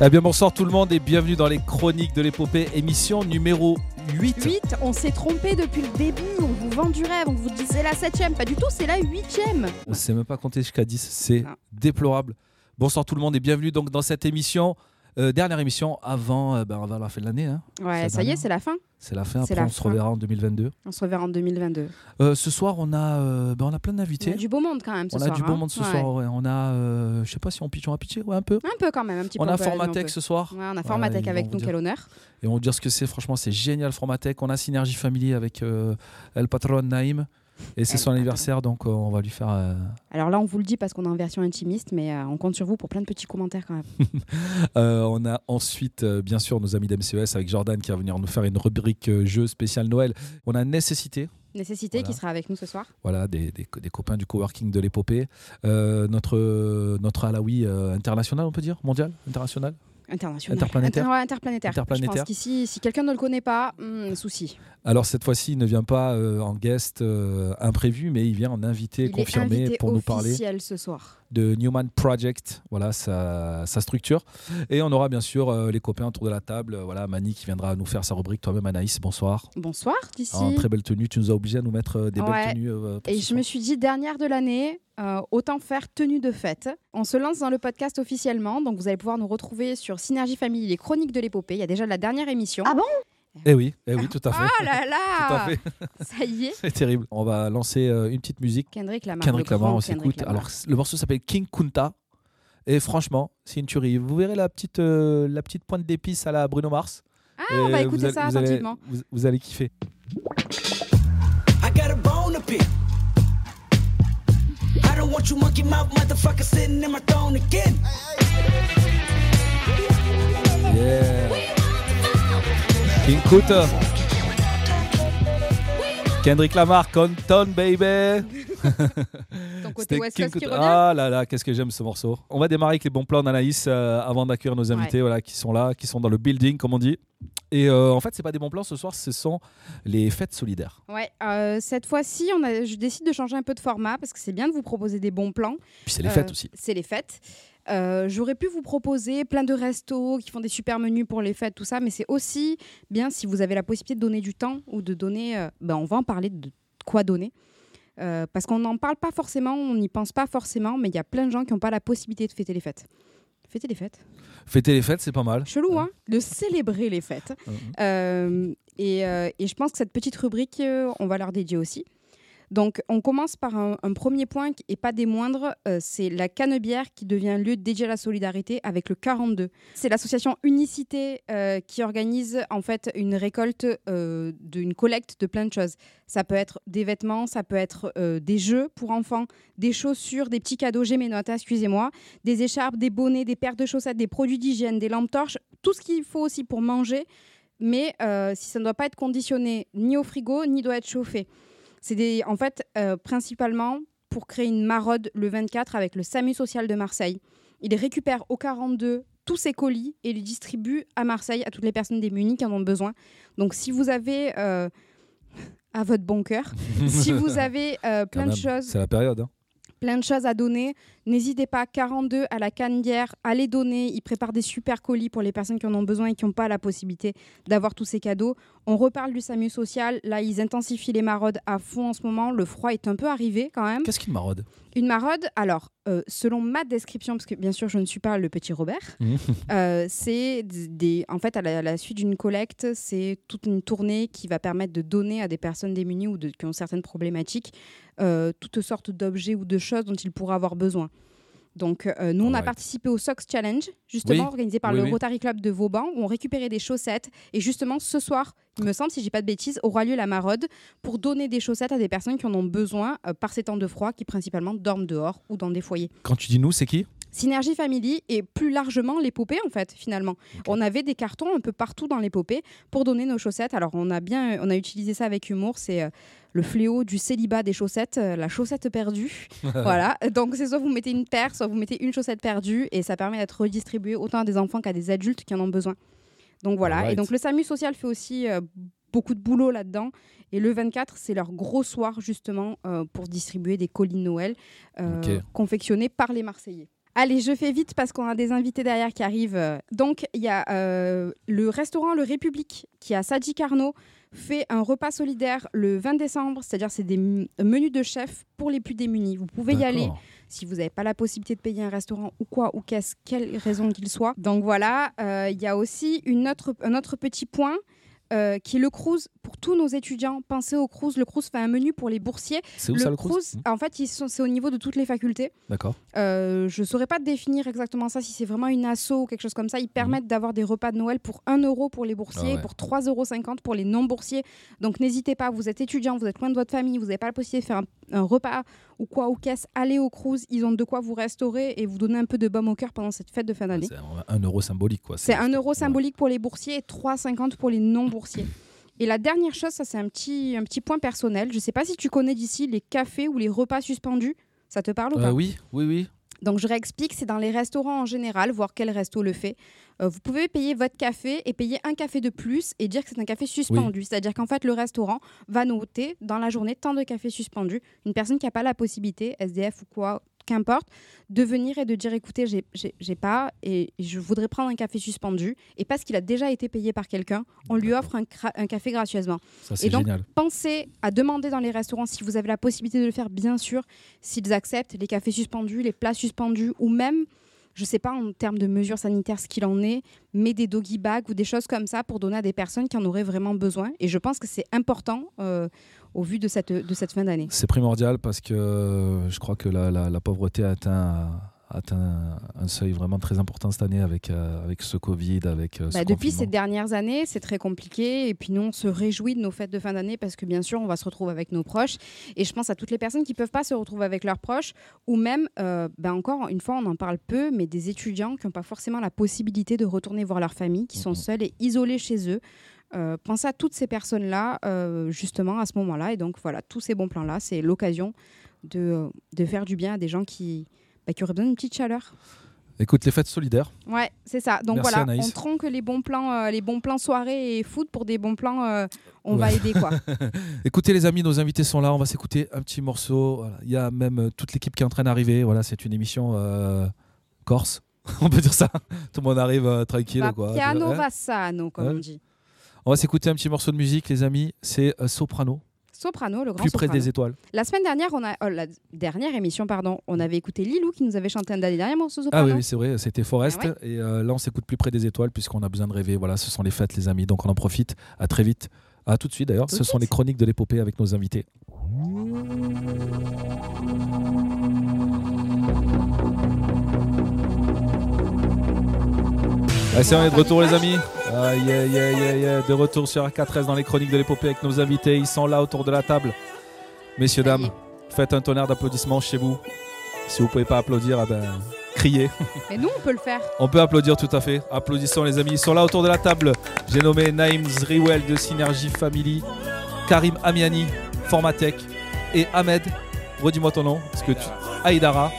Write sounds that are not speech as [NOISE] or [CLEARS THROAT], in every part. Eh bien bonsoir tout le monde et bienvenue dans les chroniques de l'épopée, émission numéro 8. 8, on s'est trompé depuis le début, on vous vend du rêve, on vous dit c'est la septième, pas du tout, c'est la huitième. On ne sait même pas compter jusqu'à 10, c'est Non. déplorable. Bonsoir tout le monde et bienvenue donc dans cette émission, euh, dernière émission avant, euh, ben, avant la fin de l'année. hein. Ouais, C'est ça y est, dingue. c'est la fin. C'est la fin, C'est après la on se fin. reverra en 2022. On se reverra en 2022. Euh, ce soir on a, euh, ben, on a plein On a d'invités. du beau monde quand même ce On a soir. du bon hein. monde ce Ouais. soir, ouais. on a, euh, je sais pas si on pitch, on va pitcher, ouais un peu. Un peu quand même, un petit On peu. a on peut allumer un Formatec peu. ce soir. Ouais, on a Formatec ils vont avec vous nous, dire. quel honneur. Et on va vous dire ce que c'est. Franchement, c'est génial, Formatech. On a Synergie Family avec euh, El Patron Naïm. Et c'est El son anniversaire, donc euh, on va lui faire. euh, Alors là, on vous le dit parce qu'on est en version intimiste, mais euh, on compte sur vous pour plein de petits commentaires [LAUGHS] quand même. Euh, on a ensuite, euh, bien sûr, nos amis d'MCES avec Jordan qui va venir nous faire une rubrique euh, jeu spécial Noël. On a Nécessité, Nécessité Voilà. qui sera avec nous ce soir. voilà, des, des, co- des copains du coworking de l'épopée. Euh, notre, euh, notre Alaoui euh, international, on peut dire Mondial International International. Interplanétaire. Inter- ouais, interplanétaire. Je Interplanétaire. pense qu'ici, si quelqu'un ne le connaît pas, hum, souci. Alors cette fois-ci, il ne vient pas euh, en guest euh, imprévu, mais il vient en invité Il confirmé est invité pour nous parler. officiel ce soir. de Newman Project, voilà sa, sa structure. Et on aura bien sûr euh, les copains autour de la table. Euh, Voilà, Mani qui viendra nous faire sa rubrique. Toi-même, Anaïs, bonsoir. Bonsoir d'ici. En Ah, très belle tenue, tu nous as obligés à nous mettre euh, des Ouais. belles tenues. euh, pour Et ce je me suis dit, dernière de l'année, euh, autant faire tenue de fête. On se lance dans le podcast officiellement, donc vous allez pouvoir nous retrouver sur Synergie Famille, les chroniques de l'épopée. Il y a déjà la dernière émission. Ah bon soir. Eh oui, eh oui, tout à fait. Oh là là [LAUGHS] Tout à fait, Ça y est c'est terrible. On va lancer euh, une petite musique. Kendrick Lamar. Kendrick le grand Lamar, on Kendrick s'écoute. Lamar. Alors, c- le morceau s'appelle King Kunta. Et franchement, c'est une tuerie. Vous verrez la petite, euh, la petite pointe d'épices à la Bruno Mars. ah, Et on va vous écouter allez- ça vous allez- attentivement. vous- vous allez kiffer. I got a bone to pick. I don't want you monkey mouth motherfucker sitting in my throne again. Yeah. King Kunta. Kendrick Lamar, Compton, baby. Ton côté C'était West King Coast qui Kunta. revient. Ah là là, qu'est-ce que j'aime ce morceau. On va démarrer avec les bons plans d'Anaïs euh, avant d'accueillir nos invités voilà, qui sont là, qui sont dans le building, comme on dit. Et euh, en fait, c'est pas des bons plans ce soir, ce sont les fêtes solidaires. Ouais, euh, cette fois-ci, on a- je décide de changer un peu de format parce que c'est bien de vous proposer des bons plans. Puis c'est les Euh, fêtes aussi. C'est les fêtes. Euh, J'aurais pu vous proposer plein de restos qui font des super menus pour les fêtes, tout ça, mais c'est aussi bien si vous avez la possibilité de donner du temps ou de donner. euh, ben, on va en parler de quoi donner. Euh, parce qu'on n'en parle pas forcément, on n'y pense pas forcément, mais il y a plein de gens qui n'ont pas la possibilité de fêter les fêtes. Fêter les fêtes Fêter les fêtes, c'est pas mal. Chelou, hein De célébrer les fêtes. Euh, Euh, et, euh, et je pense que cette petite rubrique, euh, on va leur dédier aussi. Donc, on commence par un, un premier point qui- et pas des moindres, euh, c'est la Canebière qui devient lieu dédié à la solidarité avec le 42. C'est l'association Unicité euh, qui organise en fait une récolte euh, d'une collecte de plein de choses. Ça peut être des vêtements, ça peut être euh, des jeux pour enfants, des chaussures, des petits cadeaux, j'ai mes notes, hein, excusez-moi, des écharpes, des bonnets, des paires de chaussettes, des produits d'hygiène, des lampes torches, tout ce qu'il faut aussi pour manger mais euh, si ça ne doit pas être conditionné ni au frigo, ni doit être chauffé. C'est des, en fait euh, principalement pour créer une maraude le 24 avec le SAMU social de Marseille. Il récupère au 42 tous ses colis et les distribue à Marseille à toutes les personnes démunies qui en ont besoin. Donc si vous avez euh, [LAUGHS] à votre bon cœur, si [LAUGHS] vous avez euh, quand plein de même, choses C'est la période. hein. plein de choses à donner. N'hésitez pas, 42 à la Canebière, allez donner. Ils préparent des super colis pour les personnes qui en ont besoin et qui n'ont pas la possibilité d'avoir tous ces cadeaux. On reparle du SAMU social. Là, ils intensifient les maraudes à fond en ce moment. Le froid est un peu arrivé quand même. Qu'est-ce qu'il maraude Une maraude, alors, euh, selon ma description, parce que bien sûr, je ne suis pas le petit Robert, Mmh. [LAUGHS] euh, c'est d- des. En fait, à la, à la suite d'une collecte, c'est toute une tournée qui va permettre de donner à des personnes démunies ou de- qui ont certaines problématiques euh, toutes sortes d'objets ou de choses dont ils pourraient avoir besoin. Donc, euh, nous, on a Alright. participé au Sox Challenge, justement Oui. organisé par Oui, le oui. Rotary Club de Vauban, où on récupérait des chaussettes. Et justement, ce soir, il me semble, si je dis pas de bêtises, aura lieu la maraude pour donner des chaussettes à des personnes qui en ont besoin euh, par ces temps de froid qui principalement dorment dehors ou dans des foyers. Quand tu dis nous, c'est qui Synergie Family et plus largement l'épopée en fait finalement. On avait des cartons un peu partout dans l'épopée pour donner nos chaussettes. Alors on a bien on a utilisé ça avec humour, c'est euh, le fléau du célibat des chaussettes, euh, la chaussette perdue. voilà, donc c'est soit vous mettez une paire, soit vous mettez une chaussette perdue et ça permet d'être redistribué autant à des enfants qu'à des adultes qui en ont besoin. Donc voilà, Alright. et donc le SAMU social fait aussi euh, beaucoup de boulot là-dedans. Et le 24, c'est leur gros soir justement euh, pour distribuer des colis de Noël euh, Ok. confectionnés par les Marseillais. Allez, je fais vite parce qu'on a des invités derrière qui arrivent. Donc, il y a euh, le restaurant Le République qui, à Sadji Carnot, fait un repas solidaire le 20 décembre. C'est-à-dire, c'est des m- menus de chef pour les plus démunis. Vous pouvez y aller D'accord. si vous n'avez pas la possibilité de payer un restaurant ou quoi, ou qu'est-ce, quelle raison qu'il soit. Donc voilà, euh, il y a aussi une autre, un autre petit point. euh, qui est le Cruz pour tous nos étudiants. Pensez au Cruz. Le Cruz fait un menu pour les boursiers. C'est où ça le Cruz, Cruz en fait, ils sont, c'est au niveau de toutes les facultés. D'accord. Euh, je ne saurais pas définir exactement ça, si c'est vraiment une asso ou quelque chose comme ça. Ils permettent d'avoir des repas de Noël pour 1 euro pour les boursiers Mmh. Ah ouais. et pour 3,50 euros pour les non-boursiers. Donc n'hésitez pas, vous êtes étudiant, vous êtes loin de votre famille, vous n'avez pas la possibilité de faire un, un repas ou quoi ou caisse, allez au cruise, ils ont de quoi vous restaurer et vous donner un peu de baume au cœur pendant cette fête de fin d'année. C'est un, un euro symbolique. quoi. C'est 1 euro ouais. symbolique pour les boursiers et 3,50 pour les non-boursiers. Et la dernière chose, ça c'est un petit, un petit point personnel. Je ne sais pas si tu connais d'ici les cafés ou les repas suspendus. Ça te parle ou pas Euh, oui, oui, oui. donc je réexplique, c'est dans les restaurants en général, voir quel resto le fait. Euh, vous pouvez payer votre café et payer un café de plus et dire que c'est un café suspendu. C'est-à-dire qu'en fait, le restaurant va noter dans la journée tant de cafés suspendus. Une personne qui n'a pas la possibilité, SDF ou quoi, qu'importe, de venir et de dire écoutez, j'ai- j'ai j'ai pas et je voudrais prendre un café suspendu. Et parce qu'il a déjà été payé par quelqu'un, on lui offre un, cra- un café gracieusement. Ça, c'est donc, génial. Pensez à demander dans les restaurants si vous avez la possibilité de le faire, bien sûr, s'ils acceptent les cafés suspendus, les plats suspendus, ou même, je ne sais pas en termes de mesures sanitaires ce qu'il en est, mais des doggy bags ou des choses comme ça pour donner à des personnes qui en auraient vraiment besoin. Et je pense que c'est important euh, au vu de cette, de cette fin d'année. C'est primordial parce que euh, je crois que la, la- la pauvreté a atteint, a atteint un seuil vraiment très important cette année avec, euh, avec ce Covid, avec euh, ce Bah, depuis confinement. ces dernières années, c'est très compliqué. Et puis nous, on se réjouit de nos fêtes de fin d'année parce que bien sûr, on va se retrouver avec nos proches. Et je pense à toutes les personnes qui ne peuvent pas se retrouver avec leurs proches ou même, euh, bah, encore une fois, on en parle peu, mais des étudiants qui n'ont pas forcément la possibilité de retourner voir leur famille, qui Mhm. sont seuls et isolés chez eux. Euh, pensez à toutes ces personnes-là, euh, justement, à ce moment-là. Et donc voilà, tous ces bons plans-là, c'est l'occasion de, euh, de faire du bien à des gens qui, bah, qui auraient besoin d'une petite chaleur. Écoute, les fêtes solidaires. Ouais, c'est ça. Donc Merci, voilà, Anaïs. on tronque les bons plans, euh, les bons plans soirée et foot pour des bons plans. euh, on Ouais. va aider [LAUGHS] quoi. Écoutez les amis, nos invités sont là, on va s'écouter un petit morceau. Voilà. Il y a même euh, toute l'équipe qui est en train d'arriver. Voilà, c'est une émission euh, corse, [LAUGHS] on peut dire ça. Tout le monde arrive euh, tranquille. Va quoi. piano Ouais. va sano, comme Ouais. on dit. On va s'écouter un petit morceau de musique les amis, c'est euh, Soprano, Soprano, le grand plus près soprano. des étoiles. La semaine dernière, on a oh, la dernière émission, pardon, on avait écouté Lilou qui nous avait chanté un des derniers morceaux Ah soprano. oui, oui, c'est vrai, c'était Forest. Oh, Ah Et euh, là on s'écoute plus près des étoiles puisqu'on a besoin de rêver. Voilà, ce sont les fêtes les amis, donc on en profite. À très vite. À tout de suite d'ailleurs, Tout ce de sont suite. les chroniques de l'épopée avec nos invités. Allez, Ah, c'est on est de retour les amis. Aïe, aïe, aïe, aïe, aïe. De retour sur R4S dans les chroniques de l'épopée avec nos invités. Ils sont là autour de la table. Messieurs, Ça y dames, est. faites un tonnerre d'applaudissements chez vous. Si vous pouvez pas applaudir, eh ben, criez. [LAUGHS] Mais nous, on peut le faire. On peut applaudir tout à fait. Applaudissons les amis. Ils sont là autour de la table. J'ai nommé Naïm Zriwel de Synergy Family, Karim Amiani, Formatech et Ahmed, redis-moi ton nom, parce que tu... Aïdara,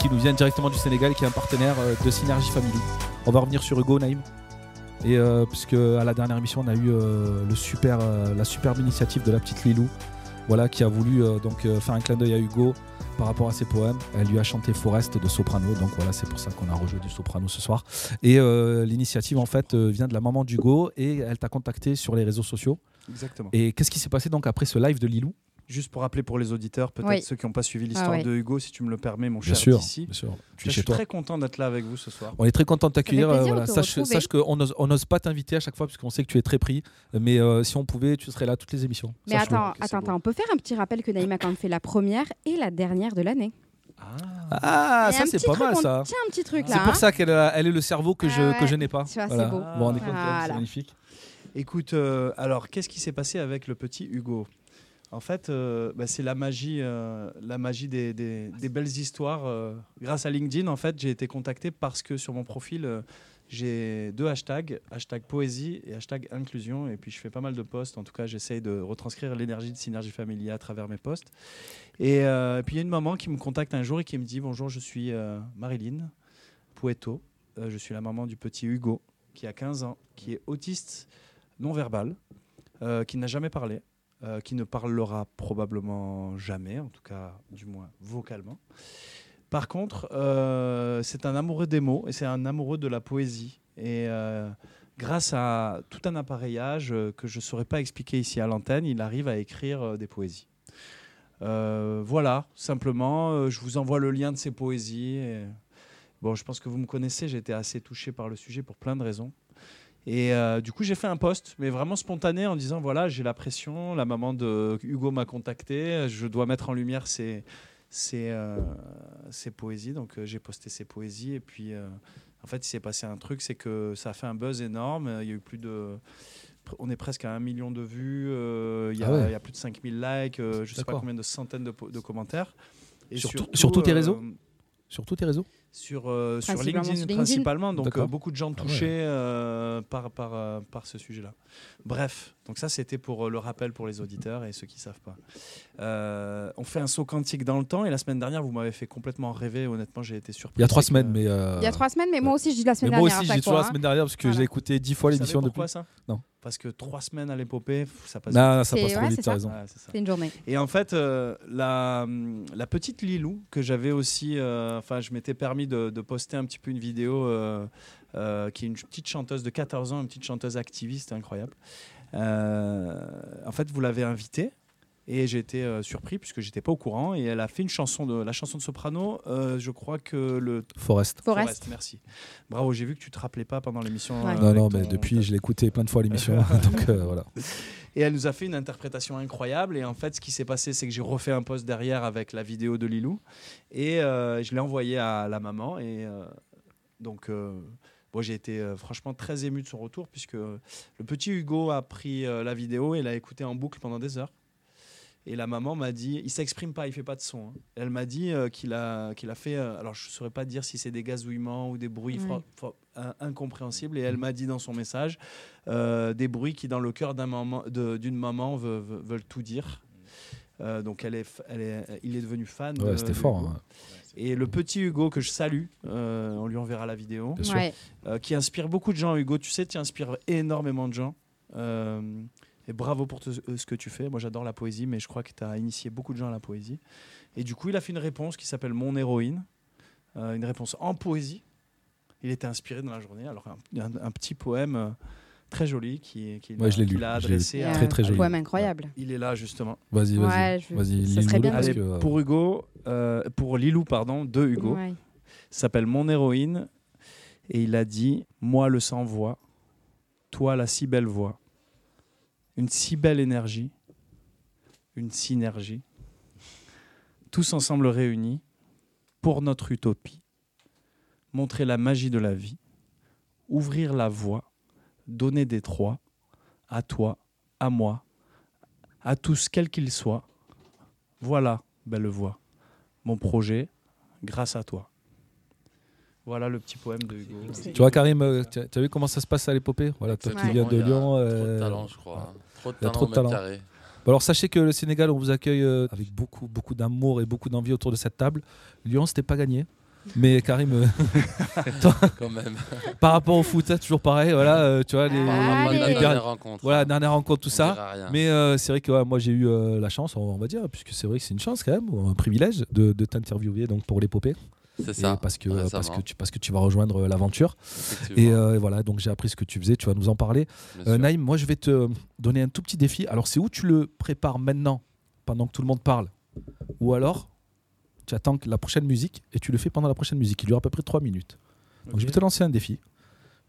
qui nous vient directement du Sénégal, qui est un partenaire euh, de Synergy Family. On va revenir sur Hugo, Naïm. Et euh, puisque à la dernière émission, on a eu euh, le super, euh, la superbe initiative de la petite Lilou, voilà, qui a voulu euh, donc euh, faire un clin d'œil à Hugo par rapport à ses poèmes. Elle lui a chanté Forest de soprano, donc voilà, c'est pour ça qu'on a rejoué du soprano ce soir. Et euh, l'initiative, en fait, euh, vient de la maman d'Hugo et elle t'a contacté sur les réseaux sociaux. Exactement. Et qu'est-ce qui s'est passé donc après ce live de Lilou Juste pour rappeler pour les auditeurs, peut-être Oui. Ah ceux qui n'ont pas suivi l'histoire ouais. de Hugo, si tu me le permets, mon cher Tizi. bien sûr. Tu es Je suis chez toi. très content d'être là avec vous ce soir. On est très content de t'accueillir. Ça fait euh, plaisir voilà. de te Sache, retrouver. sache qu'on n'ose- on n'ose pas t'inviter à chaque fois parce qu'on sait que tu es très pris. Mais euh, si on pouvait, tu serais là toutes les émissions. Mais Sache-le. attends, que c'est attends, beau. attends, on peut faire un petit rappel que Naïma a quand même fait la première et la dernière de l'année. Ah, Et ça un c'est petit pas truc, mal on ça. Tiens, un petit truc là. C'est pour hein. ça qu'elle a- elle est le cerveau que je, Ah que je ouais. n'ai pas. Tu vois, c'est Voilà. beau. Bon, on est content, hein, c'est Voilà. magnifique. Écoute, euh, alors qu'est-ce qui s'est passé avec le petit Hugo En fait, euh, bah, c'est la magie, euh, la magie des, des- des belles histoires. euh. grâce à LinkedIn, en fait, j'ai été contacté parce que sur mon profil, euh, j'ai deux hashtags, hashtag poésie et hashtag inclusion. Et puis je fais pas mal de posts. En tout cas, j'essaye de retranscrire l'énergie de Synergie Familia à travers mes posts. Et, euh, puis il y a une maman qui me contacte un jour et qui me dit Bonjour, je suis euh, Marilyn Pueto. Euh, je suis la maman du petit Hugo qui a 15 ans, qui est autiste non-verbal, euh, qui n'a jamais parlé, euh, qui ne parlera probablement jamais, en tout cas du moins vocalement. Par contre, euh, c'est un amoureux des mots et c'est un amoureux de la poésie. Et euh, grâce à tout un appareillage euh, que je ne saurais pas expliquer ici à l'antenne, il arrive à écrire euh, des poésies. Euh, voilà, simplement, euh, je vous envoie le lien de ces poésies. et- Bon, je pense que vous me connaissez, j'étais assez touché par le sujet pour plein de raisons. Et euh, du coup, j'ai fait un post, mais vraiment spontané, en disant voilà, j'ai la pression, la maman de Hugo m'a contacté, je dois mettre en lumière ces, ces, euh, ces poésies. Donc, euh, j'ai posté ces poésies. Et puis, euh, en fait, il s'est passé un truc, c'est que ça a fait un buzz énorme. Il y a eu plus de. On est presque à un million de vues, euh, il y, a- Ah ouais. il y a plus de 5000 likes, euh, je sais pas D'accord. combien de centaines de, po- de commentaires. Sur tout- sur tous tes euh, réseaux Sur tous tes réseaux sur, euh, sur Principalement LinkedIn, sur LinkedIn. principalement. Donc D'accord. euh, beaucoup de gens Ah ouais. touchés euh, par, par, euh, par ce sujet-là. Bref, donc ça c'était pour euh, le rappel pour les auditeurs et ceux qui ne savent pas. Euh, on fait un saut quantique dans le temps et la semaine dernière vous m'avez fait complètement rêver. Honnêtement, j'ai été surpris. Il y a trois C'est que- semaines, mais. euh, Il y a trois semaines, mais moi aussi je dis la Mais semaine moi dernière. aussi, à j'ai chaque toujours la fois, hein. semaine dernière parce que Voilà. j'ai écouté dix fois Vous savez l'émission depuis. pourquoi ça Non. Parce que trois semaines à l'épopée, pff, ça passe. Bah, Non, non, ça C'est- passe trop ouais, vite, c'est t'as ça. raison. vite. Ouais, c'est ça. C'est une journée. Et en fait, euh, la, hum, la petite Lilou que j'avais aussi, euh, enfin, je m'étais permis de, de poster un petit peu une vidéo euh, euh, qui est une ch- petite chanteuse de 14 ans, une petite chanteuse activiste incroyable. Euh, en fait, vous l'avez invitée et j'ai été euh, surpris puisque j'étais pas au courant et elle a fait une chanson de la chanson de soprano. euh, je crois que le Forest. Forest. Merci. Bravo. J'ai vu que tu te rappelais pas pendant l'émission. Ouais. euh, Non, avec non, mais ton- depuis, je l'ai écouté plein de fois l'émission. [LAUGHS] donc euh, voilà. Et elle nous a fait une interprétation incroyable. Et en fait, ce qui s'est passé, c'est que j'ai refait un post derrière avec la vidéo de Lilou. Et euh, je l'ai envoyé à la maman. Et euh, donc, euh, bon, j'ai été euh, franchement très ému de son retour, puisque euh, le petit Hugo a pris euh, la vidéo et l'a écoutée en boucle pendant des heures. Et la maman m'a dit, il s'exprime pas, il fait pas de son. hein. Elle m'a dit euh, qu'il a, qu'il a fait, euh, alors je saurais pas dire si c'est des gazouillements ou des bruits Ouais. fro- fro- in- incompréhensibles. Et elle m'a dit dans son message, euh, des bruits qui, dans le cœur d'un maman- de- d'une maman, ve- ve- veulent tout dire. Euh, donc, elle est, f- elle est- il est devenu fan. de- Ouais, c'était de fort. Hugo. hein, Et le petit Hugo que je salue, euh, on lui enverra la vidéo, bien sûr. Ouais. euh, qui inspire beaucoup de gens. Hugo, tu sais, tu inspires énormément de gens. Euh, et bravo pour te- euh, ce que tu fais. Moi, j'adore la poésie, mais je crois que tu as initié beaucoup de gens à la poésie. Et du coup, il a fait une réponse qui s'appelle Mon héroïne, Euh, une réponse en poésie. Il était inspiré dans la journée. Alors, un, un- un petit poème euh, très joli qui, qui Ouais, je l'ai lu. qu'il a Je l'ai lu. adressé à. Très, très joli. Poème incroyable. Il est là, justement. Vas-y, Ouais, vas-y. je- Vas-y, ça serait lis-le, bien parce Allez, que, euh, pour Hugo, euh, pour Lilou, pardon, de Hugo Ouais. s'appelle Mon héroïne et il a dit Moi le sans voix, toi la si belle voix, une si belle énergie, une synergie, tous ensemble réunis pour notre utopie, montrer la magie de la vie, ouvrir la voie, donner des trois à toi, à moi, à tous quels qu'ils soient. Voilà, belle voix, mon projet grâce à toi. Voilà le petit poème de Hugo. Tu vois, Karim, euh, t'as t'as vu comment ça se passe à l'épopée Voilà, toi qui Ouais. viens de Il y a Lyon. Trop de euh, talent, je crois. hein. Trop de il y a talent trop de au mètre talent. carré. Bon, alors sachez que le Sénégal, on vous accueille euh, avec beaucoup, beaucoup d'amour et beaucoup d'envie autour de cette table. Lyon, c'était pas gagné. Mais Karim, euh, [LAUGHS] Quand même. par rapport au foot, hein, toujours pareil. Voilà, euh, tu vois, On les, parlera pas de la les Allez. dernière rencontre. voilà, dernière rencontre, tout On ça. dira rien. Mais euh, c'est vrai que ouais, moi j'ai eu euh, la chance, on, on va dire, puisque c'est vrai que c'est une chance quand même, ou un privilège de, de t'interviewer donc pour l'épopée, C'est Et ça. parce que récemment. parce que tu parce que tu vas rejoindre euh, l'aventure. Et effectivement, euh, et voilà, donc j'ai appris ce que tu faisais, tu vas nous en parler. bien Euh, sûr. Naïm, moi je vais te donner un tout petit défi. Alors c'est où tu le prépares maintenant, pendant que tout le monde parle, ou alors tu attends que la prochaine musique et tu le fais pendant la prochaine musique. Il dure à peu près 3 minutes. Donc je vais te lancer un défi.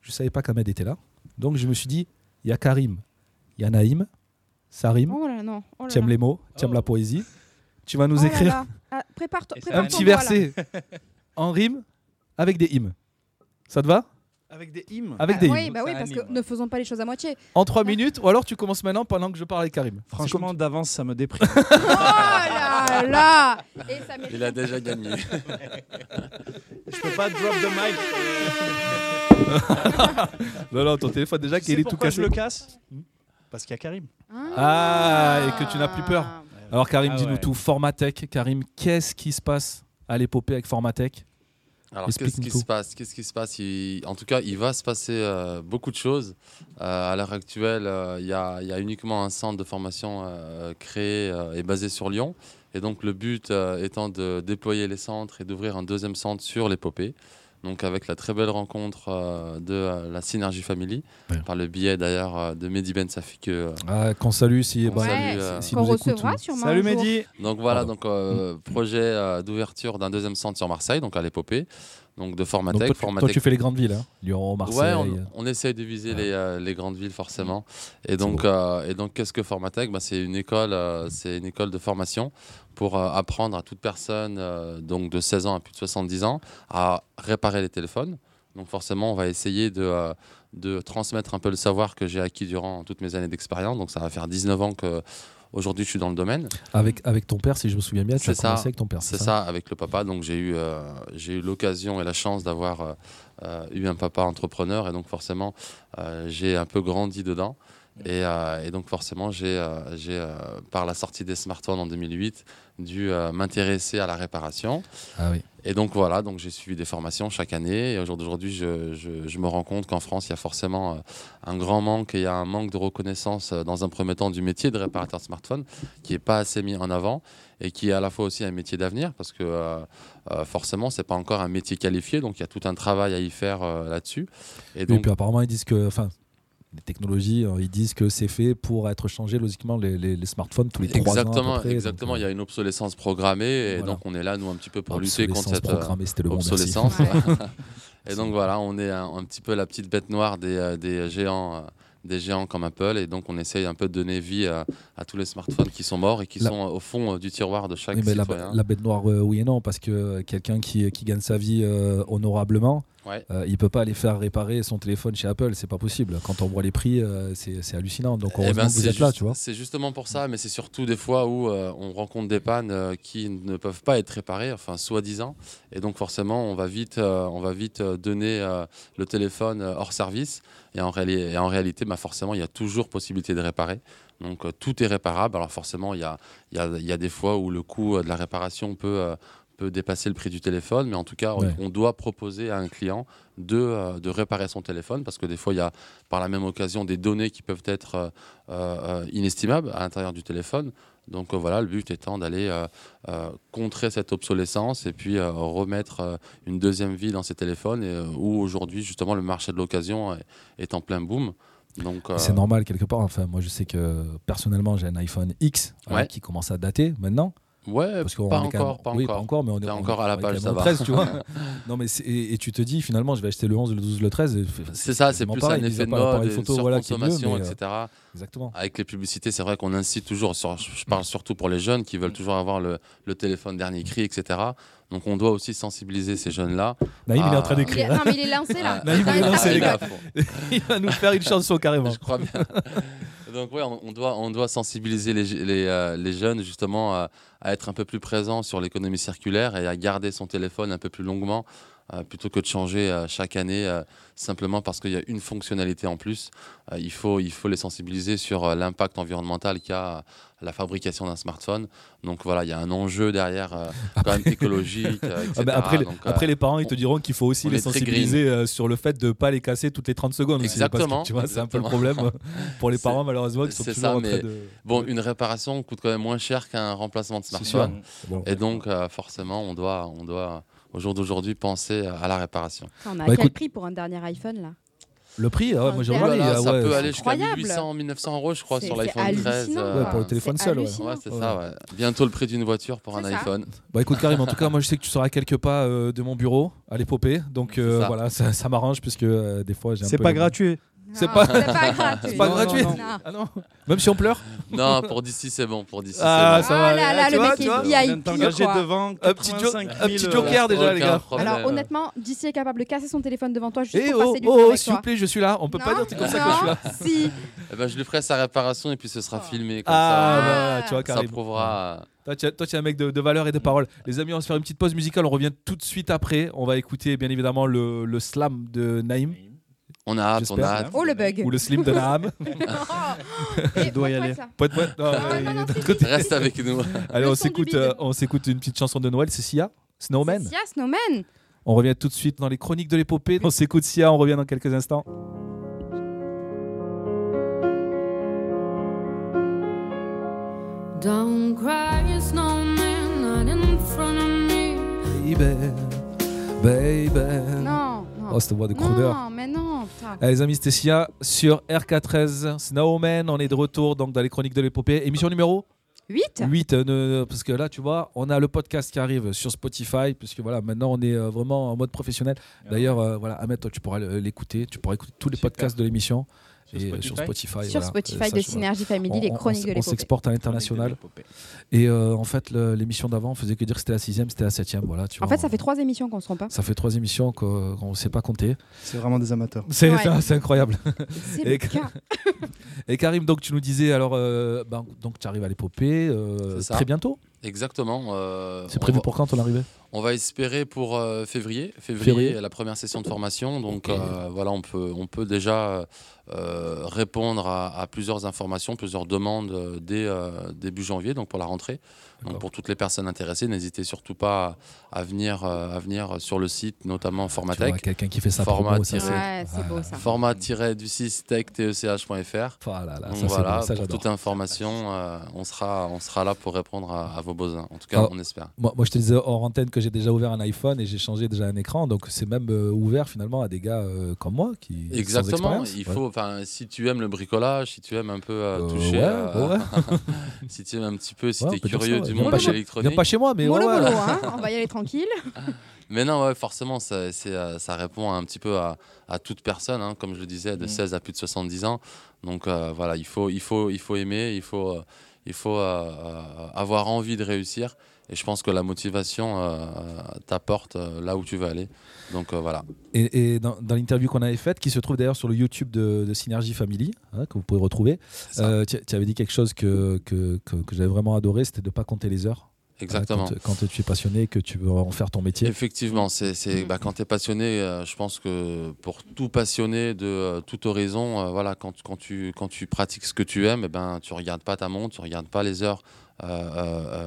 Je savais pas qu'Ahmed était là, donc je me suis dit, il y a Karim, il y a Naïm, ça rime. Oh là non. Oh là Tu aimes là. les mots, tu aimes Oh. la poésie. Tu vas nous Oh là écrire là. Ah, Prépare-toi. Un un prépare ton petit doigt, là. verset en rime avec des hymnes. Ça te va Avec des hymnes. Avec Ah, des Oui, hymnes. bah oui, Ça parce que anime. ne faisons pas les choses à moitié. En trois minutes, ou alors tu commences maintenant pendant que je parle avec Karim. C'est Franchement, comme- d'avance, ça me [LAUGHS] déprime. Oh là là Et ça mérite- Il a [LAUGHS] déjà gagné. Je peux pas drop the mic. [LAUGHS] Non, non, ton téléphone déjà Tu qui sais est tout pourquoi je cassé. Hmm. le casse Parce qu'il y a Karim. Ah, et que tu n'as plus peur. Alors Karim, Ah dis-nous ouais. tout. Formatech, Karim, qu'est-ce qui se passe à l'épopée avec Formatech Alors, Explique-nous qu'est-ce qui tout. se passe Qu'est-ce qui se passe Il- En tout cas, il va se passer euh, beaucoup de choses. Euh, à l'heure actuelle, euh, il y, a- il y a uniquement un centre de formation euh, créé euh, et basé sur Lyon. Et Et donc le but euh, étant de déployer les centres et d'ouvrir un deuxième centre sur l'épopée. Donc avec la très belle rencontre euh, de euh, la Synergie Family, Ouais. par le biais d'ailleurs euh, de Mehdi Ben Safi que, euh, Ah, qu'on salue si. Ouais, bah, Salut, euh, si qu'on nous écoute, recevra oui. sûrement. Salut un jour. Mehdi Donc voilà, Pardon. Mm. donc euh, projet euh, d'ouverture d'un deuxième centre sur Marseille, donc à l'épopée, donc de Donc, Formatec. toi, tu- toi, Formatec- tu fais les grandes villes, hein. Lyon, Ouais, Marseille. on, euh, on essaye de viser Ouais. Mm. les, euh, les grandes villes forcément. Et C'est donc, beau. euh, et donc qu'est-ce que Formatec Bah, C'est une école, euh, c'est une école de formation pour euh, apprendre à toute personne euh, donc de 16 ans à plus de 70 ans à réparer les téléphones. Donc forcément, on va essayer de, euh, de transmettre un peu le savoir que j'ai acquis durant toutes mes années d'expérience. Donc ça va faire 19 ans que aujourd'hui je suis dans le domaine. Avec, avec ton père, si je me souviens bien, tu C'est as commencé ça. avec ton père. C'est ça, avec le papa. Donc j'ai eu, euh, j'ai eu l'occasion et la chance d'avoir euh, euh, eu un papa entrepreneur et donc forcément euh, j'ai un peu grandi dedans. Et, euh, et donc forcément j'ai, euh, j'ai euh, par la sortie des smartphones en 2008 dû euh, m'intéresser à la réparation. Ah oui. Et donc voilà, donc j'ai suivi des formations chaque année. Et au jour d'aujourd'hui, je, je- je me rends compte qu'en France, il y a forcément euh, un grand manque et il y a un manque de reconnaissance euh, dans un premier temps du métier de réparateur de smartphone qui n'est pas assez mis en avant et qui est à la fois aussi un métier d'avenir parce que euh, euh, forcément, c'est pas encore un métier qualifié. Donc il y a tout un travail à y faire euh, là-dessus. Et Oui, donc, puis apparemment, ils disent que. Enfin, les technologies, euh, ils disent que c'est fait pour être changé logiquement les, les- les smartphones tous les trois ans. à peu exactement, près, donc, exactement. euh, il y a une obsolescence programmée et Voilà. donc on est là, nous, un petit peu pour lutter contre obsolescence cette. euh, programmée, c'était le mot, merci. obsolescence. Ouais. [LAUGHS] et donc voilà, on est un, un petit peu la petite bête noire des, euh, des géants. euh, des géants comme Apple et donc on essaye un peu de donner vie à, à tous les smartphones qui sont morts et qui La- sont euh, au fond euh, du tiroir de chaque Oui, mais la, citoyen. la bête noire, euh, oui et non, parce que euh, quelqu'un qui, qui gagne sa vie euh, honorablement, Ouais. euh, il peut pas aller faire réparer son téléphone chez Apple, c'est pas possible. Quand on voit les prix, euh, c'est c'est hallucinant. Donc Eh heureusement ben, que vous c'est êtes là, juste- tu vois. C'est justement pour ça, mais c'est surtout des fois où euh, on rencontre des pannes euh, qui ne peuvent pas être réparées, enfin soi-disant, et donc forcément on va vite, euh, on va vite euh, donner euh, le téléphone euh, hors service, et en, réali- et en réalité, bah, forcément il y a toujours possibilité de réparer. Donc euh, tout est réparable. Alors forcément il y a, il y a- il y a des fois où le coût euh, de la réparation peut euh, peut dépasser le prix du téléphone, mais en tout cas, on- Ouais. on doit proposer à un client de, euh, de réparer son téléphone, parce que des fois, il y a par la même occasion des données qui peuvent être euh, euh, inestimables à l'intérieur du téléphone. Donc euh, voilà, le but étant d'aller euh, euh, contrer cette obsolescence et puis euh, remettre euh, une deuxième vie dans ces téléphones, et, euh, où aujourd'hui, justement, le marché de l'occasion est, est en plein boom. Donc, euh, C'est normal quelque part. Enfin, moi je sais que personnellement j'ai un iPhone X euh, Ouais. qui commence à dater maintenant. Ouais, Parce qu'on pas est quand même- encore, pas oui, encore. pas encore, mais on est, T'es on est- encore à la on est page, quand même ça au va. 13, tu [LAUGHS] vois. non, mais c'est- et, et tu te dis finalement, je vais acheter le 11, le 12, le 13. C'est ça, c'est quasiment plus pareil, un mis à effet de part l'appareil mode, une photo, voilà, qui est mieux, surconsommation, mais, euh, etc. Exactement. Avec les publicités, c'est vrai qu'on incite toujours, sur- je parle surtout pour les jeunes qui veulent toujours avoir le, le téléphone dernier cri, etc. Donc on doit aussi sensibiliser ces jeunes-là. Naïm, il est en Ah. train Il est- d'écrire. non, mais il est lancé là. Ah, [LAUGHS] Naïm, Putain, il est il lancé, ah, les est gars. à [LAUGHS] fond. il va nous faire une chanson carrément. [LAUGHS] Je crois bien. Donc ouais, on on doit, on doit sensibiliser les, je- les, euh, les jeunes justement à, à être un peu plus présents sur l'économie circulaire et à garder son téléphone un peu plus longuement euh, plutôt que de changer euh, chaque année euh, simplement parce qu'il y a une fonctionnalité en plus. Euh, il, faut, il faut les sensibiliser sur euh, l'impact environnemental qu'a euh, la fabrication d'un smartphone. Donc voilà, il y a un enjeu derrière euh, quand même écologique, euh, etc. [LAUGHS] Ah bah après, les- Donc, euh, après, les parents, ils te on- diront qu'il faut aussi on les est très sensibiliser euh, sur le fait de pas les casser toutes les 30 secondes. aussi, parce que, Exactement, tu vois, c'est un peu le exactement. problème [LAUGHS] pour les C'est- parents, malheureusement, qui sont c'est toujours ça, en train mais de. Bon, une réparation coûte quand même moins cher qu'un remplacement de sûr. smartphone. Bon. Et donc, euh, forcément, on doit, on doit, au jour d'aujourd'hui, penser à la réparation. Putain, On Bah, a quel écoute- prix pour un dernier iPhone là Le prix, ah ouais, moi j'ai Oh là Ouh là regardé. là, ah ça ouais, peut c'est- aller jusqu'à incroyable. 1800, 1900 euros, je crois, C'est- sur c'est l'iPhone 13. hallucinant, Ouais, pour le C'est téléphone seul, ouais. hallucinant. Ouais, c'est Ouais. ça, ouais. Bientôt le prix d'une voiture pour un C'est ça. iPhone. Bah écoute, Karim, en tout [LAUGHS] cas, moi je sais que tu seras à quelques pas euh, de mon bureau à l'épopée. Donc C'est euh, ça. voilà, ça, ça m'arrange puisque euh, des fois j'ai un C'est peu pas les- gratuit. C'est Non, pas- c'est pas [LAUGHS] gratuit. pas Non, gratuit. non, non. Ah non Même si on pleure Non, pour d'ici, c'est bon. Pour d'ici, Ah, c'est ça va, Ah là eh, là, tu le vois, mec tu est vois, VIP. T'engager quoi. devant Un petit jo- 85 000, un petit euh, joker. bon. déjà, les Aucun gars. problème. Alors honnêtement, d'ici est capable de casser son téléphone devant toi juste Eh pour oh, passer du temps oh, avec s'il vous toi. plaît, je suis là. On peut pas Non, dire que c'est comme ça que je suis là. non, Si. Eh ben, je lui ferai sa réparation et puis ce sera Oh. filmé. Comme Ah, ça. bah voilà, tu vois, ça, Karim. ça prouvera. euh, Mm. Toi, tu es- toi, tu es un mec de, de valeur et de parole. Les amis, on va se faire une petite pause musicale. On revient tout de suite après. On va écouter, bien évidemment, le, le slam de Naïm On a hâte, on a J'espère. hâte. Oh le bug. Oh. ou le slim de [LAUGHS] Naam. [LAUGHS] Je dois y aller. Poète, poète. Non, Non, euh, non, il est non, d'un c'est- côté. Reste avec nous. Allez, on son du s'écoute, bide. euh, on s'écoute une petite chanson de Noël. C'est Sia, Snowman. Sia Snowman. On revient tout de suite dans les chroniques de l'épopée. On s'écoute Sia. On revient dans quelques instants. Don't cry, snowman. baby, baby. Non, non. Oh, cette voix de crooner. non, mais non, putain. Allez, les amis, c'était Sia sur RK13 Snowman. On est de retour donc dans les chroniques de l'épopée. Émission numéro 8 8 euh, ne- parce que là tu vois on a le podcast qui arrive sur Spotify puisque voilà maintenant on est euh, vraiment en mode professionnel d'ailleurs euh, voilà Ahmed toi tu pourras le- l'écouter tu pourras écouter tous les Ah Super. podcasts de l'émission Sur et euh, Spotify. sur Spotify sur voilà. Spotify Euh, ça, de sur- Synergie Family, on- les on- chroniques on de l'épopée. s'exporte à l'international et euh, en fait le- l'émission d'avant on faisait que dire que c'était la sixième c'était la septième voilà tu En vois, fait, ça on- fait trois émissions qu'on se hein. rend pas. ça fait trois émissions qu'on qu'on sait pas compter C'est vraiment des amateurs. c'est Ouais. ça, c'est incroyable [LAUGHS] C'est Et le que- cas. et Karim donc tu nous disais alors euh, ben, donc tu arrives à l'épopée euh, C'est ça. très bientôt Exactement. euh, c'est on prévu va- pour quand ton arrivée On va espérer pour euh, février, février, Février. la première session de formation. Donc euh, voilà, on peut, on peut déjà euh, répondre à, à plusieurs informations, plusieurs demandes euh, dès euh, début janvier, donc pour la rentrée. Donc D'accord. pour toutes les personnes intéressées, n'hésitez surtout pas à, à venir, euh, à venir sur le site, notamment Tu vois, Formatech. quelqu'un qui fait sa Format promo, ça tiré. c'est Ouais, c'est beau ça. e Format-du6tech.fr. Voilà, Oh là, Donc ça, c'est voilà, bon, ça, pour j'adore. toute information, euh, on, sera, on sera là pour répondre à, à vos besoins. En tout cas, Ah. on espère. Moi, moi, je te disais hors antenne que j'ai déjà ouvert un iPhone et j'ai changé déjà un écran, donc c'est même euh, ouvert finalement à des gars euh, comme moi qui sans Exactement. expérience. Il Ouais. faut, enfin, si tu aimes le bricolage, si tu aimes un peu euh, Euh, toucher, ouais, euh, ouais. [LAUGHS] si tu aimes un petit peu, si Ouais, on t'es peut dire ça, curieux ouais. du Viens monde pas de chez- Viens pas l'électronique. chez moi, mais Mollo, ouais, ouais. [LAUGHS] mollo, hein, on va y aller tranquille. Mais non, ouais, forcément, ça, c'est, euh, ça répond un petit peu à, à toute personne, hein, comme je le disais, de Mm. 16 à plus de 70 ans. Donc euh, voilà, il faut, il faut, il faut aimer, il faut, euh, il faut euh, euh, avoir envie de réussir. Et je pense que la motivation euh, euh, t'apporte euh, là où tu veux aller. Donc euh, voilà. Et, et dans, dans l'interview qu'on avait faite, qui se trouve d'ailleurs sur le YouTube de, de Synergy Family, hein, que vous pouvez retrouver, ça. euh, tu, tu avais dit quelque chose que, que, que- que j'avais vraiment adoré, c'était de ne pas compter les heures. hein, Exactement. Quand, quand tu es passionné, et que tu veux en faire ton métier. Effectivement, c'est, c'est- Mm. bah, quand tu es passionné, euh, je pense que pour tout passionné de euh, tout horizon, euh, voilà, quand, quand, tu, quand tu pratiques ce que tu aimes, eh ben, tu regardes pas ta montre, tu regardes pas les heures euh, euh,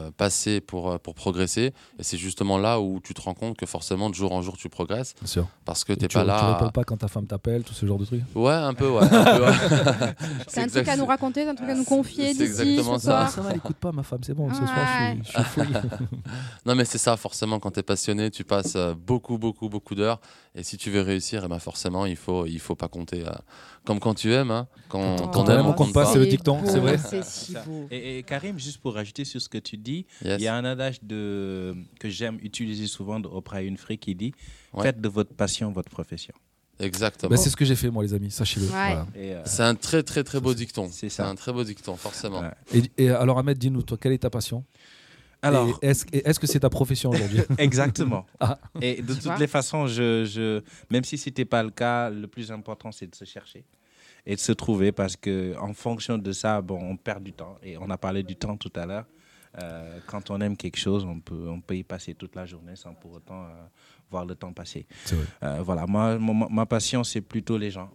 euh, passées pour, euh, pour progresser. Et c'est justement là où tu te rends compte que forcément, de jour en jour, tu progresses Bien sûr. parce que Tu, t'es pas tu là. réponds pas quand ta femme t'appelle, tout ce genre de trucs. Ouais, un peu, ouais. un peu, ouais. [LAUGHS] C'est un exact- Ah, truc à nous raconter, c'est un truc à nous confier c'est d'ici exactement ce ça. Ah, soir. ça va, elle écoute [LAUGHS] pas ma femme, c'est bon, ce soir je suis- je suis fouille. [LAUGHS] Non, mais c'est ça, forcément, quand tu es passionné, tu passes euh, beaucoup, beaucoup, beaucoup d'heures. Et si tu veux réussir, eh ben forcément, il faut, il faut pas compter. euh, comme quand tu aimes, hein. quand, Oh, quand on aime, on on compte pas, pas. c'est le dicton, beau, c'est [LAUGHS] vrai. C'est si Ça. beau. [LAUGHS] Et, et Karim, juste pour rajouter sur ce que tu dis, Yes. il y a un adage de, que j'aime utiliser souvent de Oprah Winfrey qui dit Ouais. Faites de votre passion votre profession. Exactement. Bah, c'est ce que j'ai fait, moi, les amis, sachez-le. Ouais. Voilà. Et, euh, c'est un très, très, très beau dicton. c'est C'est ça. un très beau dicton, forcément. Ouais. Et, et alors, Ahmed, dis-nous, toi, quelle est ta passion alors, Et est-ce et est-ce que c'est ta profession aujourd'hui [LAUGHS] exactement. Ah. [LAUGHS] Et de vois toutes les façons, je, je- même si ce n'était pas le cas, Ah, le plus important, c'est de se [LAUGHS] chercher et de se trouver parce qu'en fonction de ça, bon, on perd du temps. Et on a parlé du temps tout à l'heure. Euh, quand on aime quelque chose, on peut, on peut y passer toute la journée sans pour autant euh, voir le temps passer. C'est vrai. Euh, voilà, moi, mon- ma, ma passion, c'est plutôt les gens.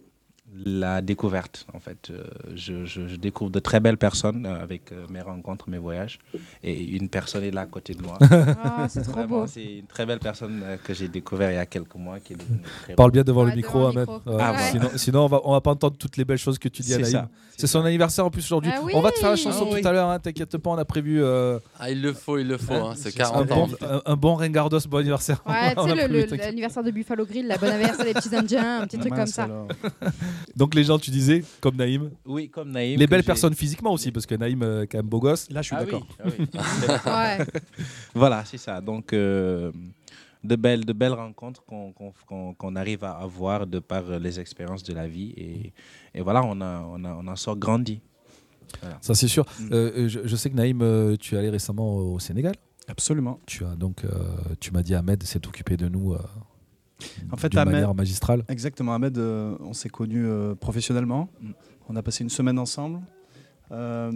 La découverte, en fait. Euh, je, je- je découvre de très belles personnes euh, avec euh, mes rencontres, mes voyages. Et une personne est là à côté [LAUGHS] de moi. Ah, c'est trop Vraiment, beau. C'est une très belle personne euh, que j'ai découvert il y a quelques mois. Qui est devenue très Parle bien devant Ouais, le micro, devant le Ahmed. micro. Ouais. Ah, voilà. Sinon, sinon, on va, on va pas entendre toutes les belles choses que tu dis à C'est Naïm. ça. C'est son anniversaire en plus aujourd'hui. Ah oui. on va te faire la chanson Ah oui. tout à l'heure, hein, t'inquiète pas, on a prévu euh, Ah, il le faut, il le faut. hein, C'est un, 40 ans. bon, un, un bon Rengardos, bon anniversaire. Ouais, [LAUGHS] tu On a sais, le- prévu, le- t'inquiète. l'anniversaire de Buffalo Grill, la bonne anniversaire des petits Indiens, Ah, un petit truc comme Mince ça. alors. Donc, les gens, tu disais, comme Naïm, Oui, comme Naïm. les que belles j'ai- personnes physiquement aussi, parce que Naïm, euh, quand même beau gosse. Là, je suis Ah oui, d'accord. ah oui. [LAUGHS] Ouais. [LAUGHS] voilà, c'est ça. Donc, euh, de, belles, de belles rencontres qu'on qu'on- qu'on- qu'on arrive à avoir de par euh, les expériences de la vie. Et, et voilà, on, a, on, a, on en sort grandi. Ça, c'est sûr. Mm. Euh, je, je sais que Naïm, euh, tu es allé récemment au Sénégal. Absolument. Tu as donc, euh, tu m'as dit Ahmed s'est occupé de nous euh, En fait, d'une Ahmed- manière magistrale. Exactement, Ahmed, euh, on s'est connus euh, professionnellement. On a passé une semaine ensemble. Euh,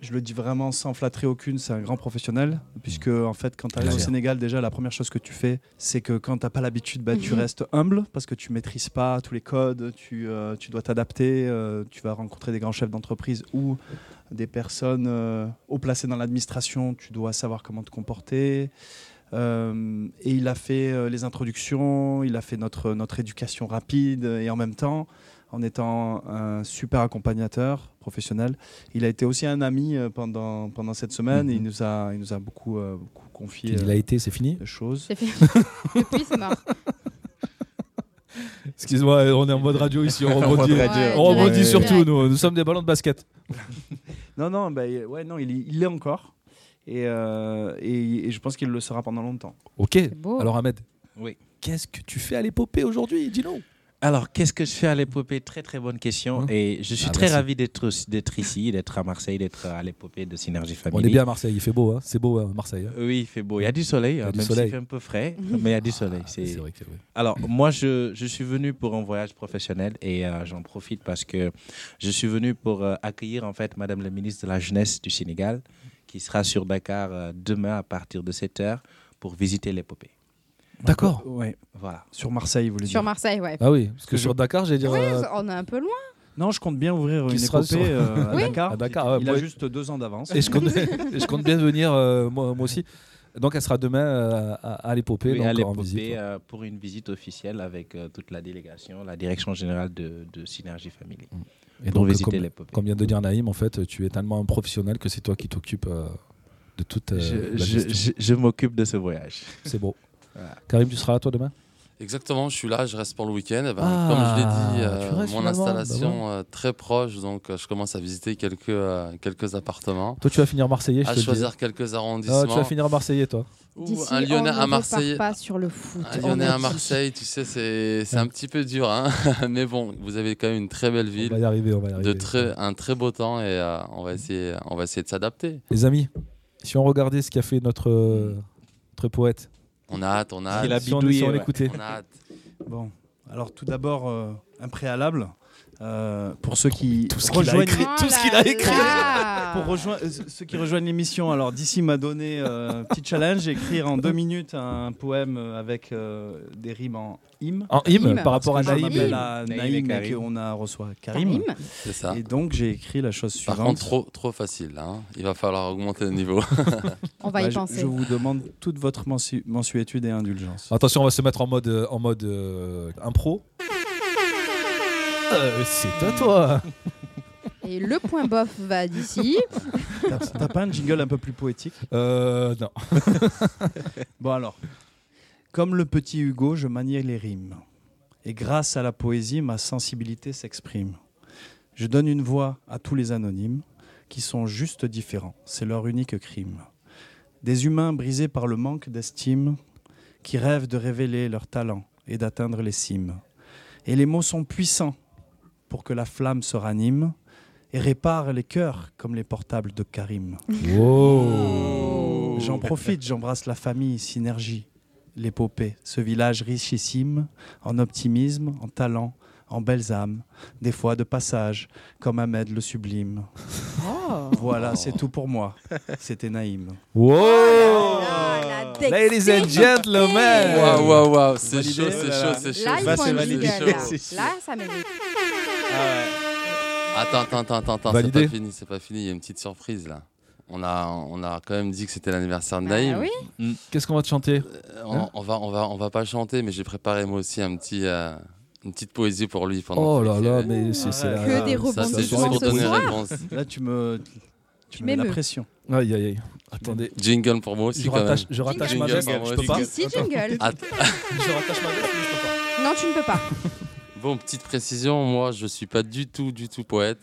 je le dis vraiment sans flatterie aucune, c'est un grand professionnel. Puisque, en fait, quand tu arrives Il a au l'air. Sénégal, déjà, la première chose que tu fais, c'est que quand tu pas l'habitude, bah, tu Mhm. restes humble parce que tu maîtrises pas tous les codes, tu, euh, tu dois t'adapter, euh, tu vas rencontrer des grands chefs d'entreprise ou des personnes euh, haut placées dans l'administration, tu dois savoir comment te comporter. Euh, et il a fait euh, les introductions, il a fait notre, notre éducation rapide euh, et en même temps, en étant un super accompagnateur professionnel. Il a été aussi un ami euh, pendant, pendant cette semaine. Mhm. Il, nous a, il nous a beaucoup, euh, beaucoup confié Il a euh, été, c'est fini. des choses. C'est fait. [LAUGHS] Depuis, c'est mort. Excuse-moi, on est en mode radio [LAUGHS] ici, on On rebondit. dirait Ouais, Dieu. on rebondit direct, sur tout, direct. nous, nous sommes des ballons de basket. Non, non, bah, il- ouais, non il, y- il l'est encore. Et, euh, et- et je pense qu'il le sera pendant longtemps. Ok, beau. alors Ahmed, Oui. qu'est-ce que tu fais à l'épopée aujourd'hui Dis-nous. Alors, qu'est-ce que je fais à l'épopée Très, très bonne question. Hein Et je suis Ah, très merci. ravi d'être d'être ici, d'être à Marseille, d'être à l'épopée de Synergie On Family. est bien à Marseille, il fait beau, hein c'est beau à Marseille. hein Euh, Euh, Oui, il fait beau. Il y a du soleil, a hein, du même soleil. s'il fait un peu [LAUGHS] frais, mais il y a du soleil. Ah, c'est- vrai que oui. Alors, moi, je, je suis venu pour un voyage professionnel et euh, j'en profite parce que je suis venu pour euh, accueillir, en fait, Madame la ministre de la Jeunesse du Sénégal, qui sera sur Dakar euh, demain à partir de 7h pour visiter l'épopée. D'accord. Ouais, Voilà. sur Marseille, vous voulez Sur dire. Marseille, ouais. Ah oui, parce que que je- sur Dakar, j'ai dit. Ouais, euh, on est un peu loin. Non, je compte bien ouvrir Qui une sera épopée sur- euh, à, Oui. Dakar. À Dakar, ouais, il pour- a juste deux ans d'avance. Et je [LAUGHS] compte, et je compte bien venir, euh, moi, moi aussi. Donc, elle sera demain euh, à, à l'épopée. Oui, donc, à en l'épopée, visite. euh, pour une visite officielle avec euh, toute la délégation, la direction générale de, de Synergie Family. Mm. Et pour donc, visiter comme, l'épopée. comme vient de dire Naïm, en fait, tu es tellement un professionnel que c'est toi qui t'occupes euh, de toute euh, je la je- gestion. je- je m'occupe de ce voyage. C'est beau. [LAUGHS] Voilà. Karim, tu seras là toi demain Exactement, je suis là, je reste pour le week-end. Eh ben, Ah, comme je l'ai dit, euh, tu restes mon finalement, bah installation euh, très proche, donc euh, je commence à visiter quelques, euh, quelques appartements, Toi, tu vas finir Marseillais, je à te le dis. choisir quelques Ah, tu vas arrondissements. finir Marseillais, toi. Ou D'ici, un Lyonnais on ne à Marseille. repart pas sur le foot. Un on Lyonnais a à dit. Marseille, tu sais, c'est c'est un petit peu dur, hein. [LAUGHS] mais bon, vous avez quand même une très belle On va ville, y arriver, on va y de arriver. très, un très beau temps et euh, on, va essayer, on va essayer de s'adapter. Les amis, si on regardait ce qu'a fait notre, euh, notre poète, On a hâte, on a Ah, Il hâte. a si on, bidouillé, si on ouais. l'écoutait, On a hâte. Bon, alors tout d'abord, euh, un préalable. euh, pour ceux qui tout ce qu'il a rejoignent écrit. Oh Tout ce là qu'il a écrit. là. pour rejoindre euh, ceux qui rejoignent l'émission, alors d'ici m'a donné euh, un petit challenge, écrire en deux minutes un poème euh, avec euh, des rimes en hymne. en hymne, Hymne. par rapport à Parce que je Naïm, m'appelle Naïm. Naïm à et Naïm et Karim. qu'on a reçoit Karim. Karim. C'est ça. Et donc j'ai écrit la chose Par suivante. contre, trop, trop facile, là, hein. Il va falloir augmenter le niveau. on va Bah, y je- penser. Je, vous demande toute votre mensu- mensuétude et indulgence. Attention, on va se mettre en mode, euh, en mode euh, impro. Euh, c'est à toi. [LAUGHS] Et le point bof va d'ici. T'as t'as pas un jingle un peu plus poétique Euh, non. [LAUGHS] Bon alors, comme le petit Hugo, je maniais les rimes. Et grâce à la poésie, ma sensibilité s'exprime. Je donne une voix à tous les anonymes qui sont juste différents. C'est leur unique crime. Des humains brisés par le manque d'estime qui rêvent de révéler leur talent et d'atteindre les cimes. Et les mots sont puissants pour que la flamme se ranime et répare les cœurs comme les portables de Karim. J'en profite, j'embrasse la famille, Synergie, l'épopée, ce village richissime, en optimisme, en talent, en belles âmes, des fois de passage, comme Ahmed le sublime. Oh. Voilà, c'est tout pour moi. C'était Naïm. Wow. Ah, la dex- Ladies and gentlemen. Waouh, waouh, waouh, c'est Validé, chaud, c'est là, chaud, là. c'est chaud. Là, il Ça, faut c'est un validé. jingle, là. C'est sûr. Là, ça mérite. Attends, attends, attends, attends, attends, c'est Validé. pas fini, c'est pas fini, il y a une petite surprise là. On a, on a quand même dit que c'était l'anniversaire de Bah Naïm. oui. Qu'est-ce qu'on va te chanter Euh, on, Hein on va, on va, on va pas chanter, mais j'ai préparé moi aussi un petit, euh, une petite poésie pour lui pendant. Oh qu'il là est- là, mais c'est c'est Arrête. la- Que des Ça c'est juste rebondissements pour ce donner soir. réponse. Ah. Là, tu me, tu Tu me mets la m'émeus. pression. Aïe aïe aïe. Attendez, Jingle pour moi aussi je quand même. rattache, je rattache ma Jingle, veste, pardon, je peux pas. jingle. Ici, jingle. Je Ah, rattache ma veste, mais je peux pas. Non, tu ne peux pas. bon, petite précision, moi je suis pas du tout, du tout poète,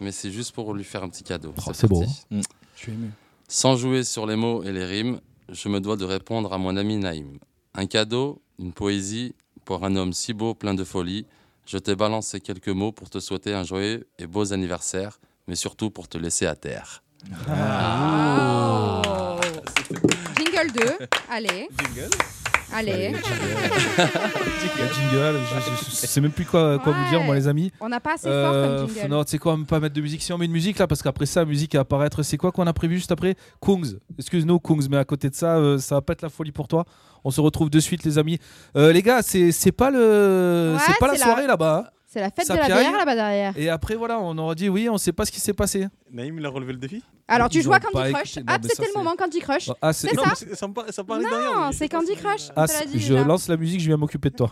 mais c'est juste pour lui faire un petit cadeau. Oh, c'est parti. beau, Je suis ému. Sans jouer sur les mots et les rimes, je me dois de répondre à mon ami Naïm. Un cadeau, une poésie, pour un homme si beau, plein de folie. Je t'ai balancé quelques mots pour te souhaiter un joyeux et beau anniversaire, mais surtout pour te laisser à terre. Ah. Oh. Jingle 2. Allez. Jingle. Allez. Le jingle, je, je- je sais même plus quoi, quoi vous dire, Ouais. moi, les amis. On n'a pas assez fort Euh, comme f- jingle. non, tu sais quoi, on peut pas mettre de musique. Si on met une musique là, parce qu'après ça, la musique va apparaître. C'est quoi qu'on a prévu juste après Kungs. Excuse-nous, Kungs, mais à côté de ça, euh, ça va pas être la folie pour toi. On se retrouve de suite, les amis. Euh, les gars, c'est c'est pas le, Ouais, Euh, c'est pas la c'est la- soirée là-bas. hein. C'est la fête Ça de la piaille. bière là-bas derrière. Et après, voilà, on aura dit oui, on sait pas ce qui s'est passé. Naïm, il a relevé le défi Alors, tu Ils joues à ont pas Candy Crush. écouté. Non, Hop, mais ça, c'était le c'est- moment Candy Crush. Ah, c'est C'est Non, ça mais c'est- ça me, par- ça me parlait derrière. Non, mais je c'est sais pas Candy si- Crush. Ah, on te l'a c'est- dit je déjà. lance la musique, je vais m'occuper de toi.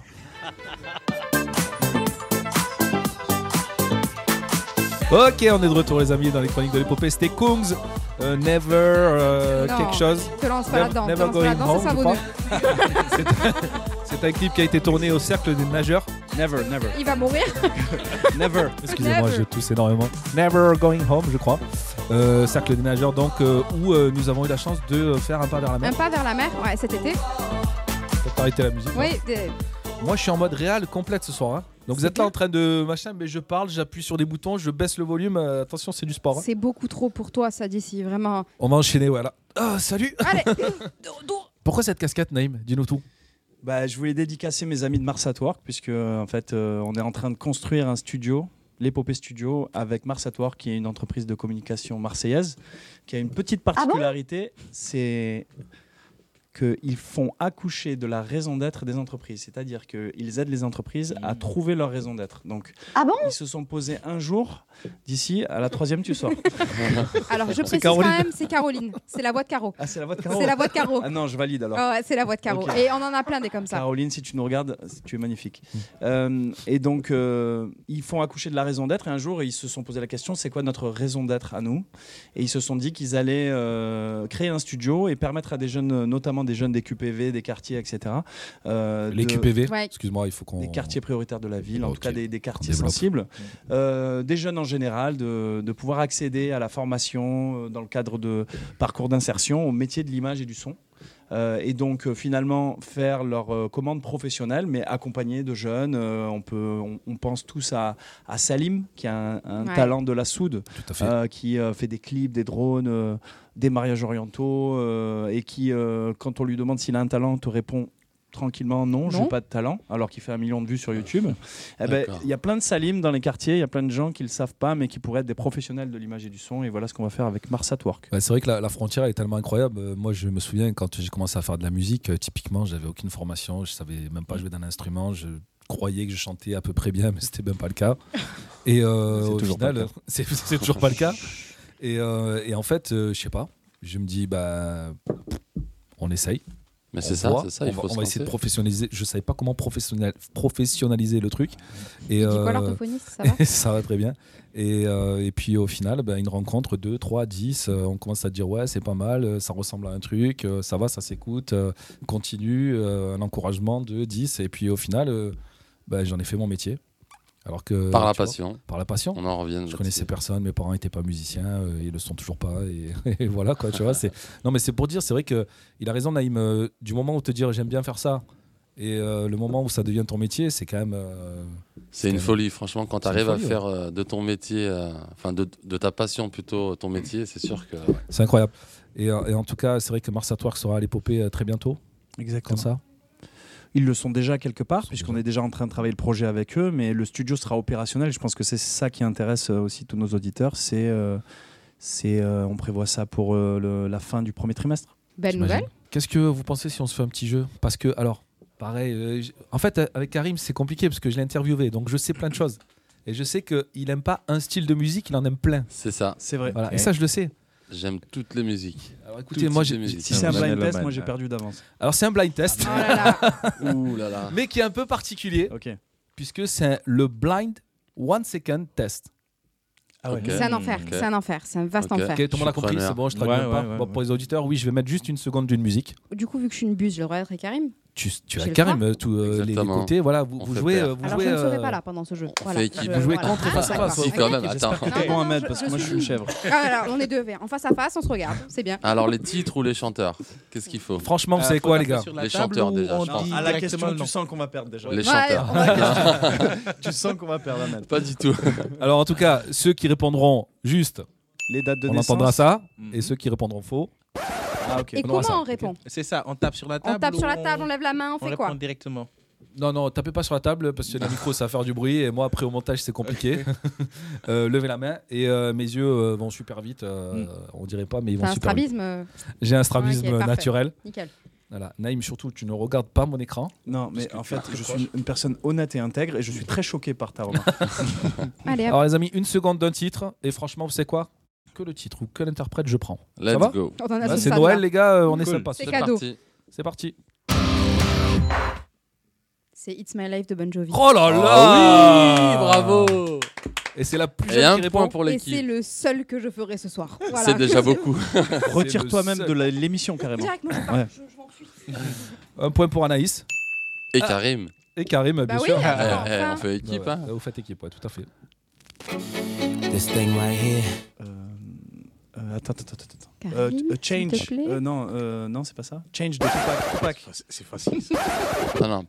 Ok, on est de retour, les amis, dans les chroniques de l'épopée. C'était Kungs, euh, Never, euh, Non. quelque chose. Te lance pas Never, là-dedans. Te Never lance pas Going là-dedans, Home, c'est ça je vaut crois. mieux. C'est un clip qui a été tourné au cercle des nageurs. Never, never, Il va mourir. [LAUGHS] never. Excusez-moi, Never. je tousse énormément. Never Going Home, je crois. Euh, cercle des nageurs, donc, euh, où euh, nous avons eu la chance de euh, faire un pas vers Ah la mer. Un pas vers la mer, ouais, cet été. Faut pas arrêter la musique. Oui, des- Moi, je suis en mode réel complète ce soir. hein. Donc, vous C'est êtes là clair. en train de machin, mais je parle, j'appuie sur des boutons, je baisse le volume. euh, attention, c'est du sport. hein. c'est beaucoup trop pour toi, ça d'ici, vraiment. On va enchaîner, voilà. Ah, salut [LAUGHS] Allez, Pourquoi cette casquette, Naïm Dis-nous tout. Bah, je voulais dédicacer mes amis de Mars at Work, puisque euh, en fait, euh, on est en train de construire un studio, l'Épopée Studio, avec Mars at Work, qui est une entreprise de communication marseillaise, qui a une petite Ah particularité, c'est qu'ils font accoucher de la raison d'être des entreprises. C'est-à-dire qu'ils aident les entreprises à trouver leur raison d'être. Donc, Ah bon ils se sont posés un jour, d'ici à la troisième, tu sors. [LAUGHS] alors je précise quand Caroline. même, c'est Caroline. C'est la voix de Caro. Ah, c'est la voix de Caro C'est la voix de Caro. [LAUGHS] Ah non, je valide alors. Ah ouais, c'est la voix de Caro. Ok. Et on en a plein des comme ça. Caroline, si tu nous regardes, tu es magnifique. Euh, et donc, euh, ils font accoucher de la raison d'être. Et un jour, ils se sont posé la question c'est quoi notre raison d'être à nous Et ils se sont dit qu'ils allaient euh, créer un studio et permettre à des jeunes, notamment des jeunes des QPV, des quartiers, etc. euh, Les de- QPV, Ouais. excuse-moi, il faut qu'on. des quartiers prioritaires de la ville, en Ok. tout cas des, des quartiers développe. sensibles, Euh, des jeunes en général, de, de pouvoir accéder à la formation euh, dans le cadre de parcours d'insertion au métier de l'image et du son. Euh, et donc euh, finalement faire leur euh, commande professionnelle, mais accompagné de jeunes. Euh, on, peut, on, on pense tous à, à Salim, qui a un, un Ouais. talent de la soude, Tout à fait. euh, qui euh, fait des clips, des drones, euh, des mariages orientaux, euh, et qui, euh, quand on lui demande s'il a un talent, te répond tranquillement non, j'ai Non. pas de talent, alors qu'il fait un million de vues sur [LAUGHS] YouTube. Eh ben, Il D'accord. y a plein de Salim dans les quartiers, il y a plein de gens qui le savent pas, mais qui pourraient être des professionnels de l'image et du son, et voilà ce qu'on va faire avec Mars at Work. Ouais, c'est vrai que la, la frontière elle est tellement incroyable. Euh, Moi, je me souviens quand j'ai commencé à faire de la musique, euh, typiquement, j'avais aucune formation, je savais même Mm. pas jouer d'un instrument, je croyais que je chantais à peu près bien, [LAUGHS] mais c'était même pas le cas. Et euh, C'est au toujours pas le final, [LAUGHS] c'est c'est toujours pas le cas. Et, euh, et en fait, euh, je sais pas, je me dis, bah, on essaye. Mais on c'est ça, voit, c'est ça, on il va, on faut se va essayer de lancer. professionnaliser. Je savais pas comment professionnel- professionnaliser le truc. Et, Tu dis quoi euh, l'orthophoniste, ça [LAUGHS] va ça va très bien. Et, euh, et puis au final, ben, une rencontre, 2, 3, 10, euh, on commence à dire ouais, c'est pas mal, euh, ça ressemble à un truc, euh, ça va, ça s'écoute, euh, continue, euh, un encouragement, 2, 10. Et puis au final, euh, ben, j'en ai fait mon métier. Alors que, Par la tu vois, passion, par la passion. on en revient. Je là-dessus. connaissais personne, mes parents n'étaient pas musiciens, euh, ils le sont toujours pas. Et, [LAUGHS] et voilà quoi, tu vois. c'est- Non, mais c'est pour dire, c'est vrai que il a raison, Naïm. euh, du moment où te dire j'aime bien faire ça, et euh, le moment où ça devient ton métier, c'est quand même. euh, C'est une C'était- folie, franchement, quand tu C'est une arrives à folie, ouais. faire euh, de ton métier, euh, enfin de, de ta passion plutôt, ton métier, c'est sûr que. ouais. C'est incroyable. Et, euh, et en tout cas, c'est vrai que Mars at Work sera à l'épopée euh, très bientôt, comme Exactement. ça. Ils le sont déjà quelque part, sont puisqu'on déjà. est déjà en train de travailler le projet avec eux, mais le studio sera opérationnel. Je pense que c'est ça qui intéresse euh, aussi tous nos auditeurs. C'est, euh, c'est, euh, on prévoit ça pour euh, le- la fin du premier trimestre. Belle j'imagine. nouvelle. Qu'est-ce que vous pensez si on se fait un petit jeu Parce que, alors, pareil, euh, j- en fait, euh, avec Karim, c'est compliqué parce que je l'ai interviewé, donc je sais plein de choses. Et je sais qu'il aime pas un style de musique, il en aime plein. C'est ça, C'est vrai. Voilà. Et ça, je le sais. j'aime toutes les musiques. Alors écoutez, Toutes moi, ces j'ai- musiques. Si c'est un Ouais. blind test, Ouais. Ah moi j'ai perdu d'avance. alors c'est un blind test, Oh là là. Ouh là là. mais qui est un peu particulier Ok. puisque c'est un- le blind one second test. Ah ouais. Ok. C'est un enfer, Hmm, Ok. c'est un enfer, c'est un vaste Ok. enfer. Ok, tout le monde a Je suis compris, preneur. c'est bon, je traduis Ouais, même pas. ouais, ouais, Bon, Pour les auditeurs, oui, je vais mettre juste une seconde d'une musique. Du coup, vu que je suis une buse, j'ai le droit d'être avec Karim. Tu, tu as J'ai le Karim, euh, tous euh, les, les Exactement. côtés, voilà, vous, On vous fait jouez. peur. euh, vous Alors, jouez je ne serai euh, pas là pendant ce jeu. on Voilà. fait équipe. Je- Vous jouez Ah, voilà. contre et face à face, d'accord. ouais. Si, quand même, attends. J'espère que Non, t'es non, bon, non, Ahmed, je- parce je que moi je suis suis une nulle. chèvre. Ah, alors, on est deux, en face à face, on se regarde, c'est bien. Alors les titres ou les chanteurs Qu'est-ce qu'il faut Franchement, vous savez quoi, les gars Les chanteurs, déjà, je pense. À la question, tu sens qu'on va perdre déjà. Les Ouais, on chanteurs. va dire- [LAUGHS] Tu sens qu'on va perdre, Ahmed. Pas du tout. [LAUGHS] Alors en tout cas, ceux qui répondront juste, Les dates de on naissance. entendra ça. Mhm. Et ceux qui répondront faux, Ah, ok. Et On aura ça. comment on répond C'est ça, on tape sur la table. On tape sur la ou table, on lève la main, on on fait répond quoi directement. non, non, tapez pas sur la table parce que les micros, ça va faire du bruit. Et moi, après au montage, c'est [LAUGHS] compliqué. Euh, levez la main. Et euh, mes yeux euh, vont super vite. euh, Mm. On dirait pas, mais ils T'as vont un super vite. strabisme, euh, J'ai un strabisme Ok, parfait. naturel. nickel. Voilà. Naïm, surtout, tu ne regardes pas mon écran. Non, mais en fait, je suis une personne honnête et intègre, et je suis très choqué par ta remarque. Allez, hop, Alors les amis, une seconde d'un titre. Et franchement, vous savez quoi Que le titre ou que l'interprète, je prends. Let's va go. on en a Là, sous c'est ça, Noël, là. les gars. euh, On est Cool. sympa. C'est C'est cadeau. parti. C'est parti. C'est It's My Life de Bon Jovi. Oh là là Ah oui, Ah bravo. Et c'est la plus Et jeune un qui point répond. pour Et c'est l'équipe. le seul que je ferai ce soir. Voilà. C'est [LAUGHS] déjà beaucoup. Retire-toi même seul. de la- l'émission carrément. Direct, moi, je pars. Ouais. Je- je m'enfuis. [LAUGHS] Un point pour Anaïs Et Ah. Karim. et Karim, Bah bien oui, sûr. Eh, attends, eh, enfin. on fait équipe. Ouais, hein. ouais, Vous faites équipe, ouais, tout à fait. This thing right here. Euh, euh, attends, attends, attends, attends. Karim, Euh, euh, s'il te change. plaît. Euh, non, euh, non, c'est pas ça. Change de Tupac. Tupac. C'est facile. Non, non.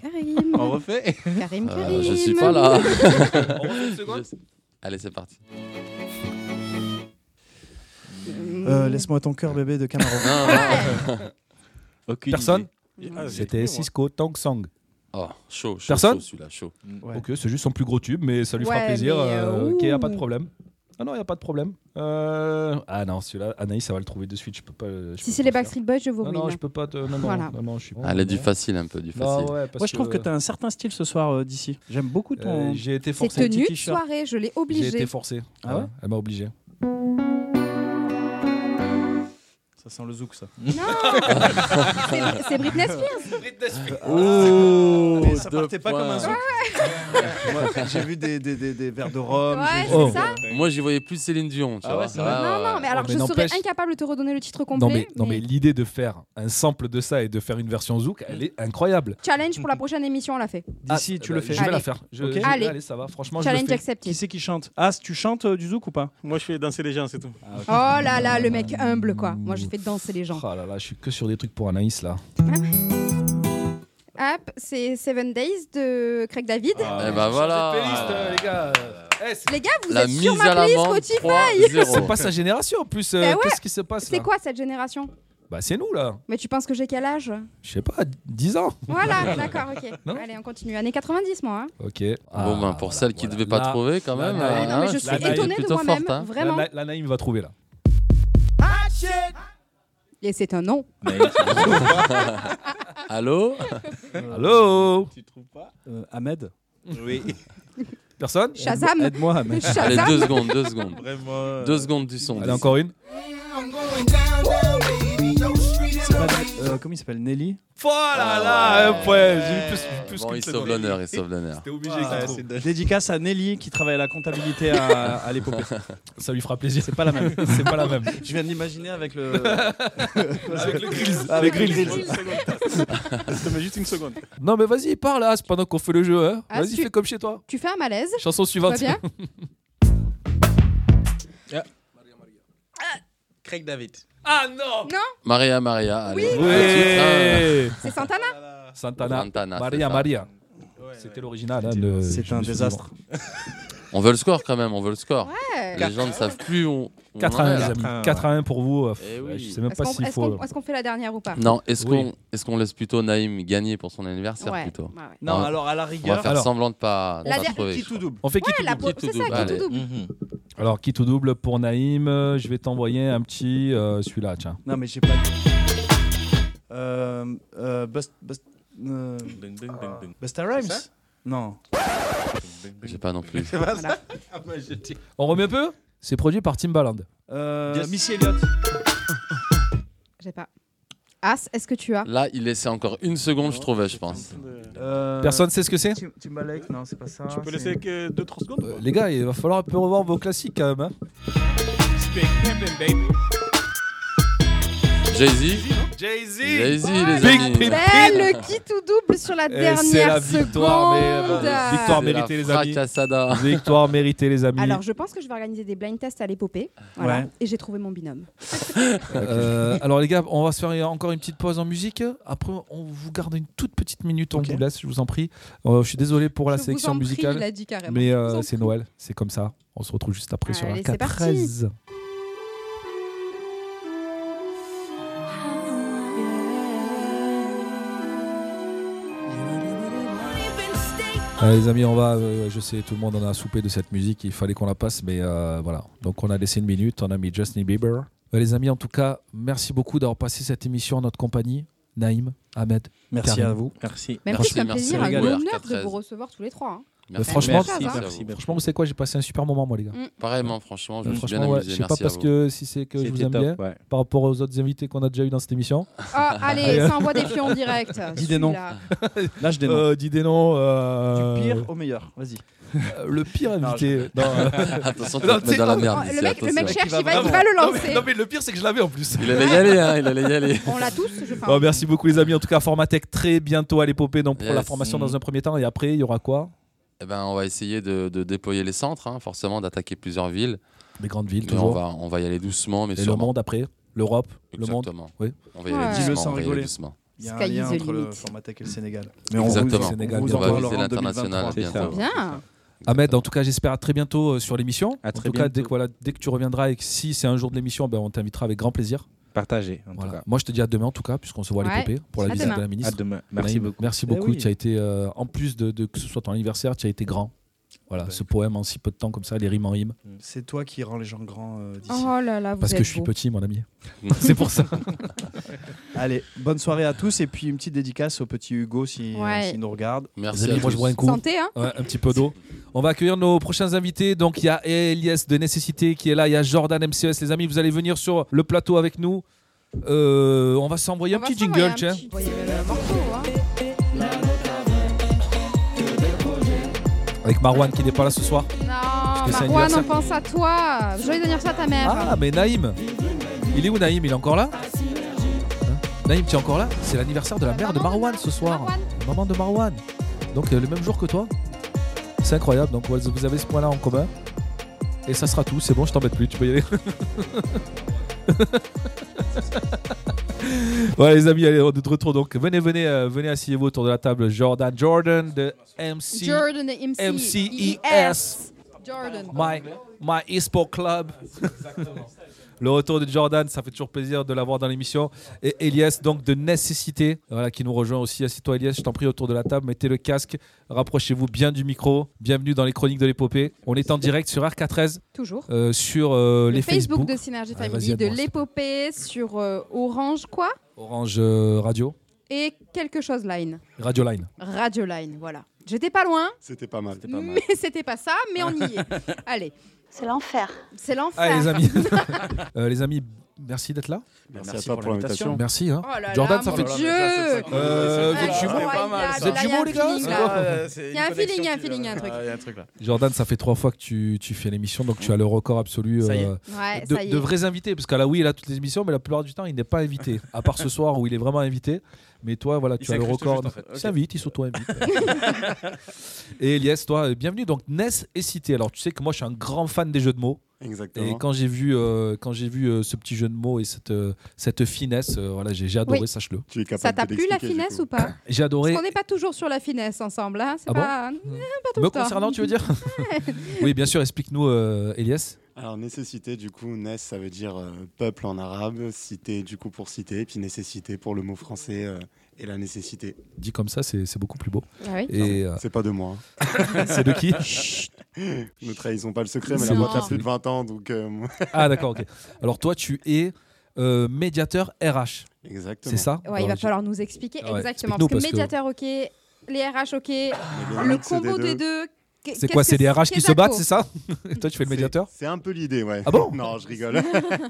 Karim, On refait Karim, Karim. Euh, je suis pas là. [LAUGHS] Je- Allez, c'est parti. Euh, Laisse-moi ton cœur bébé de Camaro. Non, non. [LAUGHS] [LAUGHS] Aucune Personne idée. Ah, j'ai- C'était hein. Cisco Tang Sang. Oh, chaud, chaud, Personne chaud, celui-là, chaud. Mm. Ouais. Ok, c'est juste son plus gros tube, mais ça lui fera Ouais, plaisir. mais, Euh, euh, ok, y a ouh. pas de problème. Ah non, y a pas de problème. Euh, Ah non, celui-là, Anaïs, ça va le trouver de suite. Je peux pas. je peux Si c'est pas les le faire. Backstreet Boys, je vous Non, non, je mine. peux pas. Te... Non, non, Voilà. non, non, je suis. pas- Allez, du facile, un peu, du Non, facile. Bah ouais, parce Moi, je trouve que t'as un certain style ce soir, euh, d'ici. J'aime beaucoup ton. euh, j'ai été C'est forcé. tenue de t-shirt. soirée, je l'ai J'ai été obligé. forcé. Ah ouais Elle m'a obligé. Ça sent le zouk, ça. [LAUGHS] Non C'est- C'est Britney Spears Ah, Ah, Oh, Mais ça deux partait Ah, pas points. comme un zouk. Moi, [LAUGHS] J'ai vu des, des, des, des verres de rhum. Ouais, j'ai- c'est Oh. ça Moi, j'y voyais plus Céline Dion, tu Ah ouais, vois. c'est vrai. Non, non, mais alors mais je serais n'empêche- incapable de te redonner le titre Non complet. mais, non mais l'idée de faire un sample de ça et de faire une version zouk, elle est incroyable. Challenge [LAUGHS] pour la prochaine émission, on l'a fait. D'ici, tu bah, le fais. Je vais la Allez. faire. Je- Ok. je- Allez. allez, ça va. Franchement, je le Challenge fais. accepté. Qui c'est qui chante Ah, tu chantes euh, du zouk ou pas Moi, je fais danser les gens, c'est tout. Ah, Oh là là, le mec humble quoi. Moi je fais danser les gens. Oh là là, je suis que sur des trucs pour Anaïs là. Ah. Hop, c'est Seven Days de Craig David. Eh ben voilà. euh, les gars. Eh, Les gars, vous La êtes mise sur ma à playlist l'amende, Spotify. 3-0. C'est pas sa génération en plus. euh, Bah ouais. Qu'est-ce qui se passe C'est là quoi cette génération Bah c'est nous là. Mais tu penses que j'ai quel âge Je sais pas, 10 ans. [LAUGHS] Voilà, d'accord, ok. Non Allez, on continue. Années 90 moi. hein. Ok. Ah, Bon, ben, pour celles qui ne devaient pas trouver, quand là, même. là, hein, Ah, non, mais je hein, suis la c'est taille est étonnée de plutôt moi-même, forte, hein. vraiment. La, la Naïm va trouver là. Ah, Et c'est un nom. [LAUGHS] Mais [LAUGHS] Allô Allô tu trouves pas Euh, Ahmed Oui, Personne Shazam. Aide-moi, Ahmed. Allez, Shazam. deux secondes, deux secondes. euh, vraiment. Deux secondes du son. Allez, encore une. C'est pas- euh, comment il s'appelle Nelly Oh là là, un point. J'ai eu plus, plus Bon, qu'une il sauve seconde. l'honneur, il sauve l'honneur. T'es obligé. Ah, qu'il c'est trouve. de- Dédicace à Nelly qui travaille à la comptabilité à, à l'épopée. Ça lui fera plaisir. C'est pas la même. [LAUGHS] C'est pas la même. [LAUGHS] Je viens de l'imaginer avec le. [LAUGHS] Avec le grills. [LAUGHS] Avec le Une grill. seconde. Ça met juste une seconde. Non mais vas-y, parle là, c'est pendant qu'on fait le jeu. hein. Ah, Vas-y, tu- fais comme chez toi. Tu fais un malaise Chanson Tout va suivante. bien Craig [LAUGHS] David. Ah, Maria, Maria. Allez. Oui. Le titre, Ouais. C'est Santana hein, Santana. Santana, c'est Maria, ça. Maria. C'était l'original. hein, le- C'est je un me suis désastre. On veut le score quand même, on veut le score. Ouais. Les gens ne savent plus où on- où on 4 à en 1, est, là. les amis. Ah, ouais. 4 à 1 pour vous. euh, [LAUGHS] Eh ouais, oui. Je sais même Est-ce pas qu'on s'il est-ce faut. qu'on- est-ce qu'on fait la dernière ou pas Non, est-ce Oui. qu'on est-ce qu'on laisse plutôt Naïm gagner pour son anniversaire Ouais, plutôt ouais, ouais. Non, Ouais. alors à la On va rigueur. faire Alors. semblant de pas, de La pas ver- trouver. Qui je tout crois. double. On fait qui Ouais, tout la double peau- Qui c'est tout ça, double, qui tout allez. double. Mhm. Alors, qui tout double pour Naïm euh, Je vais t'envoyer un petit. euh, Celui-là, tiens. Non, mais j'ai pas. Euh. euh, Bust. Bust. euh, Ding, ding, ding, ding. Busta Rhymes Non. J'ai pas non plus. Ah, On remet un peu C'est produit par Timbaland. Euh, Missy Elliott. [LAUGHS] J'ai pas. As, est-ce que tu as Là, il laissait encore une seconde, je trouvais, je pense. Euh, Personne sait ce que c'est Tim- Timbalek, non, c'est pas ça. Tu peux c'est- laisser que 2-3 secondes Euh, Les gars, il va falloir un peu revoir vos classiques quand même. hein. Jay-Z. Jay-Z. les amis. Big Belle qui tout double sur la Et C'est la dernière victoire, mais, euh, seconde victoire C'est méritée, la les amis. fracassada. Victoire méritée, les amis. Alors, je pense que je vais organiser des blind tests à l'épopée. Voilà. Ouais. Et j'ai trouvé [LAUGHS] mon binôme. Euh, alors les gars, on va se faire encore une petite pause en musique. Après, on vous garde une toute petite minute. On Ok. vous laisse, je vous en prie. Euh, je suis désolé pour la Je vous sélection en prie, musicale, il a dit carrément. mais Je euh, vous en c'est prie. Noël, c'est comme ça. On se retrouve juste après sur la Allez, c'est parti. 13. Allez, les amis, on va. euh, je sais, tout le monde en a soupé de cette musique. Il fallait qu'on la passe, mais euh, voilà. Donc, on a laissé une minute. On a mis Justin Bieber. Euh, les amis, en tout cas, merci beaucoup d'avoir passé cette émission en notre compagnie. Naïm, Ahmed, Merci Karim. à vous. Merci. Même Merci, si c'est un merci, plaisir, on un rigole. honneur de 13. vous recevoir tous les trois. hein. Merci. Mais franchement, Merci à merci, Mm. vous. merci, merci. Franchement, vous savez quoi J'ai passé un super moment, moi, les gars. Pareillement, franchement, je Euh, me suis bien franchement, ouais, amusé. je sais pas Merci à parce vous. que si c'est que je vous C'était aime bien top. ouais. par rapport aux autres invités qu'on a déjà eu dans cette émission. Ah, allez, [LAUGHS] ça envoie des fions en direct. Dis des noms. celui-là. Là, je dénonce. Euh, dis des noms. euh, Du pire au meilleur, vas-y. euh, Le pire Non, invité. Non, euh, [LAUGHS] Attention, tu Non, vas te tu sais, mettre dans la non, merde. Oh, ici, le, mec, le attention. mec cherche, il va va, il vraiment- va le non, mais, lancer. non, mais le pire, c'est que je l'avais en plus. Il allait y aller, hein, il allait y aller. On l'a tous, je pense. Bon, merci beaucoup, les amis. En tout cas, Formatech, très bientôt à l'épopée donc, pour Yes. la formation Mm. dans un premier temps. Et après, il y aura quoi Eh ben, on va essayer de, de déployer les centres, hein, forcément, d'attaquer plusieurs villes. Les grandes villes, Mais on toujours. va, on va y aller doucement, mais Et le sûrement. monde après L'Europe Le monde Exactement. oui. On va y Ouais. aller Dis-le doucement. sans on va y aller rigoler. doucement. Il y a un Sky is lien the entre le limit. Formatec et le Sénégal. on vous- Exactement. au Sénégal, on vous bien On en va entendu. parlera viser en l'international 2023. c'est ça. bientôt. Bien. Ahmed, en tout cas, j'espère à très bientôt euh, sur l'émission. À En très tout cas, bientôt. dès que, voilà, dès que tu reviendras et que si c'est un jour de l'émission, ben, on t'invitera avec grand plaisir. Partagez, en Voilà. tout Moi, je te dis à demain, en tout cas, puisqu'on se voit à Ouais. l'épopée pour la À visite demain. de la cas. À ministre. demain. Merci Naïm, beaucoup. Merci Eh beaucoup. oui. Tu as été, euh, en plus de, de- que ce soit ton anniversaire, tu as été grand. Voilà, Ben. ce poème en si peu de temps comme ça, les rimes en rimes. Mm. C'est toi qui rends les gens grands euh, d'ici. Oh là là, vous Parce êtes que je suis beaux. petit, mon ami. [LAUGHS] C'est pour ça. Allez, bonne soirée à tous et puis une petite dédicace au petit Hugo s'il si, euh, Ouais. s'il nous regarde. Les Merci à amis, moi, tous. je bois un coup. Santé, hein [LAUGHS] Ouais, un petit peu d'eau. On va accueillir nos prochains invités. Donc, il y a Elias de Nécessité qui est là. Il y a Jordan MCS. Les amis, vous allez venir sur le plateau avec nous. Euh, on va s'envoyer un On va petit s'envoyer jingle, tiens. un petit- voyez le morceau, hein. Avec Marwan qui n'est pas là ce soir. que c'est Non, Marwan, anniversaire. on pense à toi. Joyeux anniversaire à ta mère. Ah, mais Naïm Il est où Naïm Il est encore là Hein Naïm, tu es encore là C'est l'anniversaire de la La mère de maman de Marwan ce soir. Marwan. Maman de Marwan. Donc euh, le même jour que toi. C'est incroyable. Donc ouais, vous avez ce point-là en commun. Et ça sera tout. C'est bon, je t'embête plus. Tu peux y aller. [LAUGHS] ouais, les amis, allez, on est de retour. Donc venez, venez, euh, venez, asseyez-vous autour de la table. Jordan, Jordan de MC. Jordan et MC. MCES. Jordan. My, my eSport Club. Le retour de Jordan, ça fait toujours plaisir de l'avoir dans l'émission. Et Elias, donc de nécessité, voilà, qui nous rejoint aussi. Assis-toi, Elias, je t'en prie, autour de la table, mettez le casque, rapprochez-vous bien du micro. Bienvenue dans les chroniques de l'épopée. On est en direct sur RK13, Toujours. euh, sur euh, le les Facebook, Facebook, de Synergie Allez, Family, vas-y, de aide-moi, s'il te l'épopée, sur euh, Orange quoi Orange euh, Radio, et quelque chose Line, Radio Line. Radio Line, voilà. J'étais pas loin, C'était pas mal. mais [LAUGHS] c'était pas ça, mais on y est. [LAUGHS] Allez, C'est l'enfer. c'est l'enfer. Allez, Ah, les amis, [LAUGHS] [LAUGHS] Euh, les amis, merci d'être là. Merci, à toi pour l'invitation. Merci. hein. Oh là là, Jordan, ça mon fait- Dieu. Euh, vous êtes jumeaux Incroyable, Vous êtes là, jumeaux, les il y a un gars feeling, C'est quoi là. Il Il y a un feeling, il y a un feeling, il y a un truc. euh, Il y a un truc là. Jordan, ça fait trois fois que tu, tu fais l'émission, donc tu as le record absolu. Ça y est. euh, Ouais, ça de, y de est. vrais invités, parce qu'à la oui, il a toutes les émissions, mais la plupart du temps, il n'est pas [LAUGHS] invité, à part ce soir où il est vraiment invité. Mais toi, voilà, Il tu as le s'incruste record. juste, en fait. Il Ok. s'invite, il [LAUGHS] s'auto-invite. [LAUGHS] et Elias, toi, euh, bienvenue. Donc, Ness et Cité. Alors, tu sais que moi, je suis un grand fan des jeux de mots. Et Exactement. quand j'ai vu, euh, quand j'ai vu euh, ce petit jeu de mots et cette, euh, cette finesse, euh, voilà, j'ai j'ai adoré, Oui. sache-le. Tu es capable Ça t'a plu la finesse [LAUGHS] ou pas J'ai Parce adoré. qu'on n'est pas toujours sur la finesse ensemble, hein. C'est Ah bon [LAUGHS] pas. tout Me le temps. concernant, tu veux [LAUGHS] dire Oui, bien sûr, explique-nous, euh, Elias. Alors, nécessité, du coup, Nes, ça veut dire euh, peuple en arabe, cité, du coup, pour cité, et puis nécessité pour le mot français euh, et la nécessité. Dit comme ça, c'est c'est beaucoup plus beau. Ah oui. Et euh, C'est pas de moi. hein. [LAUGHS] c'est de [LAUGHS] qui Ne trahissons pas le secret, mais la Non. boîte a plus de 20 ans, donc. euh, moi- Ah d'accord, ok. Alors toi, tu es euh, médiateur RH, [LAUGHS] Exactement. c'est ça Ouais, il va Alors, falloir nous expliquer Ah ouais, exactement. explique-nous, Parce que parce que- médiateur, ok, les RH, ok, Et bien, le mix combo des des deux. deux. qu'est- C'est quoi qu'est-ce C'est que des RH qui se qu'est-ce battent, que c'est ça [LAUGHS] Et toi, tu fais le médiateur C'est c'est un peu l'idée, ouais. Ah bon Non, [LAUGHS] je rigole.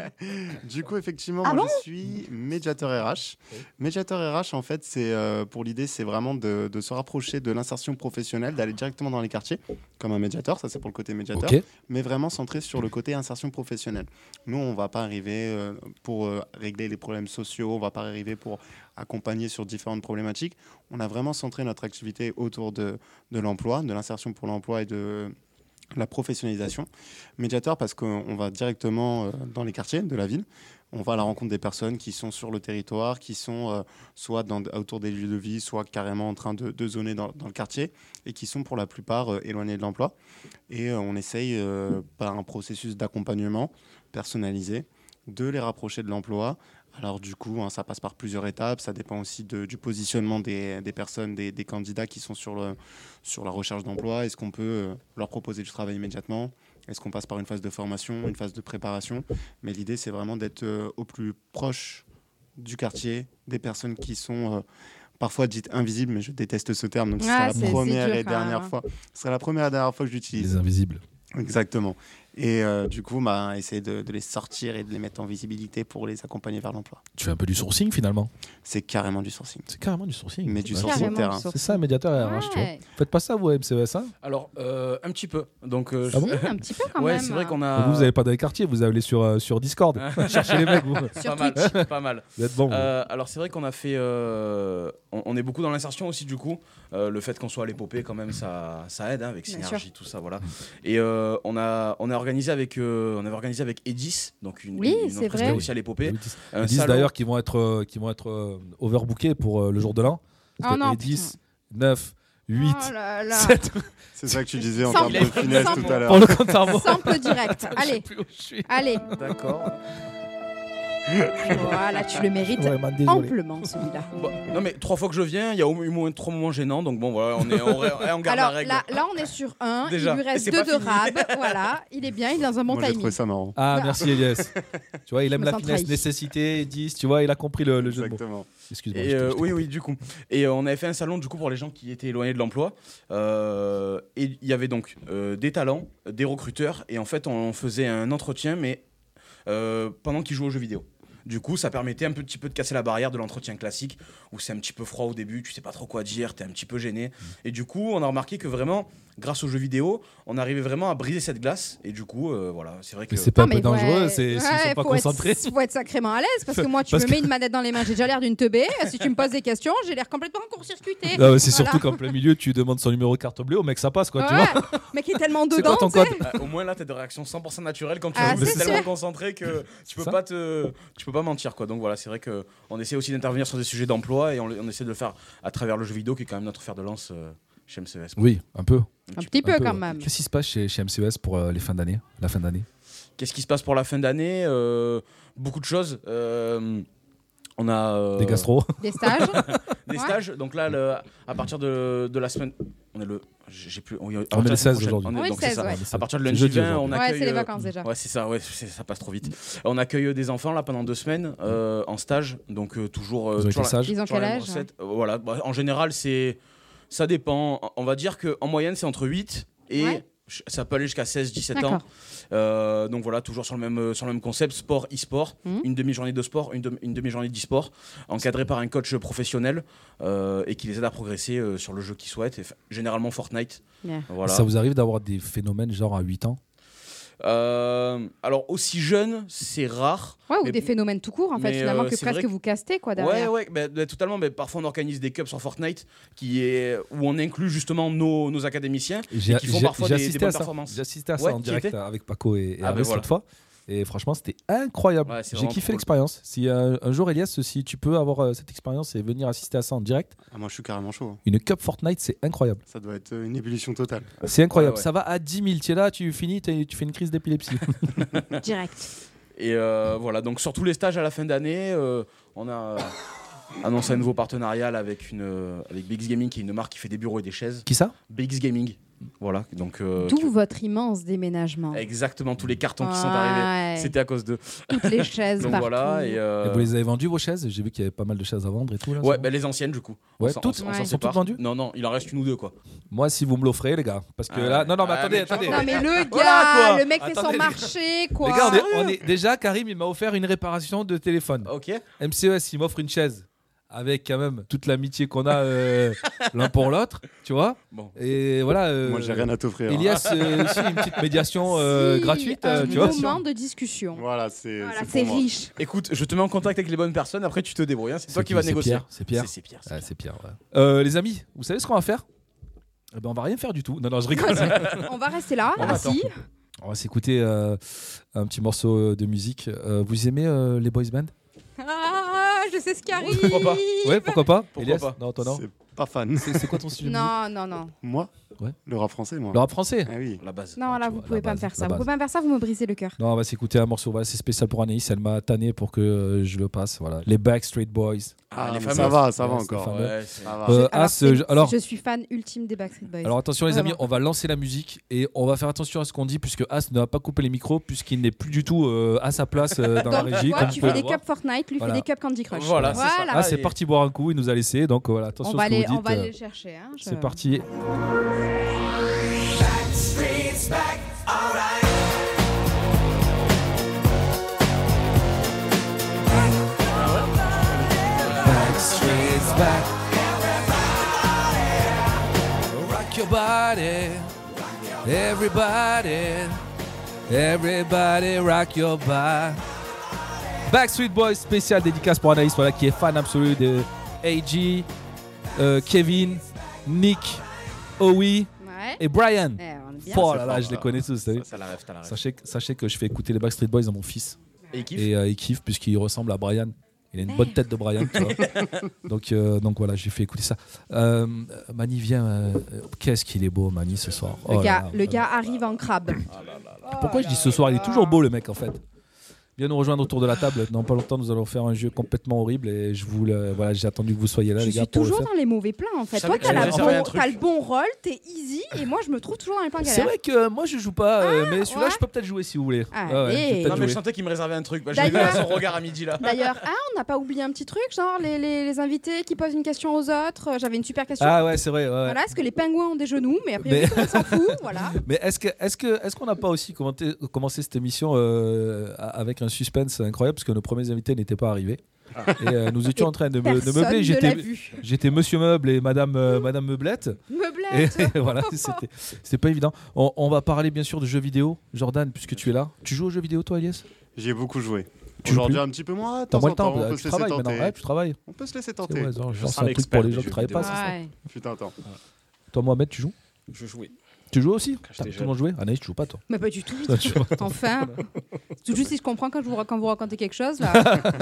[LAUGHS] du coup, effectivement, Ah moi, je suis médiateur RH. Médiateur RH, en fait, c'est euh, pour l'idée, c'est vraiment de, de se rapprocher de l'insertion professionnelle, d'aller directement dans les quartiers, comme un médiateur, ça c'est pour le côté médiateur, Ok. mais vraiment centré sur le côté insertion professionnelle. Nous, on va pas arriver euh, pour euh, régler les problèmes sociaux, on va pas arriver pour accompagner sur différentes problématiques. On a vraiment centré notre activité autour de, de l'emploi, de l'insertion pour l'emploi et de la professionnalisation médiateur parce qu'on va directement euh, dans les quartiers de la ville. On va à la rencontre des personnes qui sont sur le territoire, qui sont euh, soit dans- autour des lieux de vie, soit carrément en train de, de zoner dans, dans le quartier et qui sont pour la plupart euh, éloignés de l'emploi. Et euh, on essaye, euh, par un processus d'accompagnement personnalisé, de les rapprocher de l'emploi. Alors du coup, hein, ça passe par plusieurs étapes, ça dépend aussi de- du positionnement des, des personnes, des, des candidats qui sont sur, le- sur la recherche d'emploi. Est-ce qu'on peut euh, leur proposer du travail immédiatement est-ce qu'on passe par une phase de formation, une phase de préparation Mais l'idée, c'est vraiment d'être euh, au plus proche du quartier, des personnes qui sont euh, parfois dites invisible, mais je déteste ce terme, donc ce Ah, sera c'est- la c'est première dur et quand dernière même, hein. fois. Ce sera la première et dernière fois que j'utilise. Les invisibles. Exactement. Et euh, du coup, bah, essayer de, de les sortir et de les mettre en visibilité pour les accompagner vers l'emploi. Tu fais un peu du sourcing finalement. C'est carrément du sourcing. C'est carrément du sourcing. Mais du Ouais. sourcing Carrément, terrain. sur- C'est ça, médiateur et RH, tu vois. Ouais. Faites pas ça, vous, à E MCVSA. Alors, euh, un petit peu. Donc, euh, Ah bon je- Si, un petit peu quand ouais, même. hein. c'est vrai qu'on Donc a. Vous, vous n'allez pas dans les quartiers, vous allez sur, euh, sur [LAUGHS] Discord. [LAUGHS] Cherchez les mecs, vous. pas Sur mal, Twitch. pas mal. Vous êtes bon. vous. Euh, alors c'est vrai qu'on a fait, euh, on, on est beaucoup dans l'insertion aussi du coup. Euh, le fait qu'on soit à l'épopée quand même, ça, ça aide hein, avec Bien synergie tout ça voilà. Et euh, on a, on a organisé avec, euh, on avait organisé avec Edis, donc une, Oui, une c'est entreprise vrai. aussi à l'épopée. Ils disent- Un ils disent salon. d'ailleurs qu'ils vont être, euh, qu'ils vont être euh, overbookés pour euh, le jour de l'an. Ah non, 10, 9, 8, Oh là là. 7 C'est ça que tu disais en Sans- termes de finesse sans- tout à l'heure. pour le compte à rebours. Sample [LAUGHS] direct. Allez, allez. D'accord. [LAUGHS] Voilà, tu le mérites Ouais, man, désolé. amplement celui-là. Bon, non mais trois fois que je viens, il y a au- eu moins trois moments gênants, donc bon voilà, on est, on, ré- on garde Alors la règle. là, là, on est sur un. Déjà. Il lui Et reste c'est deux pas de fini. rab. [LAUGHS] Voilà, il est bien, il est dans un bon Moi, j'ai timing. trouvé ça marrant. Ah, merci Elias. tu vois, il aime me la sens finesse, trahi. nécessité, 10, tu vois, il a compris le, le jeu de mots. Exactement. Excuse-moi. Et je t'ai- euh, je t'ai oui, coupé. oui, du coup. Et euh, on avait fait un salon du coup pour les gens qui étaient éloignés de l'emploi. Euh, et il y avait donc euh, des talents, des recruteurs, et en fait on faisait un entretien, mais euh, pendant qu'ils jouaient aux jeux vidéo. Du coup, ça permettait un petit peu de casser la barrière de l'entretien classique, où c'est un petit peu froid au début, tu sais pas trop quoi dire, t'es un petit peu gêné. Mmh. Et du coup, on a remarqué que vraiment, grâce aux jeux vidéo, on arrivait vraiment à briser cette glace. Et du coup, euh, voilà, c'est vrai que. Mais c'est pas Non, un peu mais ouais. dangereux, c'est s'ils Ouais, sont pas faut être- concentrés. faut être sacrément à l'aise parce que moi, tu Parce me mets une manette dans les mains, j'ai déjà l'air d'une teubée. Si tu me poses des questions, j'ai l'air complètement court-circuité. Non, mais Ah c'est Voilà. surtout qu'en plein milieu, tu demandes son numéro de carte bleue, au mec, ça passe quoi, tu vois. mais qui est tellement [LAUGHS] C'est dedans. quoi ton tu sais. code Euh, au moins là, t'as des réactions 100% naturelles quand tu Ah, es c'est tellement sûr. [LAUGHS] concentré que tu peux ça. pas te, tu peux pas mentir quoi. Donc voilà, c'est vrai que on essaie aussi d'intervenir sur des sujets d'emploi et on, on essaie de le faire à travers le jeu vidéo qui est quand même notre fer de lance euh, chez MCS. Oui, un peu. Un petit peu quand même. Qu'est-ce qui se passe chez, chez MCES pour euh, les fins d'année La fin d'année Qu'est-ce qui se passe pour la fin d'année Euh, Beaucoup de choses. Euh, on a euh, Des gastro Des stages. [LAUGHS] des Ouais. stages. Donc là, le- à partir de, de la semaine, on est le, j'ai j'ai plus. On, est le 16 aujourd'hui. On est le 16, ouais. À partir de lundi jeudi 20, on aujourd'hui. Ouais, accueille. c'est les euh, vacances déjà. Ouais, c'est ça, ouais, c'est- ça passe trop vite. On accueille euh, des enfants là pendant deux semaines euh, en stage, donc euh, toujours. euh, Ils ont été toujours la- sages. Ils ont toujours quel la même âge recette. Euh, Voilà, bah, en général, c'est. Ça dépend. On va dire qu'en moyenne, c'est entre 8 et. Ouais. ch- Ça peut aller jusqu'à 16-17 ans. D'accord. Euh, donc voilà, toujours sur le même, euh, sur le même concept, sport, e-sport. Mhm. Une demi-journée de sport, une, de- une demi-journée d'e-sport, encadrée par un coach professionnel euh, et qui les aide à progresser euh, sur le jeu qu'ils souhaitent. Et fa- généralement Fortnite. Bien. Voilà. Ça vous arrive d'avoir des phénomènes genre à 8 ans Euh, alors, aussi jeune, c'est rare. Ouais, ou Mais- des phénomènes tout court en fait, mais, finalement, euh, que c'est vrai presque que- vous castez quoi Ouais, derrière. ouais, bah, bah, totalement. Mais parfois, on organise des cups sur Fortnite qui est, où on inclut justement nos, nos académiciens. J'ai qui font j'ai- parfois j'ai des- des assisté bonnes à ça. performances. J'ai assisté à ça Ouais, en qui direct était avec Paco [LAUGHS] et, et Ah, ben Harris voilà. cette fois. Et franchement, c'était incroyable. Ouais, c'est J'ai vraiment kiffé cool. l'expérience. Si euh, un jour, Elias, si tu peux avoir euh, cette expérience et venir assister à ça en direct, Ah, moi, je suis carrément chaud. hein. une Cup Fortnite, c'est incroyable. Ça doit être euh, une ébullition totale. C'est incroyable. Ah ouais. Ça va à 10 000. Tu es là, tu finis, t'es- tu fais une crise d'épilepsie. Direct. Et euh, voilà, donc sur tous les stages à la fin d'année, euh, on a euh, annoncé un nouveau partenariat là, avec, une, euh, avec BX Gaming, qui est une marque qui fait des bureaux et des chaises. Qui ça BX Gaming. Voilà, donc. euh, D'où votre immense [LAUGHS] déménagement. Exactement tous les cartons qui sont arrivés. Ouais. C'était à cause d'eux. Toutes les chaises [LAUGHS] Donc partout. voilà. [LAUGHS] Et, euh, Et Vous les avez vendus vos chaises J'ai vu qu'il y avait pas mal de chaises à vendre et tout. Là, Ouais, c'est bah, les anciennes du coup. On Ouais, s'en- on toutes s'en- on Ouais. s'en Sont toutes sépare. vendues Non, non, il en reste une ou deux quoi. Moi, si vous me l'offrez, les gars, parce que Ah là, non, non, mais ouais. attendez, Ah, mais attendez. Non mais le gars, [LAUGHS] Voilà, quoi. le mec fait Attendez, son les- marché quoi. Les gars, on est, on [LAUGHS] est- déjà, Karim, il m'a offert une réparation de téléphone. Ok. MCES, il m'offre une chaise avec quand même toute l'amitié qu'on a euh, l'un pour l'autre, tu vois. Bon. Et voilà. euh, Moi, j'ai rien à t'offrir. hein. Elias, euh, aussi une petite médiation euh, [LAUGHS] Si, gratuite, un euh, tu vois. moment de [LAUGHS] discussion. Voilà, Euh, c'est Voilà, pour c'est moi. riche. Écoute, je te mets en contact avec les bonnes personnes. Après, tu te débrouilles. hein, C'est toi qui vas c'est négocier. Pierre, C'est Pierre. C'est- C'est Pierre. c'est Ah, c'est Pierre, ouais. Euh, les amis, vous savez ce qu'on va faire eh ben, on va rien faire du tout. Non, non, je rigole. On va rester là, On assis. on va s'écouter euh, un petit morceau de musique. Euh, vous aimez euh, les boys band Ah, je sais ce qui arrive. Pourquoi pas Ouais, pourquoi pas Pourquoi Elias pas Non, toi non. C'est pas fan. C'est c'est quoi ton sujet de musique Non, non, non. Moi Ouais. Le rap français, moi. Le rap français Ah oui. La base. Non, là, tu vous vois, pouvez la pas me base, faire la ça. Vous base. pouvez pas me faire ça, vous me brisez le cœur. Non, on va s'écouter un morceau. Voilà, c'est spécial pour Anaïs. Elle m'a tanné pour que euh, je le passe. Voilà. Les Backstreet Boys. Ah, les mais ça fameuses. va, ça va Ouais, c'est encore. fameux. Ouais, c'est- Ça va. Euh, Alors, ah, ce- c'est- alors- je suis fan ultime des Backstreet Boys. Alors attention les amis, Vraiment. on va lancer la musique et on va faire attention à ce qu'on dit puisque As ne va pas couper les micros puisqu'il n'est plus du tout euh, à sa place euh, dans la Donc, régie. toi, comme vous tu fais pouvez des le voir. cups Fortnite, lui Voilà. fait des cups Candy Crush. Voilà, c'est ça. Ah, c'est parti boire un coup, il nous a laissé. Donc voilà, attention à On va, ce que aller, vous on dites. va aller euh, le chercher. hein, je- C'est parti. Rock your body, everybody, everybody rock your body. Backstreet Boys spécial dédicace pour Anaïs, voilà qui est fan absolu de AG, euh, Kevin, Nick, Howie Ouais. et Brian. Eh, on est bien. Oh c'est là là, fort, je les ça. connais tous. t'as vu Ça, la rêve, t'as la rêve. Sachez, que- sachez que je fais écouter les Backstreet Boys à mon fils. Et il kiffe. et euh, il kiffe puisqu'il ressemble à Brian. Il a une Eh. bonne tête de Brian, tu [LAUGHS] vois. donc, euh, donc voilà, j'ai fait écouter ça. Euh, Mani vient. euh, euh, Qu'est-ce qu'il est beau, Mani, ce soir. Le, Oh là gars, là. le gars arrive en crabe. Oh Pourquoi je dis ce soir Il est toujours beau, le mec, en fait. Viens nous rejoindre autour de la table. Dans pas longtemps, nous allons faire un jeu complètement horrible et je vous le- voilà, j'ai attendu que vous soyez là, Je les gars, suis pour le toujours faire. dans les mauvais plans en fait. Je Toi, savais t'as, que la j'allais servir bon- un truc. t'as le bon rôle, t'es easy, et moi je me trouve toujours dans les plans C'est galères. vrai que moi, je joue pas, euh, mais celui-là, Ah, ouais. je peux peut-être jouer si vous voulez. Ah, Ouais, ouais, je peux et- peut-être Non, mais je jouer. sentais qu'il me réservait un truc. Bah, je l'ai vu à son regard à midi là. D'ailleurs, ah, on n'a pas oublié un petit truc, genre les, les- les invités qui posent une question aux autres. Euh, J'avais une super question. Ah ouais, c'est vrai. ouais, ouais. Voilà, est-ce que les pingouins ont des genoux Mais après, [LAUGHS] Mais- on s'en fout, voilà. Mais est-ce que est-ce que est-ce qu'on n'a pas aussi commenté- commencé cette émission euh, a- avec un suspense incroyable parce que nos premiers invités n'étaient pas arrivés et euh, nous étions en train de, me- de Ah. Personne meubler. ne l'a J'étais vu. j'étais Monsieur Meuble et Madame euh, Madame Meublette et, Meublette [LAUGHS] voilà c'était c'était pas évident. On, on va parler bien sûr de jeux vidéo. Jordan puisque tu es là, tu joues aux jeux vidéo toi Elias J'y ai beaucoup joué. Tu joues Aujourd'hui, plus un petit peu moins. de T'as temps moins en le temps. temps, on euh, peut Tu se laisser travailles maintenant. Ouais, tenter. tu travailles. On peut se laisser C'est tenter. ouais, genre, genre, sens c'est un truc l'expert pour les des gens qui jeux travaillent pas. vidéo. c'est ça. Ouais. Putain, attends. Toi Mohamed tu joues Je jouais. Tu joues aussi j'étais T'as tout le jeune. monde joué. Anaïs tu joues pas toi. Mais pas du tout. [LAUGHS] Tu vois. Enfin, [LAUGHS] tout juste si je comprends quand, je vous, rac- quand vous racontez quelque chose là. [LAUGHS]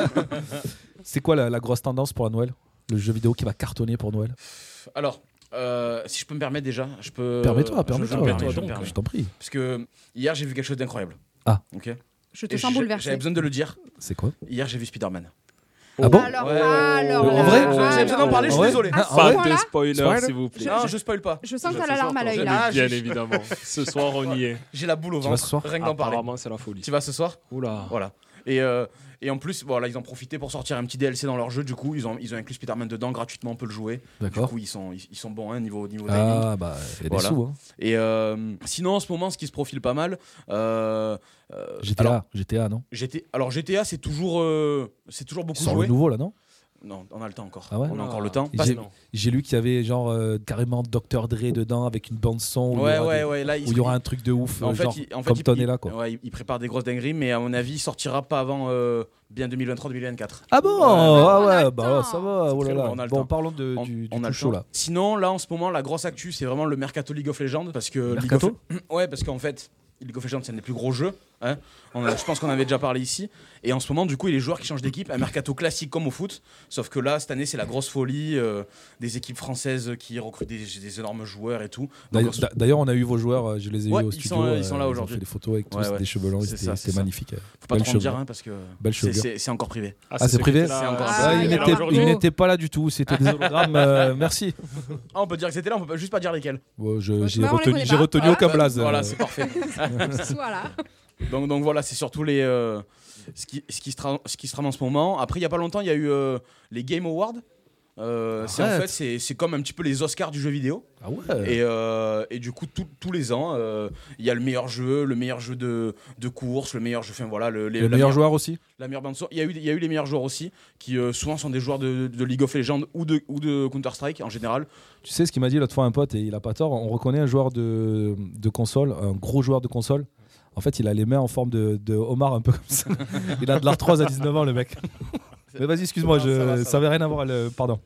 C'est quoi la, la grosse tendance pour la Noël Le jeu vidéo qui va cartonner pour Noël Alors, euh, si je peux me permettre déjà, je peux. Permets-toi, je- permets-toi. Je, me permets, ouais, je me donc, permets. je t'en prie. Parce que hier, j'ai vu quelque chose d'incroyable. Ah. Ok. Je te Et sens j'ai- J'avais bouleversé. besoin de le dire. C'est quoi Hier, j'ai vu Spider-Man. Ah bon Alors, Ouais, oh, ouais, alors, ouais, ouais. là, En vrai alors. J'avais besoin d'en parler, je Ah suis ouais désolé. Ah, Ah ouais. ce point-là, spoiler, Spoiler. s'il vous plaît. Non, je spoil pas. je sens que Déjà t'as ce la soir, larme à t'en l'œil fais. là. Ah, Bien je- évidemment. Ce soir, on y est. J'ai la boule au vas ventre. ce soir Rien que d'en parler. Apparemment, c'est la folie. Tu vas ce soir Oula. Voilà. Et, euh, et en plus, voilà, ils ont profité pour sortir un petit DLC dans leur jeu. Du coup, ils ont, ils ont inclus Spider-Man dedans gratuitement, on peut le jouer. Du D'accord. coup, ils sont, ils, ils sont bons hein, niveau, niveau timing. Ah bah, il y a des Voilà. sous. Hein. Et euh, sinon, en ce moment, ce qui se profile pas mal. euh, euh, GTA, alors, GTA, non GT alors, GTA, c'est toujours, euh, c'est toujours beaucoup Sur le joué. nouveau là, non Non, on a le temps encore. Ah ouais on a Oula. encore le temps. Et Parce- j'ai- J'ai lu qu'il y avait genre euh, carrément Dr Dre dedans avec une bande son où il y Ouais, aura ouais, des- ouais. Là, ils où il y aura un truc de ouf, En euh, fait, genre il- en fait, Compton il- est là quoi. ouais, il- il prépare des grosses dingueries, mais à mon avis, il sortira pas avant euh, bien 2023-2024. Ah bon Ouais, Ah on a ouais, le bah ouais, temps. ça va, oh C'est là très là. long, on a le Bon, temps. parlons de, On- du, on du tout a le chaud temps. là. Sinon, là en ce moment, la grosse actu, c'est vraiment le mercato League of Legends parce que League of- Mercato [CLEARS THROAT] ouais, parce qu'en fait, League of Legends, c'est un des plus gros jeux. hein. On a- je pense qu'on avait déjà parlé ici. Et en ce moment, du coup, il y a les joueurs qui changent d'équipe, un mercato classique comme au foot. Sauf que là, cette année, c'est la grosse folie euh, des équipes françaises qui recrutent des, des énormes joueurs et tout. Donc, D'ailleurs- on se- d'a- D'ailleurs, on a eu vos joueurs, euh, je les ai Ouais, eu au ils studio. sont là- euh, ils sont là ont aujourd'hui. fait des photos avec tous Ouais, ouais. des cheveux blancs, C'est ça, c'était c'est c'était ça. magnifique. euh. faut pas belle trop en dire chevelure. hein, parce que Belle c'est- chevelure. c'est c'est encore privé. Ah, c'est privé C'est encore- Ah, il il est n'était- là il aujourd'hui. n'était pas là du tout, c'était des [LAUGHS] hologrammes. euh, merci. Ah, on peut dire que c'était là, on peut pas- juste pas dire lesquels. Ah, Bon, je- Bon, J'ai bah, on les retenu, connaît j'ai pas. retenu aucun blaze. Voilà, euh, c'est parfait. [LAUGHS] Voilà. Donc, donc voilà, c'est surtout les, euh, ce, qui, ce, qui se tra- ce qui se trame en ce moment. Après, il n'y a pas longtemps, il y a eu euh, les Game Awards. Euh, c'est en Arrête. fait, c'est c'est comme un petit peu les Oscars du jeu vidéo. Ah ouais. Et, euh, et du coup, tout- tous les ans, euh, il y a le meilleur jeu, le meilleur jeu de, de course, le meilleur jeu. Enfin voilà, le, les- Le la meilleur meilleure- joueur aussi La meilleure bande son. Il y, a eu, il y a eu les meilleurs joueurs aussi, qui euh, souvent sont des joueurs de, de League of Legends ou de, ou de Counter-Strike en général. Tu sais ce qu'il m'a dit l'autre fois un pote et il a pas tort. On reconnaît un joueur de, de console, un gros joueur de console. En fait, il a les mains en forme de, de homard un peu comme [LAUGHS] ça. Il a de l'arthrose à 19 ans le mec. Mais vas-y, excuse-moi, Non, ça va, ça je, va. ça avait rien à voir. Le, pardon.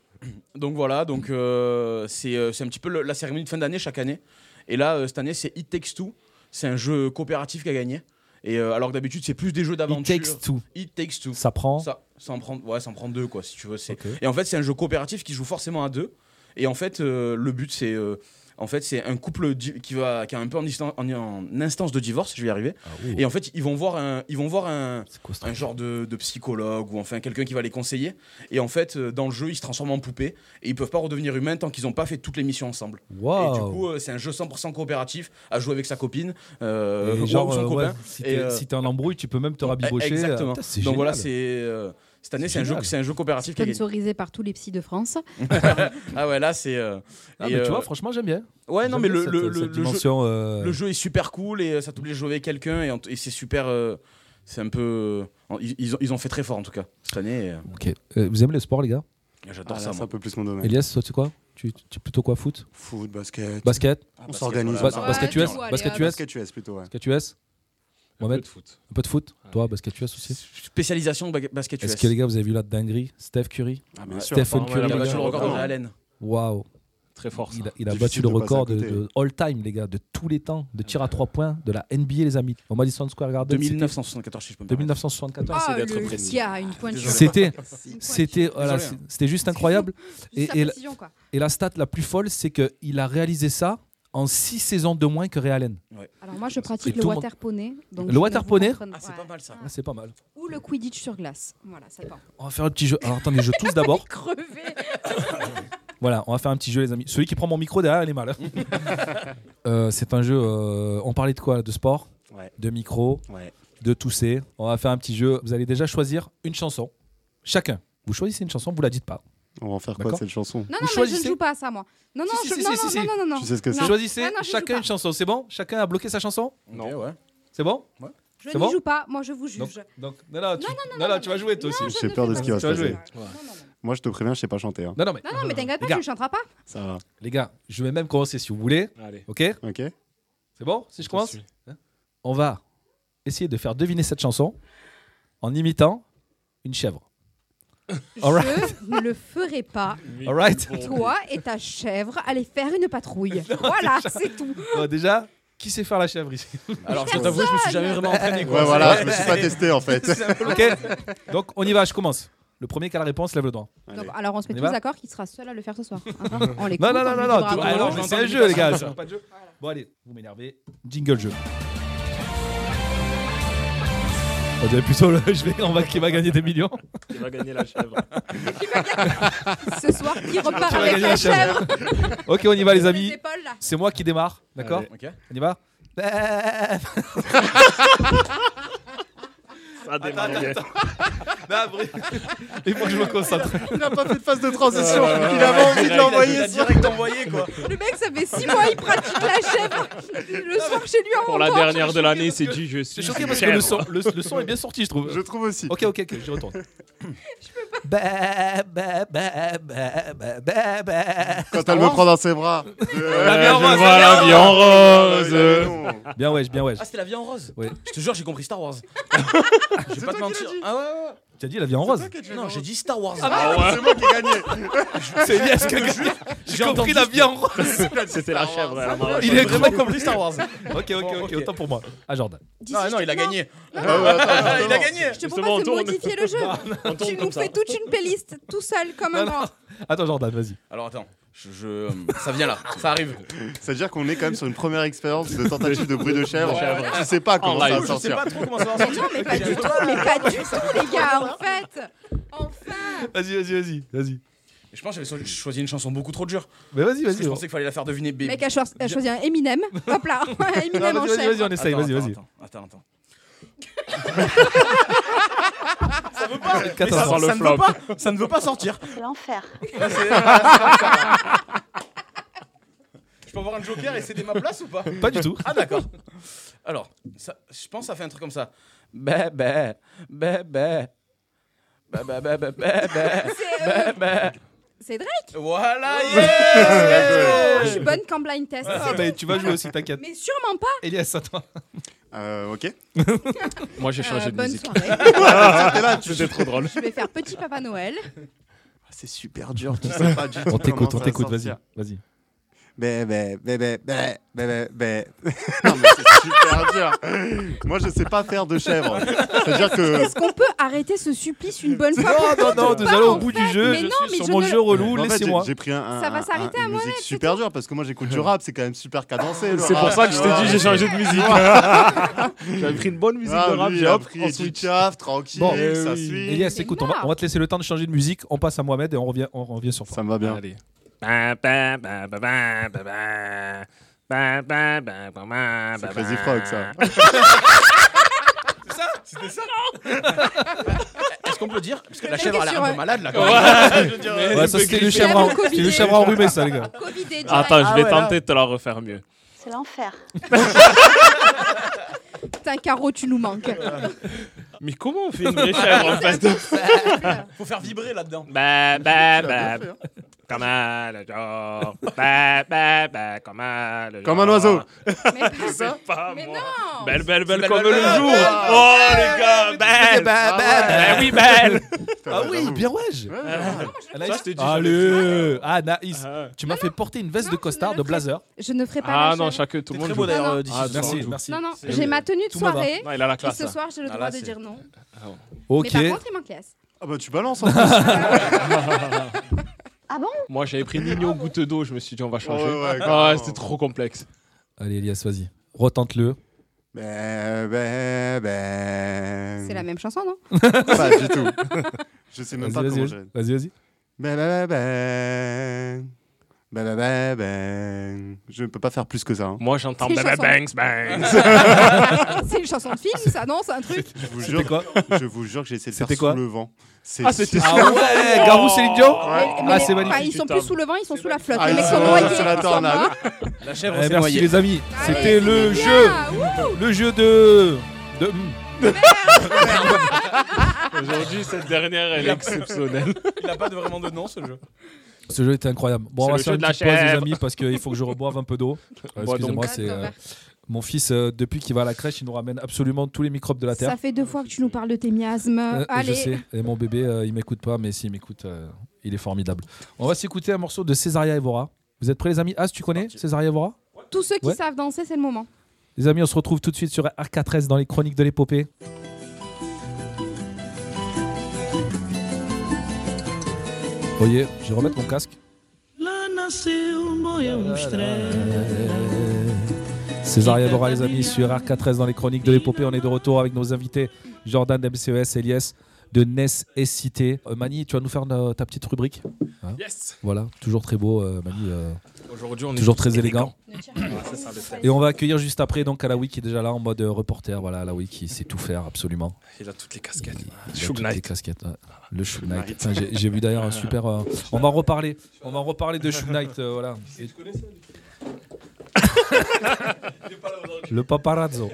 Donc voilà, donc euh, c'est euh, c'est un petit peu le- la cérémonie de fin d'année chaque année. Et là, euh, cette année, c'est It Takes Two. C'est un jeu coopératif qui a gagné. Et euh, alors que d'habitude, c'est plus des jeux It d'aventure. takes two. It Takes Two. Ça prend. Ça, ça en prend, ouais, ça en prend deux, quoi, si tu veux. c'est Ok. Et en fait, c'est un jeu coopératif qui joue forcément à deux. Et en fait, euh, le but, c'est. euh, En fait, c'est un couple di- qui, va, qui est un peu en, distan- en- en instance de divorce, je vais y arriver. Ah, ouh. Et en fait, ils vont voir un, ils vont voir un, quoi ce un genre de, de psychologue ou enfin quelqu'un qui va les conseiller. Et en fait, euh, dans le jeu, ils se transforment en poupées et ils peuvent pas redevenir humains tant qu'ils n'ont pas fait toutes les missions ensemble. Et du Waouh. coup, euh, c'est un jeu 100% coopératif à jouer avec sa copine euh, Et ou genre, avec son euh, copain. ouais, si Et, t'es euh, si t'es en embrouille, tu peux même te rabibocher. Eh, Exactement. euh, Putain, c'est Donc voilà, génial. c'est euh, cette année, C'est c'est un jeu, génial. c'est un jeu coopératif qui a gagné. Sponsorisé par tous les psys de France. ah ouais, là c'est. euh, Ah, et, mais tu euh, vois, franchement, j'aime bien. ouais, non, J'aime mais bien le, cette- le- cette le- le jeu, dimension, euh, le jeu est super cool et euh, ça t'oblige de jouer avec quelqu'un et, en- et c'est super. euh, c'est un peu. euh, ils, ils ont, ils ont fait très fort en tout cas cette année. euh, ok. Euh, vous aimez le sport, les gars J'adore Ah, là, ça. c'est Moi. un peu plus mon domaine. Elias, toi, tu sais quoi tu, tu es plutôt quoi Foot Foot, basket. Basket Ah, on s'organise. Bas- voilà. Basket Ouais, US tout, allez, Basket hop. US Basket US plutôt, ouais. Basket US Un peu Mohamed de foot. Un peu de foot Toi, basket US aussi Spécialisation ba- basket US. Est-ce que les gars, vous avez vu la dinguerie Steph Curry Ah, bien Ouais. sûr. Stephen apparemment, il a Curry. Il a bah, les gars. battu le record de Ah. Allen. Waouh. Très fort. Il ça. a, il a Difficile battu le de passer à record de, côté. de all time, les gars, de tous les temps, de tir à 3 points de la NBA, les amis. Au Madison Square Garden. c'était 2974 si je peux me permettre. 2974. Ah, d'être le précis. qui a une pointure. C'était, Une c'était, voilà, Désolé, hein. c'était juste incroyable. Et, Juste sa et la- précision, quoi. et la stat la plus folle, c'est qu'il a réalisé ça en 6 saisons de moins que Ray Allen. Alors moi, je pratique Et le tout le monde- waterponey. Le donc je ne vous waterponey comprends- Ah, c'est ouais. pas mal ça. Ah, c'est pas mal. Ou le quidditch sur glace. Voilà, ça dépend. On va faire un petit jeu. Alors attendez, je [LAUGHS] tousse d'abord. Crevé. [LAUGHS] Voilà, on va faire un petit jeu, les amis. Celui qui prend mon micro derrière, il est mal. [LAUGHS] Euh, c'est un jeu. euh, on parlait de quoi De sport, Ouais. de micro, Ouais. de tousser. On va faire un petit jeu. Vous allez déjà choisir une chanson. Chacun. Vous choisissez une chanson, vous la dites pas. On va en faire quoi D'accord. cette chanson Non, Vous non, mais je ne choisissez joue pas à ça, moi. Non, non, Si, je- si, si, non, si, si, non, non, non, non. Tu sais ce que Non. c'est Choisissez Ah non, j'y joue chacun pas. une chanson. C'est bon Chacun a bloqué sa chanson Non. ouais. C'est bon Je C'est n'y bon joue pas, moi je vous juge. donc, donc, non, non, tu, non, non, non, tu vas jouer toi Non, aussi. je J'ai ne peur de fais ce qui va pas ça. se passer. Non, non, non. Moi, je te préviens, je sais pas chanter. hein. Non, non, mais, Non, non, mais t'inquiète Les pas, tu gars. ne chanteras pas. Ça va. les gars, je vais même commencer si vous voulez. Allez. Ok Ok C'est bon Si je on commence suit. On va essayer de faire deviner cette chanson en imitant une chèvre. All Je ne le ferai pas. Oui, All right. bon. Toi et ta chèvre, allez faire [LAUGHS] une patrouille. voilà, c'est tout. Bon, déjà, qui sait faire la chèvre ici Alors je dois t'avouer, je me suis jamais vraiment entraîné. quoi. Ouais, voilà, je me suis pas testé [LAUGHS] en fait. Ok Donc, on y va, je commence. Le premier qui a la réponse lève le doigt. Donc, alors on se met On y tous va d'accord qu'il sera seul à le faire ce soir. [LAUGHS] Hein, on l'écoute, Non, non, on non, lui non, Ah, non, dira tout- bravo. alors, je c'est l'entends un jeu, les gars. pas. ça sera pas de jeu. Bon, allez, vous m'énervez. Jingle jeu. On dirait plutôt le- [LAUGHS] je vais, on va, qui va gagner des millions. Qui va gagner la [LAUGHS] chèvre Ce soir, qui repart Qui va avec gagner la la chèvre. chèvre [LAUGHS] Ok, on y va, les amis. Les épaules, là. C'est moi qui démarre, d'accord Ok. On [LAUGHS] y va Ça démarre bien. [LAUGHS] Il faut que je me concentre. Il n'a pas fait de phase de transition. Ouais, ouais, ouais, il avait ouais, envie de direct, l'envoyer sur. Direct envoyé quoi. Le mec, ça fait six mois, il [LAUGHS] pratique la chèvre. Le soir chez lui, en Pour la rentrant, dernière de l'année, c'est dit je Je suis. suis choqué une parce que le chèvre. son, le, le son est bien sorti, je trouve. Je trouve aussi. Ok, ok, ok, je [LAUGHS] retourne. Bah, bah, bah, bah, bah, bah, bah. Quand elle me prend dans ses bras. [LAUGHS] Euh, La vie en je Ah, rose, vois la la vie vie en euh, rose. non. Bien ouais, bien ouais. Ah, c'était la vie en rose Oui. Je te jure, j'ai [LAUGHS] compris Star Wars. je vais pas te mentir. Ah ouais, ouais, Tu as dit la vie en rose ouais. Non, j'ai dit Star Wars. Ah ouais, C'est moi qui ai gagné. [LAUGHS] C'est Elias qui a gagné. J'ai compris la vie en rose. C'était la chèvre. elle m'a Il est vraiment vraiment compris Star Wars. Ok, ok, ok, autant pour moi. Ah Jordan. D'ici, Ah non, je il a te- gagné. Ah ouais, attends, Ah, il a justement. gagné. Je te Justement, propose de on tourne. modifier le jeu. [LAUGHS] On tourne Tu comme nous ça. fais toute une playlist, tout seul, comme un Non, grand. Attends Jordan, vas-y. [LAUGHS] Alors attends, je, je, euh, ça vient là, ça arrive. C'est-à-dire qu'on est quand même sur une première expérience de tentative [LAUGHS] de bruit de chèvre. De chèvre. Tu sais pas En comment ça live. va Je sais sortir. pas trop comment ça va sortir. Mais pas du tout, mais pas du tout, les gars, en fait. Enfin. Vas-y, vas-y, vas-y, vas-y. Je pense que j'avais so- choisi une chanson beaucoup trop dure. Mais vas-y, Parce que vas-y. je Vas pensais qu'il fallait la faire deviner Le bébé. mec a, cho- a choisi un Eminem. Hop [LAUGHS] là, un Eminem en vas-y, vas-y, vas-y, chèvre. on essaye, Attends, vas-y, vas-y. Attends, attends, attends. Attends, [LAUGHS] ça, attends. sent le ça ne flop. veut pas, ça ne veut pas sortir. [LAUGHS] L'enfer. Je peux avoir un joker et céder ma place ou pas Pas du tout. Ah d'accord. Alors, ça- je pense que ça fait un truc comme ça. Bé, bé, bé, bé. Bé, bé, bé, bé, bé, bé, C'est, Bah, euh, bé, bé. C'est Drake. Voilà, [LAUGHS] yes Je suis bonne qu'en blind test. Ah, mais tu vas jouer aussi, t'inquiète. Mais sûrement pas. Elias, à toi. [LAUGHS] Euh, ok. Moi j'ai Euh, changé de bonne musique. [LAUGHS] soirée. C'était trop drôle. Je vais faire petit Papa Noël. Ah, C'est super dur. Tu sais pas du tout. On comment [LAUGHS] t'écoute, ça on va t'écoute, sortir. vas-y. Vas-y. Bé, bé, bé, bé, bé, bé, bé, bé. Non, mais [LAUGHS] c'est super dur. Moi, je sais pas faire de chèvre. C'est-à-dire que. Est-ce qu'on peut arrêter ce supplice une bonne fois pour Non, toutes non, Pas, nous allons en au bout fait. du jeu. Mais je non, suis mais sur je mon ne- jeu relou, En fait, j'ai- laissez-moi. J'ai pris un, un- Ça va un- s'arrêter à une moi, musique c'est super dure parce que moi j'écoute du rap, c'est quand même super cadencé. le C'est rap, pour ça que je tu t'ai vois. dit, j'ai changé de musique. [LAUGHS] J'avais pris une bonne musique Ah, de rap, lui, j'ai il a hop, pris on du switch. tchaf, tranquille, Bon, Eh ça suit. Elias, écoute, on va, on va te laisser le temps de changer de musique. On passe à Mohamed et on revient, on revient sur toi. Ça me va bien. Allez. C'est Crazy Frog, ça. Ah, [LAUGHS] Est-ce qu'on peut dire Parce que la Quelqu'un chèvre, elle a sur, l'air un euh, peu malade là. [LAUGHS] euh, Ouais, ça, c'était le chèvre avant en- le Covid. c'était le chèvre enrhumé, ça, les gars. Covidé, Attends, je Ah vais ouais, là. tenter de te la refaire mieux. C'est [LAUGHS] l'enfer. direct, un carreau, tu nous manques. Mais comment on fait une vraie chèvre en fait Faut faire vibrer là-dedans. Bah, bah, bah. hein. Comme un le genre. Bah, bah, bah. Comme un le genre. Comme un oiseau. [LAUGHS] Mais pas- Pas Mais moi. non Belle, belle, belle Belle, comme belle, le belle, jour. belle, Oh les gars, Eh, belle. Ah Bah ouais. oui, [LAUGHS] belle. Ah Putain, ouais, j'avoue. Ah bien ouais. Ouais, ouais. Ça, je t'ai dit, Allez, ah, Naïs, Ah, tu m'as fait porter une veste Non, de je costard, ne de le blazer. Je ne ferai pas Ah la non, chèvre. chacun, tout le monde C'est très joue. beau d'ailleurs Non, non. euh, d'ici. Ah, ce soir. Merci, merci. Non, non, C'est- j'ai ma tenue de Tout me va. soirée. Non, il a la Et classe. hein. ce là. soir, j'ai le Ah, droit là, de c'est- dire non. Ok. Mais par contre, il manque Léas. Ah bah tu balances en plus. hein. [LAUGHS] Ah Moi, j'avais pris Nino goutte d'eau. Je me suis dit, on va changer. Ouais, ouais, Ah, carrément. c'était trop complexe. Allez, Elias, vas-y. Retente-le. Bé, bé, bé. C'est la même chanson, non [LAUGHS] Pas du tout. Je sais même Vas-y, pas comment vas-y, j'ai. vas-y, vas-y. Bé, bé, bé, bé. Bé, bé, bé, bé. Je ne peux pas faire plus que ça. hein. Moi, j'entends C'est Baba chanson. Banks Bangs. [LAUGHS] C'est une chanson de film, ça, non C'est un truc [LAUGHS] Je vous C'était jure, quoi je vous jure que j'ai essayé de faire C'était quoi sous le vent. C'est- Ah, c'était Ah ça. Oh. ouais, Garou Céline Dion Mais- mais Ah, les- c'est enfin, magnifique. Ils sont putain. plus sous le vent, ils sont sous la flotte. Ah, Les ils mecs sont- sont noyés. c'est la ils sont tornade. morts. [LAUGHS] La chèvre, Eh, c'est merci noyée. les amis, Ah, Allez, c'était le les jeu, gars, ouh. le jeu de... de... hmm. [LAUGHS] Aujourd'hui, cette dernière, elle est exceptionnelle. Il a pas de- vraiment de nom ce jeu. Ce jeu était incroyable. Bon, C'est on va le se faire jeu une de la petite pause les chèvre. amis parce qu'il faut que je reboive un peu [LAUGHS] d'eau. Euh, Bois Excusez-moi, donc. Ah, c'est ton euh, verre. mon fils euh, depuis qu'il va à la crèche, il nous ramène absolument tous les microbes de la terre. Ça fait deux fois que tu nous parles de tes miasmes. Euh, Je Allez. sais, et mon bébé, euh, il m'écoute pas, mais s'il m'écoute, euh, il est formidable. On va s'écouter un morceau de Césaria Evora. Vous êtes prêts, les amis As, tu Ah, connais Césaria Evora Tous ceux qui Ouais. savent danser, c'est le moment. Les amis, on se retrouve tout de suite sur R4S dans les chroniques de l'épopée. Voyez, je vais remettre mon casque. Césaria Evora, les amis, sur R4S dans les chroniques de l'épopée. On est de retour avec nos invités Jordan d'MCES, Elias de Ness et Cité. Euh, Mani, tu vas nous faire euh, ta petite rubrique hein Yes. Voilà, toujours très beau, euh, Mani. euh, Aujourd'hui, on est Ah, toujours très élégant. Et on va accueillir juste après donc Alaoui qui est déjà là en mode euh, reporter. Voilà, Alaoui qui sait tout faire absolument. Il a toutes les Il- casquettes. il a Shug toutes les Knight. casquettes, ouais. Le Shug Knight. Putain, j'ai- J'ai vu d'ailleurs un super. euh, on va en reparler. On va en reparler de Shug Knight. euh, voilà. Et- Le paparazzo.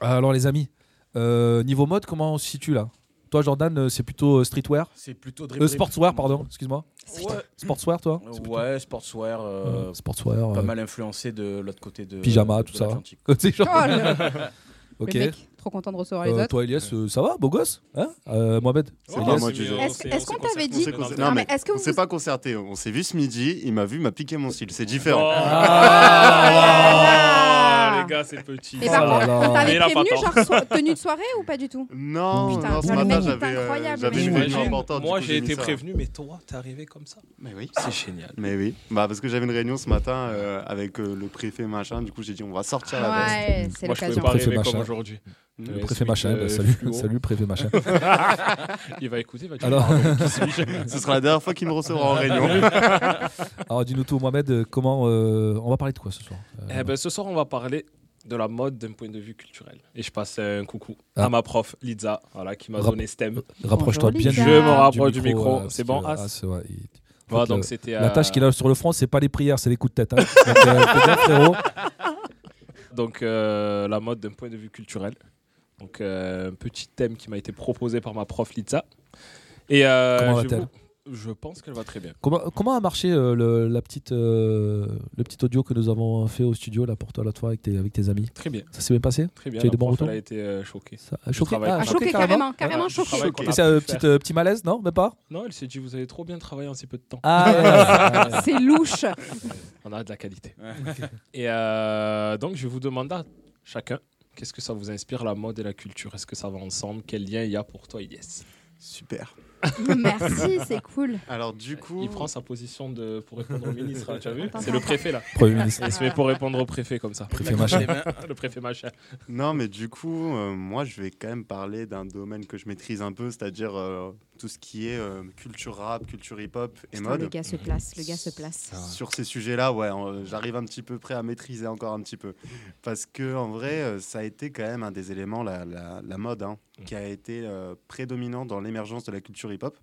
Alors les amis, euh, niveau mode, comment on se situe là Toi Jordan, euh, c'est plutôt euh, streetwear, C'est plutôt Euh, dribble. sportswear pardon. Excuse-moi. Ouais, Euh, Sportswear toi ouais sportswear. euh, Sportswear. Pas euh, mal influencé de l'autre côté de. Pyjama, tout de ça. hein. l'Atlantique. [LAUGHS] c'est genre- Oh, le, Ok. le mec, trop content de recevoir les Euh, autres. toi, Elias, euh, ça va, beau gosse hein Euh, Mohamed Oh, Elias moi, tu- Est-ce- est-ce qu'on t'avait dit- On s'est- Non, Non, mais mais est-ce que on vous. s'est pas concerté. On s'est vu ce midi. Il m'a vu, il m'a piqué mon style. C'est différent. Ah, Ah. les gars, c'est petit. Et ça. par Oh là contre, là. on Mais t'avait là, prévenu, pas tant. genre so- tenue de soirée ou pas du tout Non, Putain, non, ce le matin, mec est j'avais euh, incroyable, j'avais le une mec. réunion J'imagine, importante. du Moi, coup, j'ai mis été ça. prévenu, mais toi, t'es arrivé comme ça. Mais oui. C'est génial. Mais oui, bah parce que j'avais une réunion ce matin euh, avec euh, le préfet machin, du coup j'ai dit on va sortir la Ouais, veste. c'est Moi, je pouvais l'occasion. pas Préfet arriver Machin. comme aujourd'hui. Le Euh, préfet suite, machin, bah, euh, salut, fluo. salut préfet machin. [LAUGHS] Il va écouter, il va dire. Alors, [LAUGHS] Ce sera la dernière fois qu'il me recevra [LAUGHS] en Ah, réunion. [LAUGHS] bah alors dis-nous tout, Mohamed, euh, comment euh, on va parler de quoi ce soir Euh, Eh ben, ce soir, on va parler de la mode d'un point de vue culturel. Et je passe un coucou Ah. à ma prof, Lidza, voilà, qui m'a Rap- donné STEM. Rapproche-toi bien Bonjour, Lisa. du- hein, Je me rapproche du micro, parce c'est que, bon, ah, As c'est vrai, il- Voilà, Faut Eh, que donc le- c'était La euh, tâche qu'il a sur le front, c'est pas les prières, c'est les coups de tête. hein. Donc, euh, [LAUGHS] fais gaffe, frérot. Donc euh, la mode d'un point de vue culturel. Donc euh, un petit thème qui m'a été proposé par ma prof Litsa. Et euh, Comment je va-t-elle vous- Je pense qu'elle va très bien. Comment, comment a marché euh, le, la petite, euh, le petit audio que nous avons fait au studio là, pour toi l'autre fois avec tes, avec tes amis Très bien. Ça s'est bien passé Très bien. Tu as eu la de bons prof, retours elle a été euh, choquée. Ça- Du choquée travail Ah, qu'on a choquée, pu carrément, faire. carrément Voilà, du travail qu'on a Et c'est un pu faire. petit, euh, petit malaise, non Même pas Non, elle s'est dit vous avez trop bien travaillé en si peu de temps. Ah, [LAUGHS] ouais. [LAUGHS] C'est louche. On a de la qualité. Ok. [LAUGHS] et euh, donc, je vous demande à chacun qu'est-ce que ça vous inspire, la mode et la culture Est-ce que ça va ensemble Quel lien il y a pour toi, Yes Super. Merci, c'est cool. Alors, du coup. Il prend sa position de, euh, [LAUGHS] pour répondre au ministre, hein, tu as vu C'est le préfet, là. Premier ministre. Il se met pour répondre au préfet, comme ça. Eh ben, Préfet machin. le préfet machin. Non, mais du coup, euh, moi, je vais quand même parler d'un domaine que je maîtrise un peu, c'est-à-dire euh, tout ce qui est euh, culture rap, culture hip-hop et Putain, Oh, mode. le gars se place, le gars se place. Sur ces sujets-là, ouais, euh, j'arrive un petit peu près à maîtriser encore un petit peu. Parce que en vrai, euh, ça a été quand même un des éléments, la, la- la mode, hein, qui a été euh, prédominant dans l'émergence de la culture hip-hop,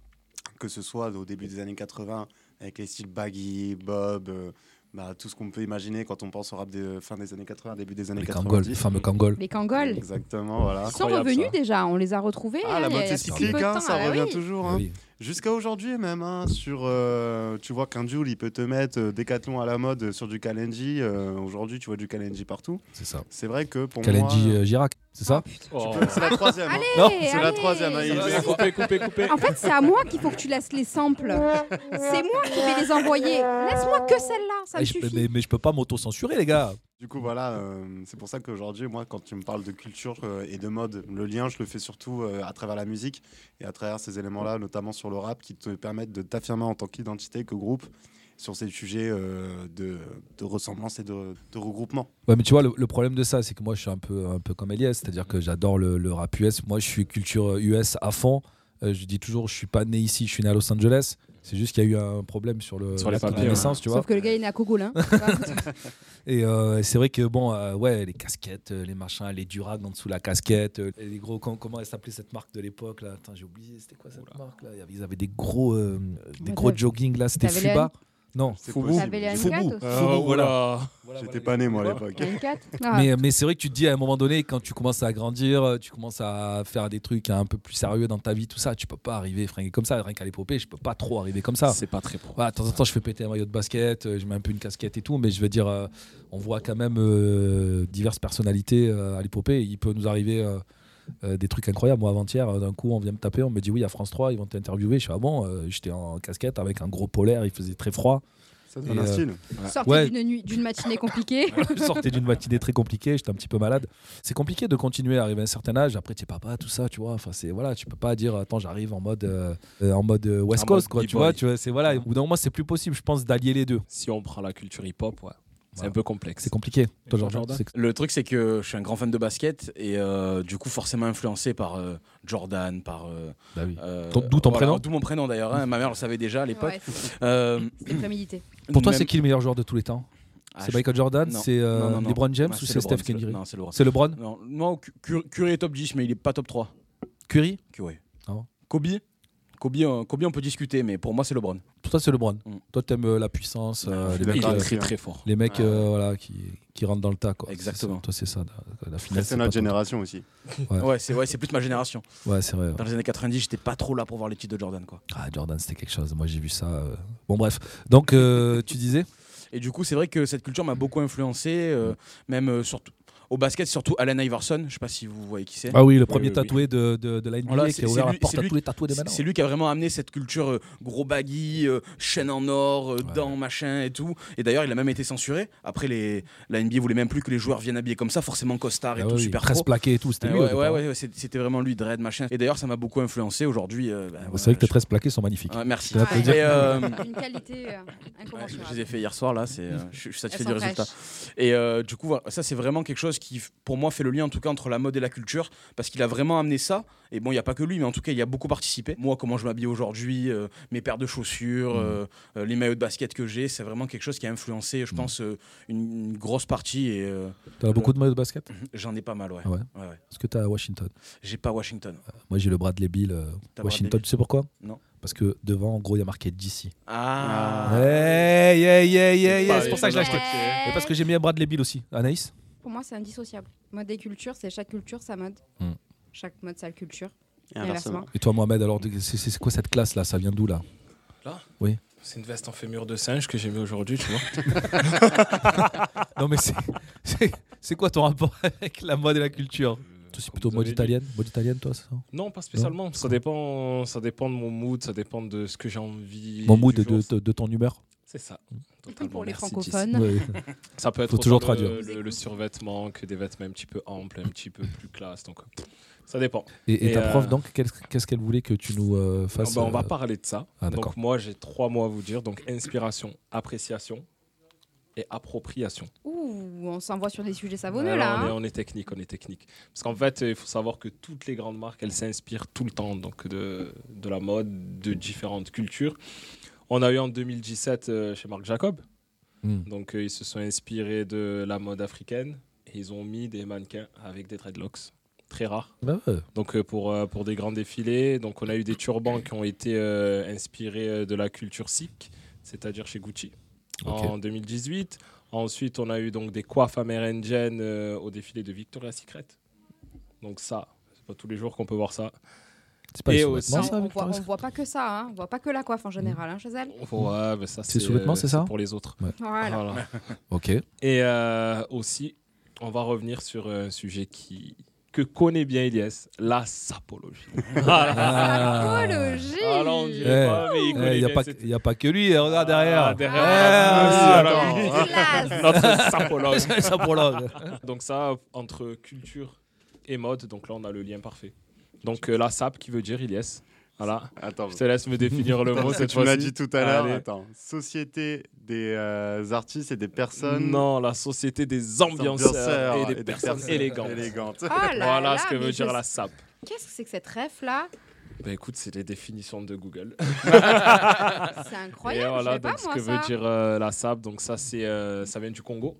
que ce soit au début des années 80, avec les styles baggy, bob, euh, bah, tout ce qu'on peut imaginer quand on pense au rap de fin des années 80, début des années Les 90. Kangols, les fameux Kangols. Les Kangols. Exactement, voilà. Ils sont revenus déjà, on les a retrouvés. Ah, hein, la il y a- mode, il y a c'est petit peu cyclique, de hein, temps, ça ah revient oui. Bah toujours. hein. Jusqu'à aujourd'hui même, hein, sur, euh, tu vois qu'un Joule, il peut te mettre euh, Décathlon à la mode euh, sur du Kalenji. euh, aujourd'hui, tu vois du Kalenji partout. C'est ça. C'est vrai que pour Kalenji moi... euh, Girac, c'est ça Tu peux- C'est la troisième. hein. Allez, Non, allez. c'est la troisième. hein, il- En fait, c'est à moi qu'il faut que tu laisses les samples. C'est moi qui vais les envoyer. Laisse-moi que celle-là, ça Ah, me je peux- suffit. mais, mais je peux pas m'auto-censurer, les gars. Du coup, voilà, euh, c'est pour ça qu'aujourd'hui, moi, quand tu me parles de culture euh, et de mode, le lien, je le fais surtout euh, à travers la musique et à travers ces éléments-là, notamment sur le rap, qui te permettent de t'affirmer en tant qu'identité, que groupe, sur ces sujets euh, de, de ressemblance et de, de regroupement. Ouais, mais tu vois, le, le problème de ça, c'est que moi, je suis un peu, un peu comme Elias, c'est-à-dire que j'adore le, le rap US. Moi, je suis culture US à fond. Euh, je dis toujours, je suis pas né ici, je suis né à Los Angeles. C'est juste qu'il y a eu un problème sur le Sur les l'acte de papiers, ouais. naissance, tu vois. Sauf que le gars, il est né à hein. Cogolin. Et euh, c'est vrai que, bon, euh, ouais, les casquettes, euh, les machins, les durags en dessous de la casquette, euh, les gros, com- comment elle s'appelait cette marque de l'époque là Attends, j'ai oublié, c'était quoi cette marque là Il y avait- Ils avaient des gros, euh, des Ouais, gros t'avais- jogging là, c'était t'avais les Fuba. N- Non, C'est Fubu. possible. T'avais les N4 Fubu. aussi. Fubu, Ah, voilà. J'étais pas né, moi, à l'époque. N4 Mais, mais c'est vrai que tu te dis à un moment donné, quand tu commences à grandir, euh, tu commences à faire des trucs un peu plus sérieux dans ta vie, tout ça, tu peux pas arriver fringué comme ça. Rien qu'à l'épopée, je peux pas trop arriver comme ça. C'est pas très pro. Voilà, de temps en temps, je fais péter un maillot de basket, euh, je mets un peu une casquette et tout, mais je veux dire, euh, on voit quand même euh, diverses personnalités euh, à l'épopée. Il peut nous arriver. euh, euh, des trucs incroyables. Moi, avant-hier, euh, d'un coup, on vient me taper, on me dit oui, à France 3, ils vont t'interviewer. Je suis ah bon, euh, j'étais en casquette avec un gros polaire, il faisait très froid. Ça donne un Et, style. ouais. Sortez Ouais, d'une nuit, d'une matinée [LAUGHS] compliquée. je sortais d'une matinée très compliquée, j'étais un petit peu malade. C'est compliqué de continuer à arriver à un certain âge. Après, tu es papa, tout ça, tu vois. Enfin, c'est voilà, tu peux pas dire attends, j'arrive en mode euh, euh, en mode euh, West En Coast, mode quoi. Tu b-boy. vois, tu vois, c'est voilà. Au bout d'un moment, c'est plus possible, je pense, d'allier les deux. Si on prend la culture hip-hop, ouais. C'est un peu complexe. C'est compliqué. Toi, Georges, c'est- Le truc, c'est que je suis un grand fan de basket et euh, du coup, forcément influencé par euh, Jordan, par. euh, euh, Bah Ton- d'où ton prénom D'où mon prénom d'ailleurs. hein. Ma mère le savait déjà à l'époque. Ouais. Euh, C'est prémédité. Pour toi, même- c'est qui le meilleur joueur de tous les temps Ah, C'est je- Michael Jordan, Non. c'est euh, Non, non, non. LeBron James Non, ou c'est c'est Steph LeBron, Curry Non, c'est LeBron. C'est LeBron Non, non, Cu- Cu- Curry est top 10, mais il est pas top 3. Curry Curry. Ah bon Kobe Kobe, euh, Kobe, on peut discuter, mais pour moi, c'est LeBron. Pour toi, c'est LeBron. Toi, t'aimes euh, la puissance, euh, Mm. je suis les d'accord mecs avec euh, lui, hein. Très, très fort. Les mecs Ouais. euh, voilà, qui, qui rentrent dans le tas. Quoi. Exactement. Toi, c'est ça. La, la finale, Après, c'est pas notre ton- génération aussi. Ouais. Ouais, c'est ouais, c'est plus de ma génération. Ouais, c'est vrai, ouais. Dans les années 90, j'étais pas trop là pour voir les titres de Jordan. quoi. Ah, Jordan, c'était quelque chose. Moi, j'ai vu ça. euh. Bon, bref. Donc, euh, tu disais Et du coup, c'est vrai que cette culture m'a beaucoup influencé, euh, même euh, surtout. Au basket, surtout Allen Iverson, je sais pas si vous voyez qui c'est. Euh, Ah oui, le premier tatoué de- de- de la NBA qui a c'est- ouvert c'est la lui- porte c'est à lui- tous les tatoués dès maintenant. C'est lui qui a vraiment amené cette culture euh, gros baggy, euh, chaîne en or, euh, dents, machin et tout. Et d'ailleurs, il a même été censuré. Après, les, la NBA voulait même plus que les joueurs viennent habillés comme ça, forcément costard et Ah tout, oui, super presse pro. plaquée et tout, c'était Ah lui, au Ouais, ouais, départ. ouais, ouais, c'est- c'était vraiment lui, dread, machin. Et d'ailleurs, ça m'a beaucoup influencé aujourd'hui. euh, bah, C'est vrai que tes 13 plaqués sont magnifiques. Ah, merci. Je vais te le dire. Et, euh, Une qualité euh, incommensurable. je les ai fait hier soir là, c'est, euh, je suis je suis satisfait Elles du sont résultat. fraîches. Et euh, du coup, voilà, ça c'est vraiment quelque chose qui, pour moi, fait le lien en tout cas entre la mode et la culture, parce qu'il a vraiment amené ça. Et bon, il n'y a pas que lui, mais en tout cas, il y a beaucoup participé. Moi, comment je m'habille aujourd'hui, euh, mes paires de Mm. chaussures, euh, euh, les maillots de basket que j'ai, c'est vraiment quelque chose qui a influencé, je pense, euh, une, une grosse partie. Et euh, T'en as Mm. beaucoup de maillots de basket [CLEARS THROAT] j'en ai pas mal, ouais. Ah ouais. Ouais, ouais. Est-ce que t'as Washington J'ai pas Washington. Moi, j'ai le Bradley Bill. euh, T'as Bradley Washington, Beal tu sais pourquoi Non. Parce que devant, en gros, il y a marqué DC. Ah. Hey, hey, hey, hey, C'est hey, pas C'est pour ça que j'ai acheté. Ouais. Et parce que j'ai mis un Bradley Bill aussi. Anaïs Pour moi, c'est indissociable. Mode des cultures, c'est chaque culture sa mode. Hmm. Chaque mode sa culture. Et toi, Mohamed, alors, c'est- c'est c'est quoi cette classe là Ça vient d'où là Là Oui. C'est une veste en fémur de singe que j'ai mis aujourd'hui, tu [LAUGHS] vois. [LAUGHS] non mais c'est- c'est c'est quoi ton rapport [LAUGHS] avec la mode et la culture Toi c'est plutôt vous mode avez dit. italienne, mode italienne toi c'est ça Non, pas spécialement. Ça dépend, ça dépend de mon mood, ça dépend de ce que j'ai envie. Mon mood du de, jour. de- de ton humeur. C'est ça. Pour les Merci, francophones. Jessie. [LAUGHS] Ça peut être Mm. Faut autant toujours le- traduire. Le, le survêtement que des vêtements un petit peu amples, un petit peu plus classe. Donc, ça dépend. Et, et ta euh, prof donc qu'est-ce qu'est-ce qu'elle voulait que tu nous euh, fasses ah bah, on va euh, parler de ça. Ah, d'accord. donc moi j'ai trois mots à vous dire. Donc inspiration, appréciation et appropriation. Ouh, on s'envoie sur des sujets savonneux Alors, là. on, est, hein. on est technique, on est technique. Parce qu'en fait, il faut savoir que toutes les grandes marques, elles s'inspirent tout le temps donc de, de la mode, de différentes cultures. On a eu en 2017 euh, chez Marc Jacob. Hmm. Donc euh, ils se sont inspirés de la mode africaine et ils ont mis des mannequins avec des dreadlocks. Très rare. Bah ouais. Donc euh, pour, euh, pour des grands défilés, donc on a eu des turbans qui ont été euh, inspirés euh, de la culture sikh, c'est-à-dire chez Gucci en 2018. Ensuite, on a eu donc des coiffes amérindiennes euh, au défilé de Victoria's Secret. Donc ça, c'est pas tous les jours qu'on peut voir ça. C'est pas les Et sous-vêtements, aussi- ça, On voit, on voit pas que ça, hein. on voit pas que la coiffe en général, hein, Chazelle. Ouais, mais ça C'est sous-vêtements, euh, c'est ça Pour les autres. Ouais. [LAUGHS] Voilà. Ok. Et euh, aussi, on va revenir sur un sujet qui que connaît bien Elias, [LAUGHS] la sapologie. Ah. Sapologie. Alors on Eh, dirait pas, Ah, mais il connaît eh, Il n'y a, bien pas cette- que- y a pas que lui, hein, regarde derrière. Ah, derrière, Eh, monsieur, attends. alors. [LAUGHS] [LAUGHS] Notre sapologue. Sapologue. Donc ça, entre culture et mode, donc là, on a le lien parfait. Donc euh, la sap qui veut dire Ilyes. Voilà. je te laisse me [LAUGHS] définir le Parce mot que cette Tu m'as fois-ci. dit tout à l'heure. Allez. Attends. Société des euh, artistes et des personnes. Non, la société des ambianceurs et des, personnes, élégantes. élégantes. Ah là voilà là, ce que mais veut je dire sais- la sap. Qu'est-ce que c'est que cette ref là Bah écoute, c'est les définitions de Google. C'est [LAUGHS] incroyable, Et voilà je l'ai pas, donc ce moi, que ça. veut dire euh, la SAP. Donc ça, c'est euh, ça vient du Congo,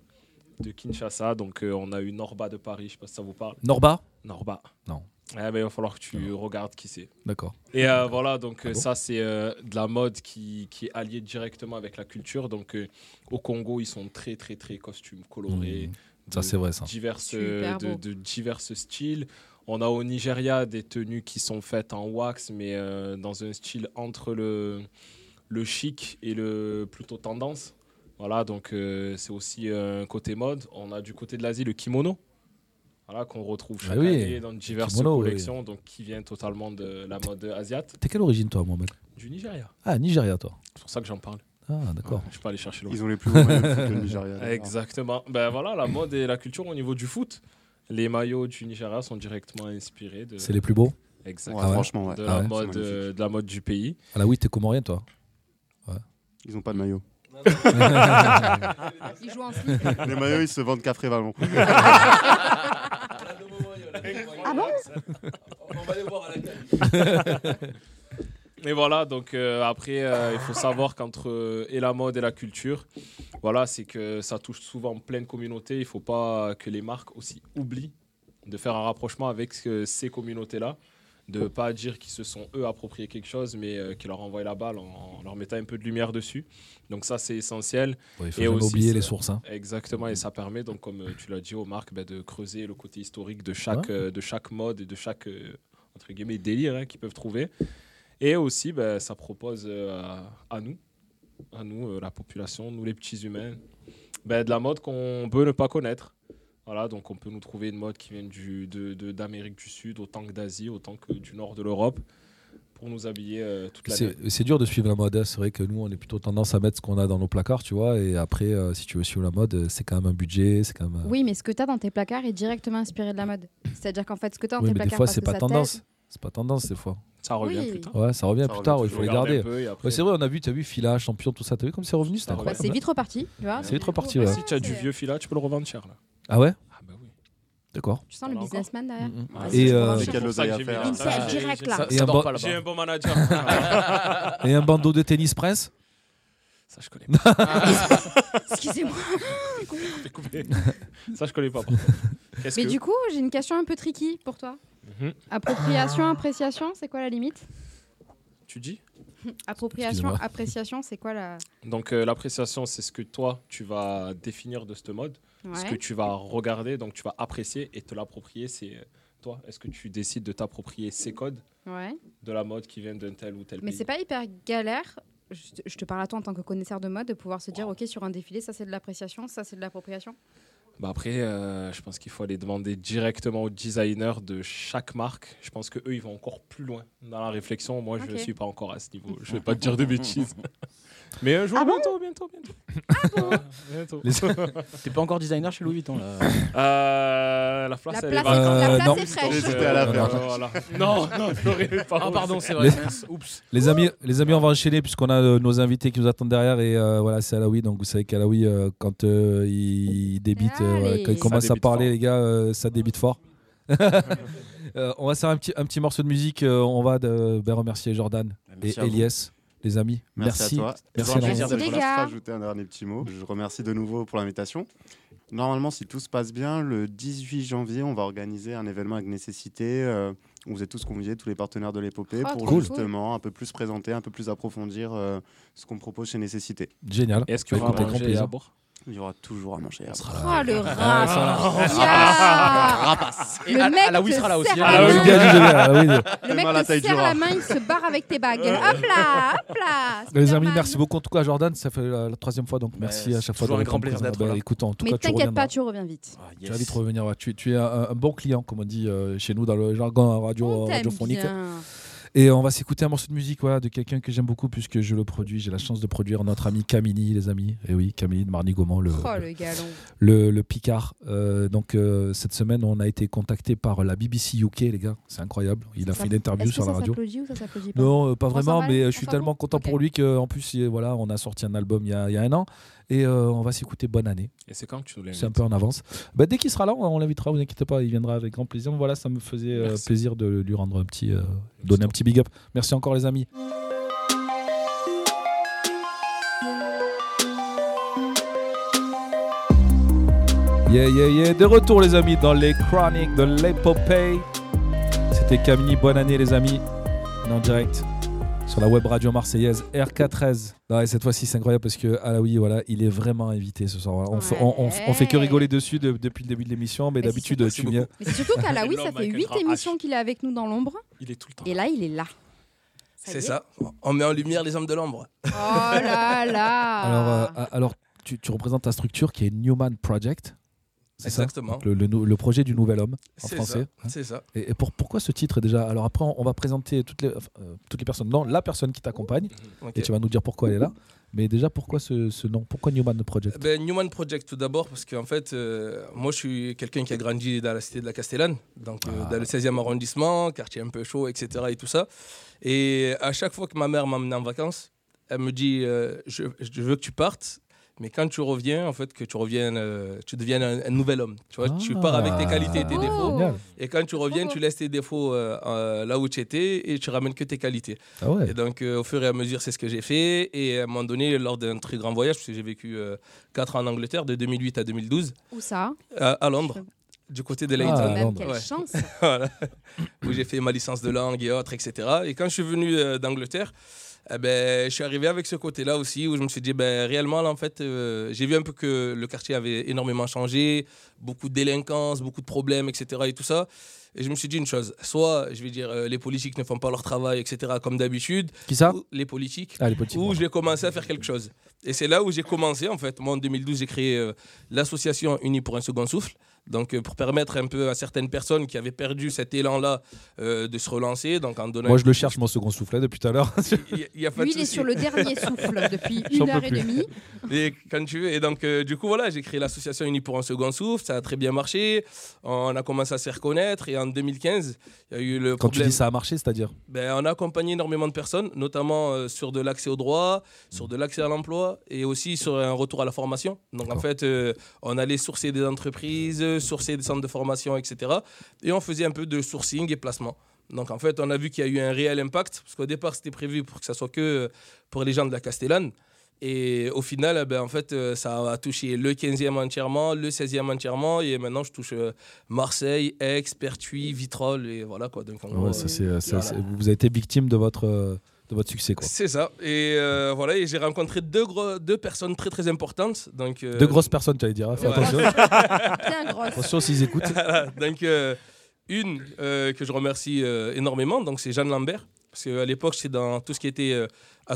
de Kinshasa. Donc euh, on a eu Norba de Paris. Je sais pas si ça vous parle. Norba Norba. Non. Eh ben, il va falloir que tu regardes qui c'est. D'accord. Et euh, voilà, donc euh, Ah bon ça, c'est euh, de la mode qui, qui est alliée directement avec la culture. Donc euh, au Congo, ils sont très, très, très costumes colorés. Mmh. Ça, de c'est vrai, ça. diverses- Super de, beau. de divers styles. On a au Nigeria des tenues qui sont faites en wax, mais euh, dans un style entre le, le chic et le plutôt tendance. Voilà, donc euh, c'est aussi euh, un côté mode. On a du côté de l'Asie le kimono, voilà, qu'on retrouve Ah chaque oui, année dans diverses kimono, oui. collections, donc qui vient totalement de la mode asiatique. T'es quelle origine toi, Mohamed Du Nigeria. Ah, Nigeria toi. C'est pour ça que j'en parle. Ah, d'accord. Ouais, je peux aller chercher loin. Ils ont les plus beaux maillots de foot que le Nigeria, d'ailleurs. Exactement. Ben voilà, la mode et la culture au niveau du foot. Les maillots du Nigeria sont directement inspirés de. C'est les plus beaux Exactement. Ouais, franchement, ouais. De, Ah la ouais. mode, C'est magnifique. euh, de la mode du pays. Ah là oui, t'es comorien toi. Ouais. Ils ont pas de [LAUGHS] maillot. [LAUGHS] Ils jouent en slip. Les maillots, ils se vendent qu'à Frévalon. Ah bon On va les voir à la Et voilà, donc euh, après, euh, il faut savoir qu'entre euh, et la mode et la culture, voilà, c'est que ça touche souvent plein de communautés. Il ne faut pas que les marques aussi oublient de faire un rapprochement avec euh, ces communautés-là, de pas dire qu'ils se sont eux appropriés quelque chose, mais euh, qu'ils leur envoient la balle en, en leur mettant un peu de lumière dessus. Donc ça, c'est essentiel. Ouais, il faut jamais oublier ça- les sources, hein. Exactement, et ça permet, donc, comme euh, tu l'as dit aux marques, ben, de creuser le côté historique de chaque, euh, de chaque mode et de chaque euh, entre guillemets, délire hein, qu'ils peuvent trouver. Et aussi, ben, ça propose euh, à nous, à nous, euh, la population, nous les petits humains, ben, de la mode qu'on peut ne pas connaître. Voilà, donc on peut nous trouver une mode qui vient du, de, de- d'Amérique du Sud, autant que d'Asie, autant que du nord de l'Europe, pour nous habiller euh, toute l'année. C'est c'est dur de suivre la mode. hein. C'est vrai que nous, on est plutôt tendance à mettre ce qu'on a dans nos placards, tu vois. Et après, euh, si tu veux suivre la mode, euh, c'est quand même un budget, c'est quand même. euh, Oui, mais ce que tu as dans tes placards est directement inspiré de la mode. C'est-à-dire qu'en fait, ce que tu as dans oui, tes mais placards. des fois, parce c'est que pas ça tendance. C'est pas tendance des fois. Ça revient Oui. plus tard. Ouais, ça revient Ça plus revient tard. Il toujours. faut les Regarder garder. un peu et après- Ouais, c'est vrai, on a vu, tu as vu Fila, champion, tout ça. T'as vu comme c'est revenu C'était t'aide. Bah, c'est incroyable. vite reparti, tu vois. C'est vite reparti, ouais. Si tu as du vieux fil là, tu peux le revendre cher. Là. Ah ouais D'accord. Tu sens le businessman derrière. Ah, Et, c'est euh, C'est pour ça que j'ai mis la Il salle. sert direct là. ça- Et ça un dort bon- pas là-bas. J'ai un bon manager. [LAUGHS] Et un bandeau de tennis Prince Ça, je connais [LAUGHS] pas. Ah, Excusez-moi. Coupé, coupé, coupé. [LAUGHS] Ça, je connais [LAUGHS] pas. par contre. Qu'est-ce Mais que- du coup, j'ai une question un peu tricky pour toi. Mhm. Appropriation, appréciation, c'est quoi la limite tu dis Appropriation, Excusez-moi. appréciation, c'est quoi la. Donc euh, l'appréciation, c'est ce que toi, tu vas définir de ce mode, ce Ouais. que tu vas regarder, donc tu vas apprécier et te l'approprier, c'est euh, toi. Est-ce que tu décides de t'approprier ces codes Ouais. de la mode qui viennent d'un tel ou tel Mais pays c'est pas hyper galère je te- je te parle à toi en tant que connaisseur de mode, de pouvoir se dire, ok, sur un défilé, ça c'est de l'appréciation, ça c'est de l'appropriation. Bah après, euh, je pense qu'il faut aller demander directement aux designers de chaque marque. Je pense qu'eux, ils vont encore plus loin dans la réflexion. Moi, je Ok. ne suis pas encore à ce niveau. [LAUGHS] Je ne vais pas te dire [LAUGHS] de [LAUGHS] bêtises. [LAUGHS] Ah Mais euh, un jour, bientôt, bientôt, bientôt. bientôt. [LAUGHS] T'es pas encore designer chez Louis Vuitton là Euh, la place, La elle est place- la vacante. place Euh, est non. fraîche. C'était à la Voilà, fin. voilà. Non, non, je l'aurais pas. Ah, pardon, [LAUGHS] Eh c'est vrai. Les, mince, oups. les amis, les amis, on va enchaîner puisqu'on a euh, nos invités qui nous attendent derrière et euh, voilà, c'est Alaoui. Donc vous savez qu'Alaoui, euh, quand euh, il débite, euh, voilà, Allez. quand il Ça commence à débite parler, les gars, euh, ça débite fort. [LAUGHS] Euh, on va se faire un petit, un petit morceau de musique. euh, on va de- ben, remercier Jordan Merci et à vous. Elias, les amis. Merci. à toi. Merci, je énormément. voudrais les juste gars. rajouter un dernier petit mot. Je remercie de nouveau pour l'invitation. Normalement, si tout se passe bien, le 18 janvier, on va organiser un événement avec nécessité euh, où vous êtes tous conviés, tous les partenaires de l'épopée, Oh, pour trop cool. justement un peu plus présenter, un peu plus approfondir euh, ce qu'on propose chez Nécessité. Génial. Et est-ce qu'il y aura Bah, écoute, à avec manger grand et à plaisir. boire Il y aura toujours à manger et à boire. Oh le Ah, ça va. rapace Yeah. Rapace. Le Et mec Alaoui te sera là aussi. serre Ah Alaoui, la bien main. dit, bien, Alaoui. Le Tellement la mec taille te du serre la rat. main, il se barre avec tes bagues. hop là, hop là. Les amis, merci beaucoup en tout cas à Jordan. Ça fait la, la troisième fois, donc merci c'est à chaque fois. toujours de un grand répondre plaisir présent. d'être Ah bah, là. Écoute, en tout Mais cas, tu t'inquiète reviens pas, tu reviens vite. Ah, Tu vas vite revenir. ouais. Tu, tu es un, un bon client, comme on dit euh, chez nous dans le jargon radio, On t'aime radiophonique. Oh, bien. Et on va s'écouter un morceau de musique voilà, de quelqu'un que j'aime beaucoup, puisque je le produis. J'ai la chance de produire notre ami Camini, les amis. Et oui, Camini de Marny-Gaumont, le, Oh, le galon. le, le Picard. Euh, donc, euh, cette semaine, on a été contacté par la BBC UK, les gars. C'est incroyable. Il a Ça- fait une interview est-ce que sur la ça radio. s'applaudit ou ça s'applaudit pas Non, euh, pas 300 vraiment, balles mais euh, On je suis s'en tellement fout content pour lui qu'en plus, il- voilà, on a sorti un album il y a, il y a un an. Et euh, on va s'écouter Bonne année. Et c'est quand que tu nous l'invites C'est un peu en avance. Bah, dès qu'il sera là, on on l'invitera, vous inquiétez pas, il viendra avec grand plaisir. Voilà, ça me faisait euh, Merci. plaisir de lui rendre un petit, euh, donner un petit big up. Merci encore, les amis. Yeah, yeah, yeah. De retour, les amis, dans les chroniques de l'épopée. C'était Camille. Bonne année, les amis. On est en direct sur la web radio marseillaise RK13. Non, et cette fois-ci, c'est incroyable parce que Alaoui, voilà, il est vraiment invité ce soir. Voilà, On, fait, on- on- on fait que rigoler dessus de- depuis le début de l'émission, mais d'habitude, tu viens. Mais c'est [LAUGHS] surtout qu'Alaoui, ça L'homme fait avec un 8 grand émissions qu'il est avec nous dans l'ombre. Il est tout le temps. Et là, il est là. y C'est est. ça. On met en lumière les hommes de l'ombre. Oh là là. Alors, euh, a- alors tu, tu représentes ta structure qui est Newman Project. c'est ça Exactement. Donc le, le nou- le projet du nouvel homme en C'est français. hein. ça, c'est ça. Et, et pour, pourquoi ce titre déjà Alors après, on on va présenter toutes les, enfin, euh, toutes les personnes. Non, la personne qui t'accompagne. Ok. Et tu vas nous dire pourquoi elle est là. Mais déjà, pourquoi ce, ce nom Pourquoi Newman Project Ben, Newman Project tout d'abord parce qu'en fait, euh, moi je suis quelqu'un qui a grandi dans la cité de la Castellane, donc euh, dans Ah. le 16e arrondissement, quartier un peu chaud, etc. et tout ça. Et à chaque fois que ma mère m'emmenait en vacances, elle me dit euh, je, je veux que tu partes, mais quand tu reviens, en fait, que tu reviennes, euh, tu deviennes un, un nouvel homme. Tu vois, tu pars avec tes qualités et tes défauts. Ah. Génial. Et quand tu reviens, tu laisses tes défauts euh, euh, là où tu étais et tu ramènes que tes qualités. Ah ouais. Et donc, euh, au fur et à mesure, c'est ce que j'ai fait. Et à un moment donné, lors d'un très grand voyage, parce que j'ai vécu 4 ans en Angleterre, de 2008 à 2012, Où ça à, à Londres, du côté de Ah, Leighton. à Londres. Quelle chance. Voilà. Où j'ai fait ma licence de langue et autres, etc. Et quand je suis venu euh, d'Angleterre, eh ben, je suis arrivé avec ce côté-là aussi, où je me suis dit, ben, réellement, là, en fait, euh, j'ai vu un peu que le quartier avait énormément changé, beaucoup de délinquance, beaucoup de problèmes, etc. et tout ça. Et je me suis dit une chose, soit, je vais dire, euh, les politiques ne font pas leur travail, etc., comme d'habitude. Qui ça Ou- Les politiques. Ah, les politiques, Ou je vais commencer à faire quelque chose. Et c'est là où j'ai commencé, en fait. Moi, en 2012, j'ai créé euh, l'association Unie pour un second souffle. Donc, euh, pour permettre un peu à certaines personnes qui avaient perdu cet élan-là euh, de se relancer. Donc, en donnant Moi, je le cherche, mon second souffle, là, depuis tout à l'heure. il y a- il y a bah, pas de Lui, il est souci. sur le dernier souffle depuis J'en une heure peux et plus. demie. Et quand tu veux. Et donc, euh, du coup, voilà, j'ai créé l'association Unis pour un second souffle. Ça a très bien marché. On a commencé à se reconnaître. Et en 2015, il y a eu le [LAUGHS] Quand tu problème. dis ça a marché, c'est-à-dire Ben, on a accompagné énormément de personnes, notamment euh, sur de l'accès au droit, sur de l'accès à l'emploi et aussi sur un retour à la formation. Donc en fait, euh, on allait sourcer des entreprises, euh, sourcer des centres de formation, etc. Et on faisait un peu de sourcing et placement. Donc en fait, on a vu qu'il y a eu un réel impact, parce qu'au départ, c'était prévu pour que ça soit que euh, pour les gens de la Castellane. Et au final, eh ben, en fait, euh, ça a touché le 15e entièrement, le 16e entièrement, et maintenant je touche euh, Marseille, Aix, Pertuis, Vitrolles, et voilà quoi. Donc, en Ouais, gros, ça, euh, c'est, euh, ça, voilà. c'est- Vous avez été victime de votre, euh, de votre succès. Quoi. C'est ça. Et euh, voilà, et j'ai rencontré deux, gros- deux personnes très très importantes. Donc, euh, Deux grosses personnes, tu allais dire, hein, fais [LAUGHS] attention. Bien grosses. Attention s'ils écoutent. Voilà. donc, euh, une euh, que je remercie euh, énormément, donc c'est Jeanne Lambert, Parce qu'à l'époque, c'est dans tout ce qui était euh,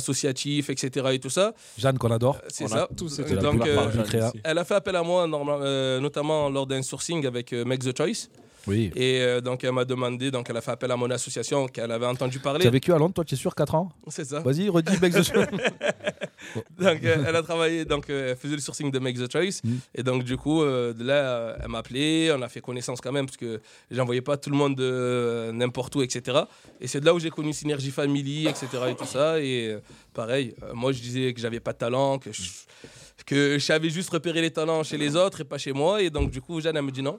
associatif, etc. et tout ça. Euh, Jeanne qu'on adore. C'est On a ça. tous été là Donc, pour la part du euh, créa. elle a fait appel à moi, normal- euh, notamment lors d'un sourcing avec euh, Make the Choice. Oui. Et euh, donc, elle m'a demandé, donc elle a fait appel à mon association qu'elle avait entendu parler. Tu as vécu à Londres, toi, tu es sûr, 4 ans C'est ça. Vas-y, redis [LAUGHS] Bex the Choice. Bon. donc, euh, elle a travaillé, donc euh, elle faisait le sourcing de Make the Choice. Mm. Et donc, du coup, euh, de là, euh, elle m'a appelé, on a fait connaissance quand même, parce que j'envoyais pas tout le monde euh, n'importe où, etc. Et c'est de là où j'ai connu Synergie Family, etc. et tout ça. Et euh, pareil, euh, moi, je disais que j'avais pas de talent, que je, que je savais juste repérer les talents chez les autres et pas chez moi. Et donc, du coup, Jeanne, elle me dit non.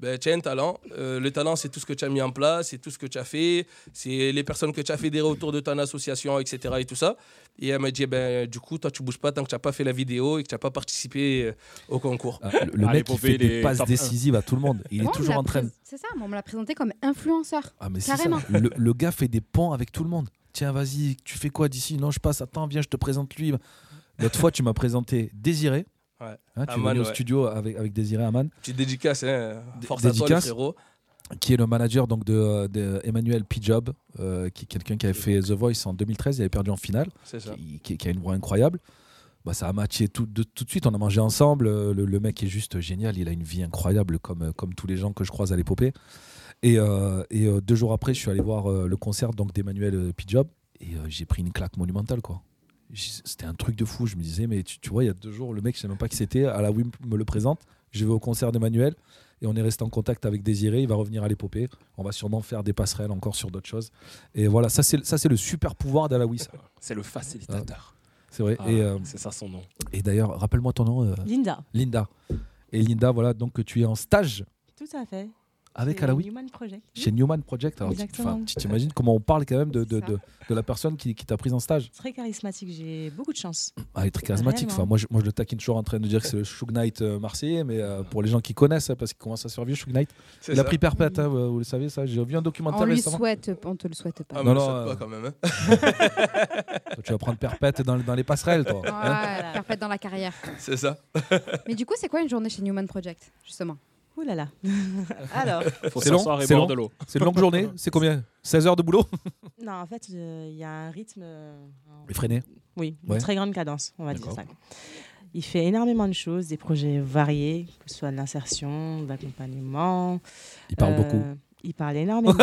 Ben, tu as un talent. Euh, le talent, c'est tout ce que tu as mis en place, c'est tout ce que tu as fait, c'est les personnes que tu as fédérées autour de ton association, etc. Et tout ça. Et elle m'a dit, ben, du coup, toi, tu bouges pas tant que tu n'as pas fait la vidéo et que tu n'as pas participé euh, au concours. Ah, Le, le mec, il fait des passes décisives à tout le monde. Moi, Il est on me toujours l'a en train. de- prés- C'est ça, moi, on me l'a présenté comme influenceur. Ah, mais c'est ça. Carrément. Le, le gars fait des ponts avec tout le monde. Tiens, vas-y, tu fais quoi d'ici Non, je passe. Attends, viens, je te présente lui. L'autre fois, tu m'as présenté Désiré. Ouais. Hein, tu es Aman, venu au ouais. studio avec, avec Désiré Aman. Petite dédicace, hein. force à toi, les dédicace. frérots. qui est le manager donc de, de Emmanuel Pijob, euh, qui est quelqu'un qui avait fait The Voice en 2013, il avait perdu en finale, C'est ça. Qui, qui- qui a une voix incroyable. Bah, ça a matché tout de, tout de suite, on a mangé ensemble, euh, le, le mec est juste génial, il a une vie incroyable comme, euh, comme tous les gens que je croise à l'épopée. Et, euh, et, euh, deux jours après, je suis allé voir euh, le concert donc d'Emmanuel euh, Pijob et euh, j'ai pris une claque monumentale quoi. J- C'était un truc de fou, je me disais mais tu, tu vois il y a deux jours le mec je sais même pas qui c'était, à la Wim me le présente, je vais au concert d'Emmanuel et on est resté en contact avec Désiré, il va revenir à l'épopée, on va sûrement faire des passerelles encore sur d'autres choses. Et voilà, ça c'est ça c'est le super pouvoir d'Alaoui ça. C'est le facilitateur. C'est vrai. Ah, Et, euh, c'est ça son nom. Et d'ailleurs, rappelle-moi ton nom. euh, Linda. Linda. Et Linda, voilà, donc tu es en stage Tout à fait. avec Chez Alaoui Newman Project. Chez Newman Project. Alors, tu- Exactement. enfin, tu t'imagines comment on parle quand même de, de, C'est ça. de- de la personne qui, qui t'a prise en stage Très charismatique, j'ai beaucoup de chance. ah, il est très charismatique. Vraiment. Enfin, moi, je, moi, je le taquine toujours en train de dire que c'est le Shug Knight euh, marseillais, mais euh, pour les gens qui connaissent, hein, parce qu'il commence à survivre, Shug Knight. C'est Il a ça. pris perpète, hein, vous vous le savez, ça. J'ai vu un documentaire On lui récemment. souhaite, on te le souhaite pas. Ah, Non, Non, non, non, pas euh, quand même. hein. [LAUGHS] Toi, tu vas prendre perpète dans, dans les passerelles, toi. hein. Voilà, perpète dans la carrière. C'est ça. Mais du coup, c'est quoi une journée chez Newman Project, justement Ouh là là. [LAUGHS] Alors. Faut C'est long, s'asseoir et c'est boire long. de l'eau. [LAUGHS] C'est une longue journée. C'est combien 16 heures de boulot Non, en fait, euh, il y a un rythme. euh, Effréné. Oui, une Ouais. très grande cadence, on va dire D'accord. ça. Il fait énormément de choses, des projets variés, que ce soit de l'insertion, de l'accompagnement. euh, Il parle beaucoup. Il parle énormément. [LAUGHS]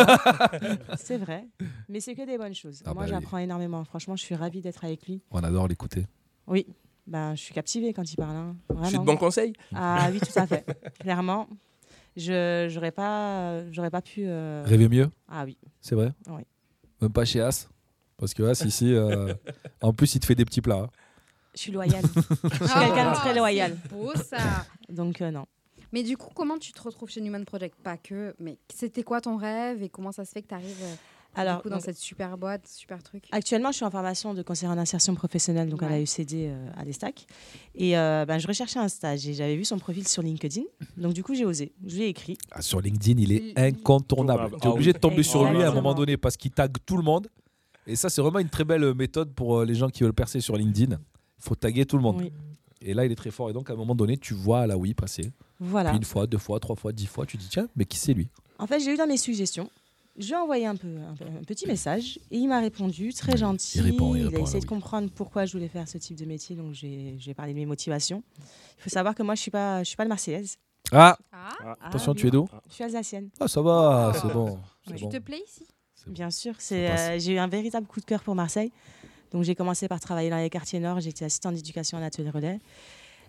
c'est vrai. Mais c'est que des bonnes choses. Ah Moi, bah oui. j'apprends énormément. Franchement, je suis ravie d'être avec lui. On adore l'écouter. Oui, ben, je suis captivée quand il parle. hein. Je suis de Vraiment. bon conseil. Ah oui, tout à fait. Clairement, je j'aurais pas, j'aurais pas pu. euh, Rêver mieux Ah oui. C'est vrai Oui. Même pas chez As Parce que [LAUGHS] As, ici, euh, en plus, il te fait des petits plats. hein. Je suis loyale. [LAUGHS] je suis quelqu'un de très loyal. Ah. C'est beau ça. Donc euh, non. Mais du coup, comment tu te retrouves chez Newman Project Pas que, mais c'était quoi ton rêve et comment ça se fait que tu arrives Alors, dans donc- cette super boîte, super truc Actuellement, je suis en formation de conseillère en insertion professionnelle, donc à la Ouais. UCD euh, à l'ESTAC. Et euh, ben, je recherchais un stage et j'avais vu son profil sur LinkedIn. Donc du coup, j'ai osé. Je lui ai écrit. Ah, sur LinkedIn, il est incontournable. Ah, Tu es obligé de tomber sur lui à un Exactement. moment donné parce qu'il tague tout le monde. Et ça, c'est vraiment une très belle méthode pour euh, les gens qui veulent percer sur LinkedIn. Il faut taguer tout le monde. Oui. Et là, il est très fort. Et donc, à un moment donné, tu vois la oui passer. Voilà. Puis une fois, deux fois, trois fois, dix fois, tu dis tiens, mais qui c'est lui En fait, j'ai eu dans mes suggestions. Je lui ai envoyé un, peu, un, un petit message et il m'a répondu, très gentil. il répond, il répond, a essayé là, de comprendre pourquoi je voulais faire ce type de métier, donc j'ai j'ai parlé de mes motivations. Il faut savoir que moi, je ne suis, pas- je suis pas de Marseillaise. Ah, Ah, Attention, oui. tu es d'où Je suis alsacienne. Ah, ça va, c'est bon. c'est Tu bon. te plais ici Bien sûr, c'est, passe. euh, j'ai eu un véritable coup de cœur pour Marseille. Donc j'ai commencé par travailler dans les quartiers nord, j'étais assistante d'éducation à l'atelier relais.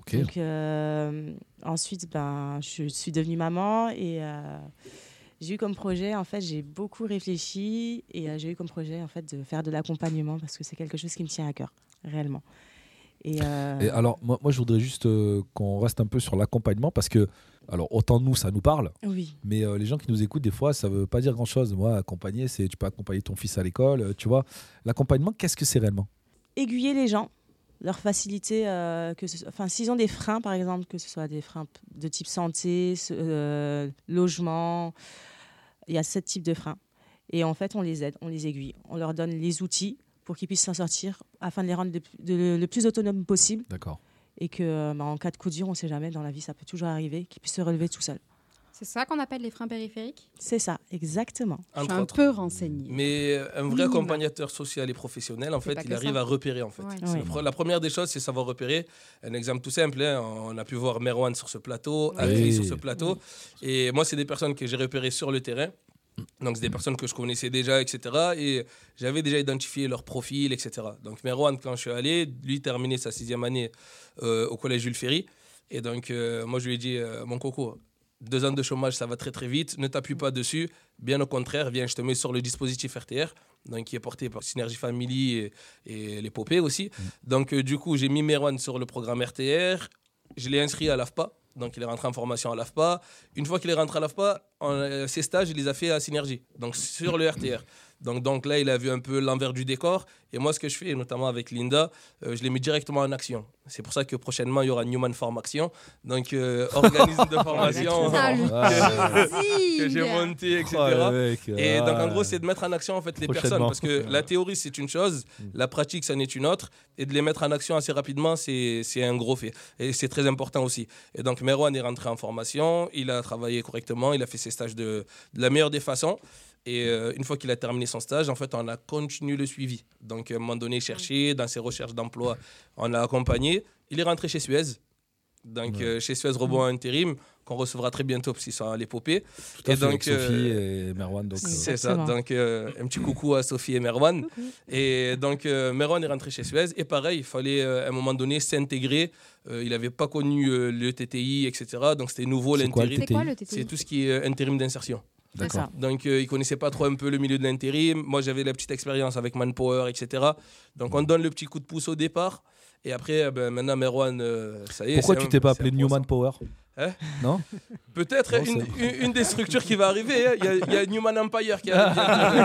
Ok. Donc euh, ensuite, ben, je suis devenue maman et euh, j'ai eu comme projet, en fait, j'ai beaucoup réfléchi et euh, j'ai eu comme projet en fait de faire de l'accompagnement parce que c'est quelque chose qui me tient à cœur, réellement. Et, euh, Et alors, moi, moi, je voudrais juste euh, qu'on reste un peu sur l'accompagnement parce que, alors, autant nous, ça nous parle. Oui. Mais euh, les gens qui nous écoutent, des fois, ça veut pas dire grand-chose. Moi, accompagner, c'est tu peux accompagner ton fils à l'école, euh, tu vois. L'accompagnement, qu'est-ce que c'est réellement aiguiller les gens, leur faciliter, euh, que ce soit- enfin, s'ils ont des freins, par exemple, que ce soit des freins p- de type santé, ce- euh, logement, il y a sept types de freins. Et en fait, on les aide, on les aiguille, on leur donne les outils pour qu'ils puissent s'en sortir, afin de les rendre le, p- de- le plus autonome possible. D'accord. Et que, euh, bah, en cas de coup dur, on ne sait jamais, dans la vie, ça peut toujours arriver, qu'ils puissent se relever tout seuls. C'est ça qu'on appelle les freins périphériques C'est ça, exactement. Je suis Entre un autres. peu renseignée. Mais euh, un vrai Minimum. accompagnateur social et professionnel, en C'est fait, pas il que arrive ça. à repérer. En fait. Ouais. C'est le Ouais. pre- la première des choses, c'est savoir repérer. Un exemple tout simple, hein, on a pu voir Merwan sur ce plateau, Oui. Agri Oui. sur ce plateau. Et moi, c'est des personnes que j'ai repérées sur le terrain. Donc, c'est des personnes que je connaissais déjà, etc. Et j'avais déjà identifié leur profil, etc. Donc, Merwan, quand je suis allé, lui terminait sa sixième année euh, au collège Jules Ferry. Et donc, euh, moi, je lui ai dit, euh, mon coco, deux ans de chômage, ça va très très vite, ne t'appuie pas dessus. Bien au contraire, viens, je te mets sur le dispositif RTR, donc, qui est porté par Synergie Family et, et l'épopée aussi. Donc, euh, du coup, j'ai mis Merwan sur le programme RTR. Je l'ai inscrit à l'AFPA. Donc, il est rentré en formation à l'AFPA. Une fois qu'il est rentré à l'AFPA, on, euh, ses stages, il les a fait à Synergie, donc sur le RTR. Donc, donc là, il a vu un peu l'envers du décor. Et moi, ce que je fais, notamment avec Linda, euh, je les mets directement en action. C'est pour ça que prochainement, il y aura Newman Form Action. Donc, euh, organisme de formation Ah, le [LAUGHS] que- teasing que j'ai monté, etc. Oh, le mec, et ah. donc, en gros, c'est de mettre en action en fait, les personnes. Prochainement. Parce que la théorie, c'est une chose, Mm. la pratique, ça en est une autre. Et de les mettre en action assez rapidement, c'est c'est un gros fait. Et c'est très important aussi. Et donc, Merwan est rentré en formation, il a travaillé correctement, il a fait ses stages de, de la meilleure des façons. Et euh, une fois qu'il a terminé son stage, en fait, on a continué le suivi. Donc, à un moment donné, chercher dans ses recherches d'emploi, on l'a accompagné. Il est rentré chez Suez. Donc, Ouais. euh, chez Suez Robot Intérim, qu'on recevra très bientôt, parce qu'ils sont à l'épopée. Tout à fait, avec euh, Sophie et Merwan, donc, euh, c'est ça. Exactement. Donc, euh, un petit coucou à Sophie et Merwan. Et donc, euh, Merwan est rentré chez Suez. Et pareil, il fallait euh, à un moment donné s'intégrer. Euh, il n'avait pas connu euh, le TTI, etc. Donc, c'était nouveau C'est quoi, le l'intérim. C'est quoi, le TTI? C'est tout ce qui est euh, intérim d'insertion. D'accord. C'est ça. Donc, euh, il connaissait pas trop un peu le milieu de l'intérim. Moi, j'avais la petite expérience avec Manpower, etc. Donc, on donne le petit coup de pouce au départ. Et après, euh, ben, maintenant, Merwan, euh, ça y est. Pourquoi c'est tu un- t'es pas c'est appelé Newman Power Hein Non Peut-être Non, une, une- une des structures qui va arriver. hein. Il y a- il y, a Newman Empire qui arrive. [LAUGHS]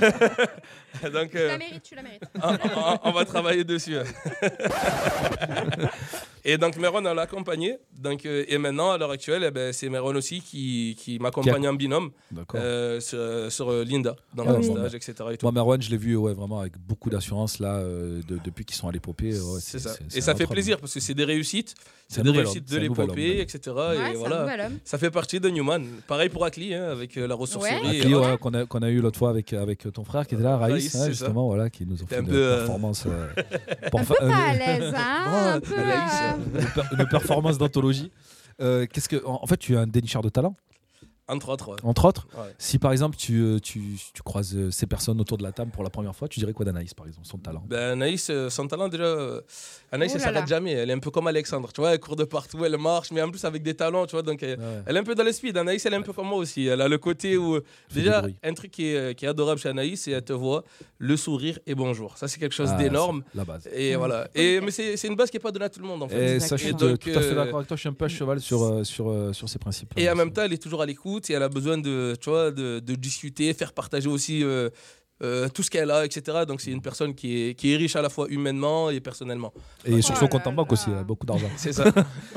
bientôt, donc, euh, donc, Tu la mérites, tu la mérites. On, on- on va travailler dessus. [LAUGHS] hein. et donc, Meron, on l'a accompagné. Donc, euh, et maintenant, à l'heure actuelle, eh ben, c'est Meron aussi qui, qui m'accompagne Qui a- en binôme D'accord. euh, sur, sur, euh, Linda, dans Ouais, le bon, stage, ben, etc. et tout. Moi, Merwan, je l'ai vu ouais, vraiment avec beaucoup d'assurance là, euh, de- depuis qu'ils sont à l'épopée. ouais, C'est ça. c'est- Et c'est ça un fait autre plaisir parce que c'est des réussites. C'est C'est un des nouvel réussites homme, de c'est un nouvel l'épopée, etc. c'est un et voilà. nouvel homme. Ça fait partie de Newman. Pareil pour Akli, hein, avec euh, la homme. ressourcerie. Ah, et Clio, voilà. ouais, qu'on a, qu'on a eu l'autre fois avec, avec ton frère qui était là, Raïs, Raïs, ouais, c'est ça. justement, voilà, qui nous ont T'es fait un une peu, euh, performance. [LAUGHS] euh, Un peu parfa- pas à euh, l'aise, hein Un peu. euh, une, per- une performance d'anthologie. Euh, qu'est-ce que, en en fait, tu es un dénicheur de talent Entre autres. ouais. Entre autres, Ouais. si par exemple tu, euh, tu, tu croises euh, ces personnes autour de la table pour la première fois, tu dirais quoi d'Anaïs par exemple, son talent Ben, Anaïs, euh, son talent déjà, euh, Anaïs, Oh elle là là. s'arrête jamais. Elle est un peu comme Alexandre, tu vois, elle court de partout, elle marche, mais en plus avec des talents, tu vois. Donc, elle, elle est un peu dans le speed. Anaïs, elle est un peu comme moi aussi. Elle a le côté où, euh, déjà, un truc qui est, euh, qui est adorable chez Anaïs, c'est elle te voit le sourire et bonjour. Ça, c'est quelque chose Ah, d'énorme. c'est la base. Et Mm. voilà. Et, mais c'est c'est une base qui n'est pas donnée à tout le monde, en fait. Et ça, je suis Et de- donc, tout à fait euh, d'accord avec toi, je suis un peu à cheval sur, euh, sur, euh, sur ces principes. et en même temps, elle est toujours à l'écoute et elle a besoin de, tu vois, de, de discuter, faire partager aussi euh, euh, tout ce qu'elle a, etc. Donc c'est une personne qui est, qui est riche à la fois humainement et personnellement. Et sur son compte en banque aussi, elle a beaucoup d'argent. C'est [LAUGHS] ça.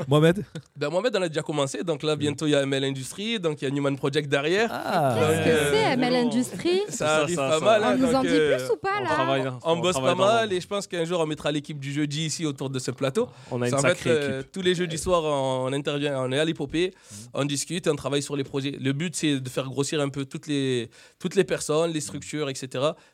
Mohamed Ben Mohamed, on a déjà commencé. Donc là, bientôt, il y a ML Industries, donc il y a Newman Project derrière. euh, Qu'est-ce que c'est, ML Industries ça arrive pas mal. hein, On nous en donc, dit euh, plus ou pas, là on, bosse pas mal et je pense qu'un jour on mettra l'équipe du jeudi ici autour de ce plateau. On a une Ça, en sacrée équipe. euh, Tous les jeudis soirs, on intervient, on est à l'épopée, on discute, on travaille sur les projets. Le but c'est de faire grossir un peu toutes les, toutes les personnes, les structures, etc.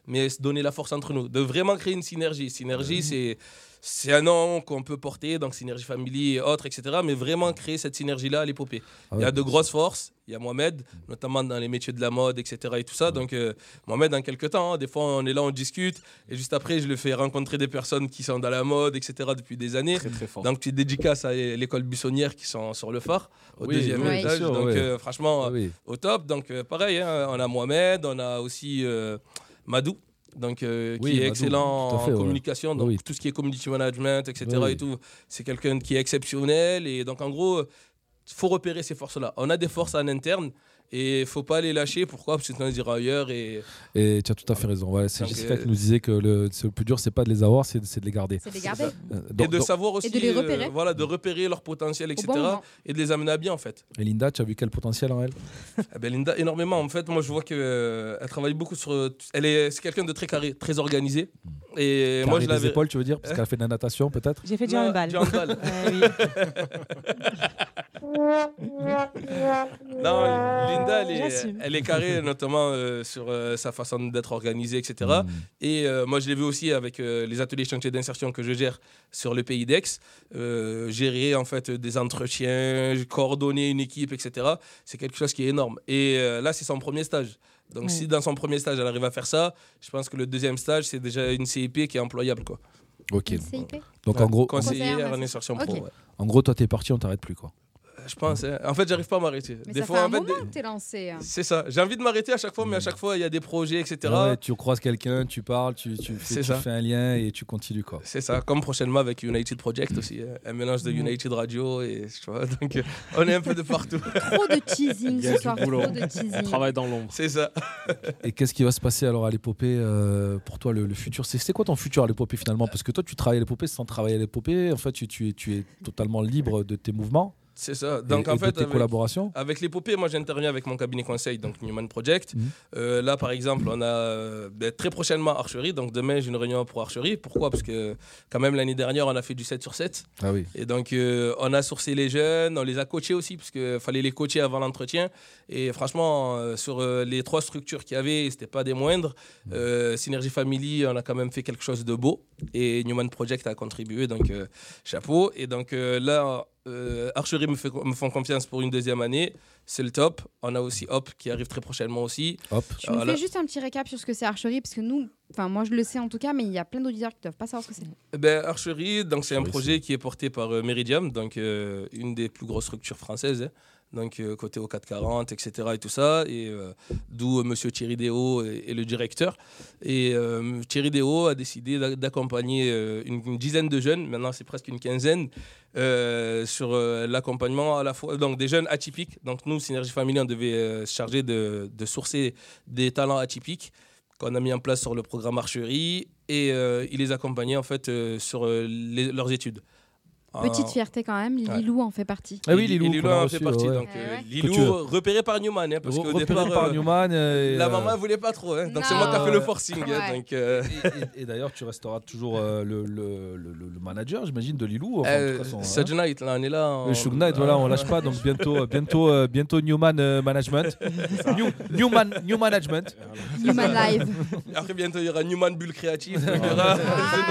Mais se donner la force entre nous, de vraiment créer une synergie. Synergie, c'est c'est un nom qu'on peut porter, donc Synergie Family et autres, etc. Mais vraiment créer cette synergie-là à l'épopée. Ah il y a ouais, de grosses forces. Il y a Mohamed, notamment dans les métiers de la mode, etc. Et tout ça. Donc, euh, Mohamed, dans quelques temps, hein, des fois, on est là, on discute. Et juste après, je le fais rencontrer des personnes qui sont dans la mode, etc. depuis des années. Donc, petite dédicace à l'école buissonnière qui sont sur le phare, au Oui, deuxième oui, bien étage. sûr, donc, oui. euh, franchement, Oui. au top. Donc, euh, pareil, hein, on a Mohamed, on a aussi euh, Madou. Donc, euh, Oui, qui est Madou, excellent tout à fait, en ouais. communication, donc Oui. tout ce qui est community management, etc. Oui. et tout, c'est quelqu'un qui est exceptionnel. Et donc, en gros, il faut repérer ces forces-là. On a des forces en interne et il faut pas les lâcher. Pourquoi Parce que sinon, ils iront ailleurs. Et... Et tu as tout à fait raison. Voilà, c'est Donc, Jessica euh, qui nous disait que le, c'est- le plus dur, c'est pas de les avoir, c'est de, c'est de les garder. C'est de les garder. Euh, Et donc- de donc- savoir aussi de les repérer. euh, voilà, de repérer leur potentiel, etc. moment. et de les amener à bien, en fait. Et Linda, tu as vu quel potentiel en elle Eh ben, Linda, énormément. En fait, moi, je vois qu'elle travaille beaucoup sur. Elle est, c'est quelqu'un de très carré, très organisé. Et Carré moi, je des l'avais. Hein [LAUGHS] épaules, [LAUGHS] tu veux dire Parce qu'elle a fait Ah de la natation, peut-être J'ai fait du Non, [LAUGHS] handball. du handball. Ouais, oui. Non, Linda, elle est, J'assume. elle est [LAUGHS] carrée, notamment euh, sur euh, sa façon d'être organisée, etc. Mm. Et euh, moi, je l'ai vu aussi avec euh, les ateliers chantiers d'insertion que je gère sur le pays d'Aix. Euh, gérer, en fait, des entretiens, coordonner une équipe, etc. C'est quelque chose qui est énorme. Et euh, là, c'est son premier stage. Donc, Ouais. si dans son premier stage, elle arrive à faire ça, je pense que le deuxième stage, c'est déjà une CIP qui est employable, quoi. Euh, Ok. CIP. Donc en gros, Conseillère en insertion pro, ouais. En gros, toi, t'es parti, on t'arrête plus quoi. Je pense. hein. En fait, j'arrive pas à m'arrêter. Mais Des ça fois, fait en un fait, moment des- que t'es lancé. hein. C'est ça. J'ai envie de m'arrêter à chaque fois, mais à chaque fois, il y a des projets, etc. Ouais, tu croises quelqu'un, tu parles, tu, tu, fais, C'est tu ça. fais un lien et tu continues quoi. C'est ça, comme prochainement avec United Project aussi, hein. un mélange de Mm. United Radio et tu vois, donc euh, on est un peu de partout. [LAUGHS] Trop de teasing Il y a ce du soir, boulot. trop de teasing. On travaille dans l'ombre. C'est ça. [LAUGHS] Et qu'est-ce qui va se passer alors à l'épopée euh, pour toi le, le futur C'est c'est quoi ton futur à l'épopée finalement Parce que toi tu travailles à l'épopée sans travailler à l'épopée. En fait tu, tu es, tu es totalement libre de tes mouvements. C'est ça. Donc et- en et de fait, euh, tes collaborations. Avec l'épopée, moi j'interviens avec mon cabinet conseil, donc Newman Project. Euh, là, par exemple, on a euh, ben, très prochainement Archerie. Donc demain, j'ai une réunion pour Archerie. Pourquoi Parce que quand même l'année dernière, on a fait du 7 sur 7. Ah oui. Et donc, euh, on a sourcé les jeunes, on les a coachés aussi, parce qu'il fallait les coacher avant l'entretien. Et franchement, euh, sur euh, les trois structures qu'il y avait, c'était pas des moindres. Euh, Synergie Family, on a quand même fait quelque chose de beau. Et Newman Project a contribué, donc euh, chapeau. Et donc euh, là, euh, Archery me, fait, me font confiance pour une deuxième année. C'est le top. On a aussi Hop qui arrive très prochainement aussi. Hop. Je Euh, me fais juste un petit récap sur ce que c'est Archery, parce que nous, enfin moi je le sais en tout cas, mais il y a plein d'auditeurs qui doivent pas savoir ce que c'est. Ben, Archery, donc c'est un Oui, projet qui est porté par euh, Meridiam, donc euh, une des plus grosses structures françaises. hein. Donc euh, côté au 440, etc. et tout ça, et euh, d'où euh, Monsieur Thierry Déo est, est le directeur. Et euh, Thierry Déo a décidé d'a- d'accompagner euh, une, une dizaine de jeunes, maintenant c'est presque une quinzaine, euh, sur euh, l'accompagnement à la fois donc des jeunes atypiques. Donc nous, Synergie Family, on devait euh, se charger de, de sourcer des talents atypiques qu'on a mis en place sur le programme Archerie et euh, il les accompagnait en fait euh, sur euh, les- leurs études. Petite En- fierté quand même, Ah. Ouais. Lilou en fait partie. Ah oui, Et- Lilou et qu'on a en reçu, fait partie. ouais. Donc, Eh euh, ouais. Lilou, Que tu- euh, repéré par Newman. hein, parce Re- qu'au repéré départ, par euh, Newman, euh, [LAUGHS] et, la euh, maman, elle voulait pas trop. hein. donc, c'est Non. moi qui ai fait le Ouais. forcing. hein, Ouais. donc, euh, Et, et d'ailleurs tu resteras toujours euh, le, le- le- le- le manager j'imagine de Lilou. enfin, en euh, tout cas, son- hein. Sage Knight, là, on est là. en- Le Shug Knight, voilà, on lâche pas. Donc [LAUGHS] bientôt, euh, bientôt, euh, bientôt Newman euh, [LAUGHS] Management. New, Newman, New Management. Newman Live. [LAUGHS] Après, bientôt, il y aura Newman Bull Créatif. [LAUGHS] donc, il y aura-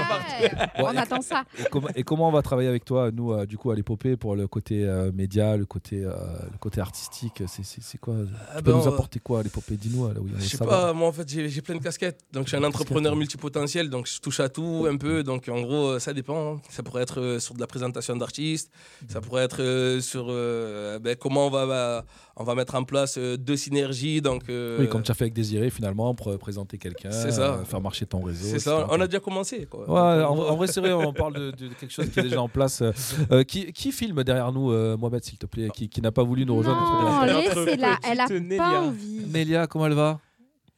Ouais, on attend ça. Et, com- et comment on va travailler avec toi, nous, euh, du coup, à l'épopée, pour le côté euh, média, le côté, euh, le côté artistique C'est- C'est c'est quoi Tu peux ben, nous on va- apporter quoi à l'épopée Dis-nous. euh, là, oui, on veut Je sais savoir. pas, moi en fait j'ai j'ai plein de casquettes. Donc je suis un entrepreneur multipotentiel, donc je touche à tout un peu. Donc en gros, euh, ça dépend. hein. Ça pourrait être euh, sur de la présentation d'artistes, Mhm. ça pourrait être euh, sur euh, ben, comment on va, bah, on va mettre en place euh, deux synergies. Donc, euh, Oui, comme tu as fait avec Désiré, finalement, pr- présenter quelqu'un, C'est ça. euh, faire marcher ton réseau. c'est ça, on a déjà commencé. Quoi. Ouais, en, en vrai, c'est vrai, on parle de, de quelque chose qui est déjà [LAUGHS] en place. euh, euh, qui, qui filme derrière nous, euh, Mohamed, s'il te plaît, qui, qui n'a pas voulu nous rejoindre Non, Notre- laissez-la, elle a petite pas Nélia. envie. Nélia, comment elle va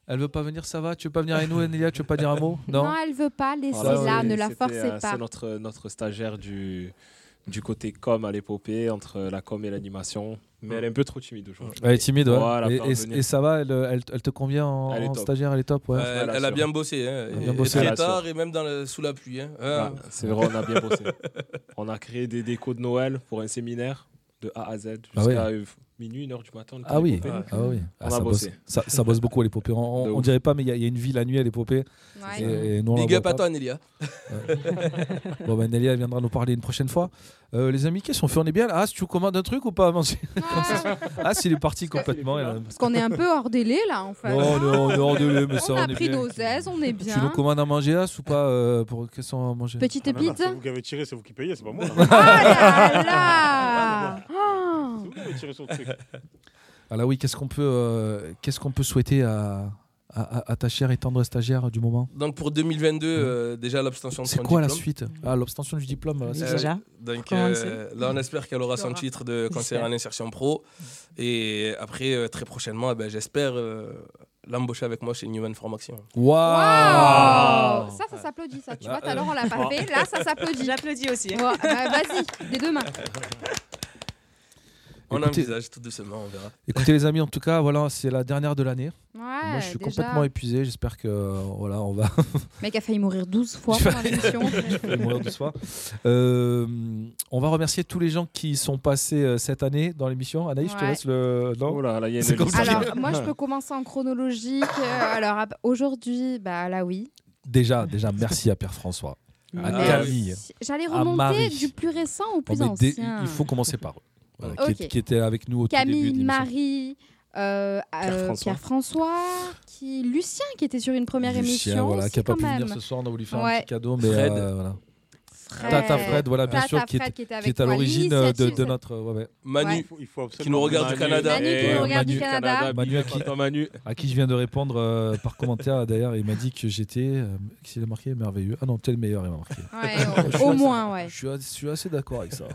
Elle veut pas venir, ça va Tu veux pas venir avec nous, Nélia Tu veux pas dire un [LAUGHS] mot Non, elle veut pas, Ah, laissez-la, Voilà, c'est- ne la Ah c'était, forcez euh, pas. C'est notre, notre stagiaire du, du côté com à l'épopée, entre la com et l'animation. Mais elle est un peu trop timide aujourd'hui. Elle est timide, ouais. Voilà, et, faire et- venir. et ça va, elle, elle- elle te convient en, Elle est en top. stagiaire, elle est top, ouais. Euh, elle, elle a bien bossé, hein. Elle a Et- bien et bossé. très tard et même dans le- sous la pluie. hein. Ah. Euh, Ouais, Ah. Bah, c'est vrai, on a bien bossé. [LAUGHS] on a créé des décos de Noël pour un séminaire de A à Z Ah jusqu'à euh, minuit, une heure du matin. on était Ah oui, l'épopée. ah oui. Ah, On ça, a bosse, bossé. ça, ça bosse beaucoup à l'épopée. On, on- De on ouf. dirait pas, mais il y, a- il y a une vie la nuit à l'épopée. Ouais. Et- et nous, on la Big voit up à pas. toi, Nélia. Ouais. bon, ben Nélia viendra nous parler une prochaine fois. Euh, les amis, qu'est-ce qu'on fait On est bien là Ah, tu commandes un truc ou pas avant Comme ça. [LAUGHS] Ah, s'il est parti complètement. il a- Parce qu'on est un peu hors délai là en fait. Non, non, on est hors délai, [LAUGHS] mais ça, On on a est pris bien. nos aises, on est Tu nous bien. commandes à manger, As, ou pas euh, pour... Qu'est-ce qu'on va manger Petite Non, non, non, bite. C'est vous qui avez tiré, c'est vous qui payez, c'est pas [LAUGHS] Oh moi. Ah là là Ah. C'est vous qui avez tiré sur le truc. Alors Ah oui, qu'est-ce qu'on peut, euh, qu'est-ce qu'on peut souhaiter à, à- à- à ta chère et tendre stagiaire du moment Donc pour 2022, euh, déjà l'abstention de Mhm. C'est son quoi la diplôme. suite Ah, l'abstention du diplôme. voilà, c'est Euh, ça. Donc Comment on euh, le sait là, on espère qu'elle aura son Laura. titre de conseillère en insertion pro. Mm. Et après, euh, très prochainement, eh ben, j'espère euh, l'embaucher avec moi chez Newman Formation. Waouh Ça, ça s'applaudit, ça. Tu Bah, Là, vois, tout à l'heure, on l'a euh, pas fait. Là, ça s'applaudit. J'applaudis aussi. Ouais, bah, Vas-y, des deux mains. On Écoutez- envisage tout doucement, [LAUGHS] on verra. Écoutez les amis, en tout cas, voilà, c'est la dernière de l'année. Ouais. Ouais, Moi, je suis déjà. complètement épuisé. J'espère que euh, voilà, [LAUGHS] on va. Mec a failli mourir 12 fois Je pendant vais- [LAUGHS] l'émission. je vais mourir de soif. Euh, on va remercier tous les gens qui sont passés euh, cette année dans l'émission. Anaïs, je te Ouais. laisse le. Non Oh là là, il y a une C'est comme liste. ça. Alors, moi, je peux commencer en chronologique. Euh, Alors, à- aujourd'hui, bah là, oui. [LAUGHS] Déjà, déjà, merci à Pierre François, à Merci. Camille, Ah, J'allais à remonter Marie. du plus récent au Oh, plus mais dès- ancien. il faut commencer par eux, voilà, qui Ok. est- qui, était avec nous au tout début. Camille, de l'émission. Marie, euh, euh, François. Pierre-François, qui... Lucien, qui était sur une première Lucien, émission. voilà, aussi, qui n'a pas quand pu même. venir ce soir, on a voulu faire un Ouais. petit cadeau, mais Fred. euh, voilà. Fred. Tata Fred, voilà, bien Tata sûr, qui Fred est, qui était qui avec est à toi, l'origine euh, de, l'initiative, de c'est- notre. ouais, ouais. Manu, Ouais. qui nous regarde du Canada. Manu qui nous regarde du Canada. Manu, à qui, à qui je viens de répondre euh, par commentaire d'ailleurs, il m'a dit que j'étais, euh, qu'il a marqué merveilleux. Ah non, t'es le meilleur, il m'a marqué. Ouais, au- Je suis au assez- moins, ouais. Je suis, as- je suis assez d'accord avec ça.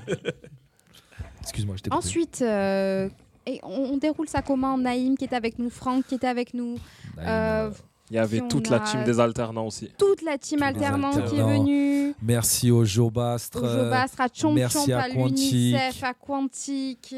Excuse-moi, je t'ai coupé. Ensuite, euh, et on, on déroule ça comment Naïm qui était avec nous, Franck qui était avec nous. euh, Il y avait qui on toute la a- team des alternants aussi. Toute la team alternante qui est venue. Merci au Jobastre. Au Jobastre, à Chomp merci Chomp, à à Quantique. l'UNICEF, à Quantique.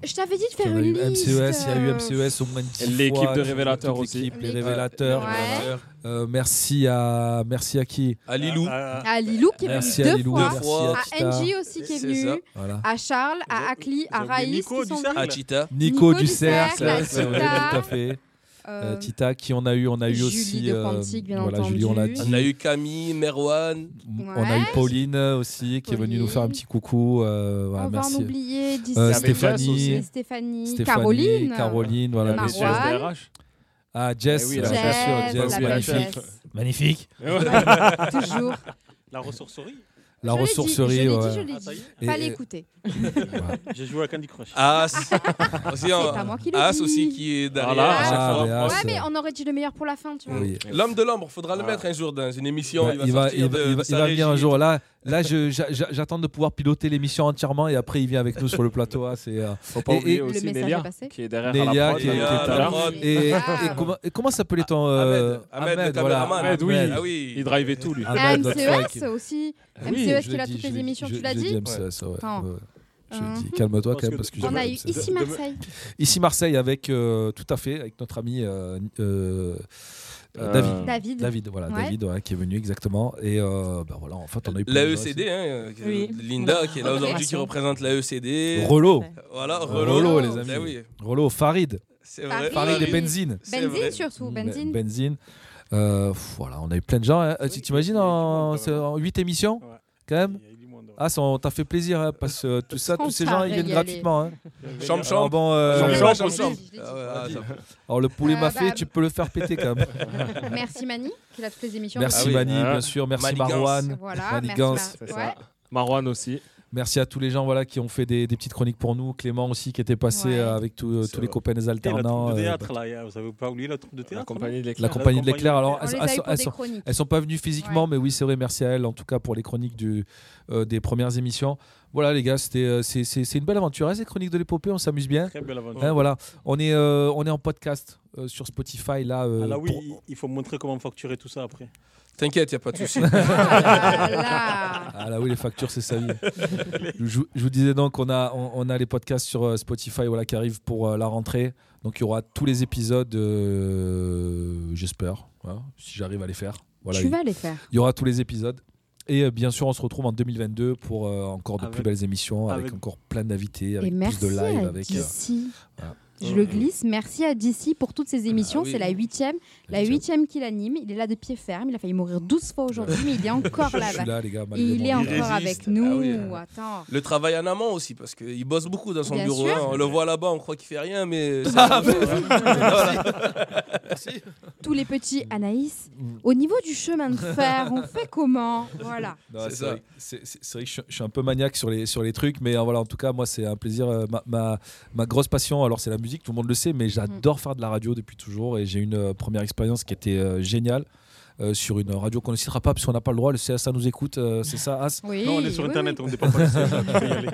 Je t'avais dit de Il y faire en a une eu liste. MCES, E il y a eu euh, MCES au moins 10 fois. L'équipe de toute révélateurs aussi. L'équipe, les L'équipe. révélateurs. Ouais. Euh, merci à merci à qui À Lilou. À Lilou qui est Merci venu à deux Lilou, fois. Deux fois. À, merci à Tita. NJ aussi qui est C'est venu. ça. Voilà. À Charles, à Akli, à Raïs. qui sont venus. À Chita. Nico, du Ducercle, cercle, à c'est vrai, Tita. tout à fait. Euh, Euh, Tita, qui on a eu, on a eu Julie aussi. de euh, Quantique, bien voilà, Julie, on l'a entendu. dit. On a eu Camille, Merwan. On a eu Pauline aussi qui est venue nous faire un petit coucou. euh, voilà, On va merci. en oublier d'ici. Euh, Et Stéphanie, Stéphanie, Caroline. Caroline, voilà, Marwan. bien sûr. Ah, Jess, Eh oui, bien la Jess, sûr, Jess, la belle magnifique. Jess. Magnifique. Toujours. La ressourcerie. La Je l'ai dit, ressourcerie, je l'ai ouais. dit, je l'ai Ah, ça y dit. est. Pas Et- [LAUGHS] l'écouter. J'ai joué à Candy Crush. Ah. As. C'est [LAUGHS] aussi, hein. pas moi qui le As dis. aussi Ah, qui est derrière. Voilà, à Ah, chaque mais fois. As, Ouais, mais on aurait dit le meilleur pour la fin, tu vois. Mm. L'homme de l'ombre, faudra le mettre un jour dans une émission. Ouais, il va, sortir Ah. Bah, il de- va- de il va- sa il va régie. venir un jour. Là, là je- j'a- j'a- j'attends de pouvoir piloter l'émission entièrement et après il vient avec nous sur le plateau. hein, c'est, euh, Faut pas et- oublier et- aussi Nelia, qui est derrière à la Delia prod, euh, Ah. qui est- qui est là, à la la- prod. Et, et Ah, comment, et comment s'appelait ton euh, Ahmed, voilà. le caméraman. Ahmed, oui. Ah oui. Il drivait tout, lui. Ah, Ahmed, notre frère qui- MCES aussi. Ah oui, MCES je qui l'ai l'a dit, toutes je les l'ai émissions, dit, tu l'as je l'ai dit MCS, ouais, Attends. ouais. Je l'ai dit, Mhm. calme-toi quand même parce que On j'ai- a eu ici Marseille. Ici Marseille avec euh, tout à fait avec notre ami euh, euh, Euh, David. David. voilà, Ouais. David ouais, qui est venu exactement. Et euh, ben voilà, en fait, on a eu La plein de gens ECD, hein, Oui. Bah, Linda qui est là Ok. aujourd'hui qui représente la E ECD. Rolo. Voilà, Euh, Rolo. les amis. Eh oui. Rolo, Farid. C'est vrai. Farid et Benzine. C'est vrai. Benzine surtout, Ben- Benzine. Benzine. Euh, pff, voilà, on a eu plein de gens. hein. Euh, Tu T'imagines en, c'est en 8 émissions Quand même Ah, ça, on t'a fait plaisir hein, parce que tout ça, On tous ces t'a gens, ils viennent régalé. gratuitement. Hein. Chambre, chambre. Alors bon, euh, Chambre, chambre, chambre, chambre. chambre. Ah ouais, ah, ça- Alors le poulet Euh, m'a fait, bah, tu peux le faire péter quand même. [LAUGHS] Merci Mani, qui l'a toutes les émissions. Merci Ah aussi. Ah Hein Mani, hein. bien sûr. Merci Manigance. Marouane. Voilà, Manigance. merci, Mar- C'est ça. ouais. Marwan aussi. Merci à tous les gens voilà, qui ont fait des, des petites chroniques pour nous. Clément aussi qui était passé euh, avec tout- tous les copains des Et la alternants. troupe de euh, théâtre, là, il y a- vous avez pas oublié la troupe de théâtre compagnie de La compagnie de l'éclair. Alors, elles, sont elles sont- elles sont, elles sont pas venues physiquement, mais oui, c'est vrai. Merci à elles, en tout cas, pour les chroniques du, euh, des premières émissions. Voilà, les gars, c'était, euh, c'est, c'est- c'est une belle aventure. hein, ces chroniques de l'épopée, on s'amuse bien. Très belle aventure. Hein, voilà, on est, euh, on est en podcast euh, sur Spotify là. euh, Ah là, oui, pour- il- il faut montrer comment facturer tout ça après. T'inquiète, il a pas de [LAUGHS] souci. Ah là oui, les factures, c'est sa vie. je, je vous disais donc qu'on a, on, on a les podcasts sur euh, Spotify voilà, qui arrivent pour euh, la rentrée. Donc il y aura tous les épisodes, euh, j'espère, hein, si j'arrive à les faire. Voilà, Tu il- vas les faire. Il y aura tous les épisodes. Et euh, bien sûr, on se retrouve en 2022 pour euh, encore de Avec- plus belles émissions, avec, avec- encore plein d'invités, avec Et merci plus de live. à avec, euh, DC. voilà. Je le glisse. Merci à DC pour toutes ces émissions. Oh, Ah oui. C'est la huitième. La huitième qu'il anime. Il est là de pied ferme. Il a failli mourir 12 fois aujourd'hui, mais il est encore [LAUGHS] Je là. suis là, les gars, malgré il mon est vieil. encore Il avec résiste. nous. Ah oui. Attends. Le travail en amont aussi, parce qu'il bosse beaucoup dans son Bien bureau. sûr. hein. On le voit là-bas, on croit qu'il fait rien, [LAUGHS] mais. Ah, Voilà. Tous les petits Mm. Anaïs. Au niveau du chemin de fer, on fait comment [LAUGHS] Voilà. Non, C'est c'est ça. vrai, c'est- c'est- c'est vrai que je, suis- je suis un peu maniaque sur les, sur les trucs, mais euh, voilà, en tout cas, moi, c'est un plaisir. euh, ma, ma, ma grosse passion, alors c'est la musique, tout le monde le sait, mais Mm. j'adore faire de la radio depuis toujours et j'ai eu une euh, première expérience qui était euh, géniale. euh, sur une radio qu'on ne citera pas parce qu'on n'a pas le droit, le CSA nous écoute, euh, c'est ça, As Oui, Non, on est sur oui, Internet, oui. on dépend pas du CSA, on peut y [LAUGHS] aller.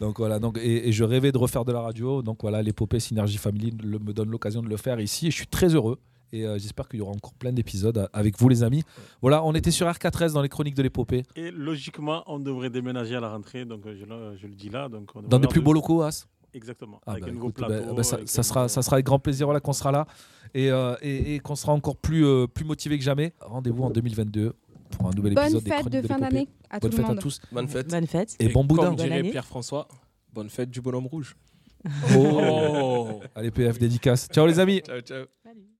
donc voilà, donc, et, et je rêvais de refaire de la radio, donc voilà, l'épopée Synergie Family le- me donne l'occasion de le faire ici et je suis très heureux. Et euh, j'espère qu'il y aura encore plein d'épisodes euh, avec vous, les amis. Voilà, on était sur R4S dans les chroniques de l'épopée. Et logiquement, on devrait déménager à la rentrée, donc euh, je, le- je le dis là. Donc on Dans de des plus beaux locaux, As Exactement. Ah, avec bah, un nouveau écoute, bah, plateau. bah, ça, avec ça un sera, nouveau- ça sera avec grand plaisir voilà, qu'on sera là et, euh, et, et qu'on sera encore plus, euh, plus motivé que jamais. Rendez-vous en 2022 pour un nouvel Bonne épisode. des fête Chroniques de fin l'Épopée. d'année à Bonne tout le fête monde. à tous. Bonne fête. Bonne fête. Et bon boudin. Comme dirait année. Pierre-François, bonne fête du bonhomme rouge. Oh. Oh. Allez, PF, dédicace. Ciao les amis. [LAUGHS] Ciao, ciao. Salut.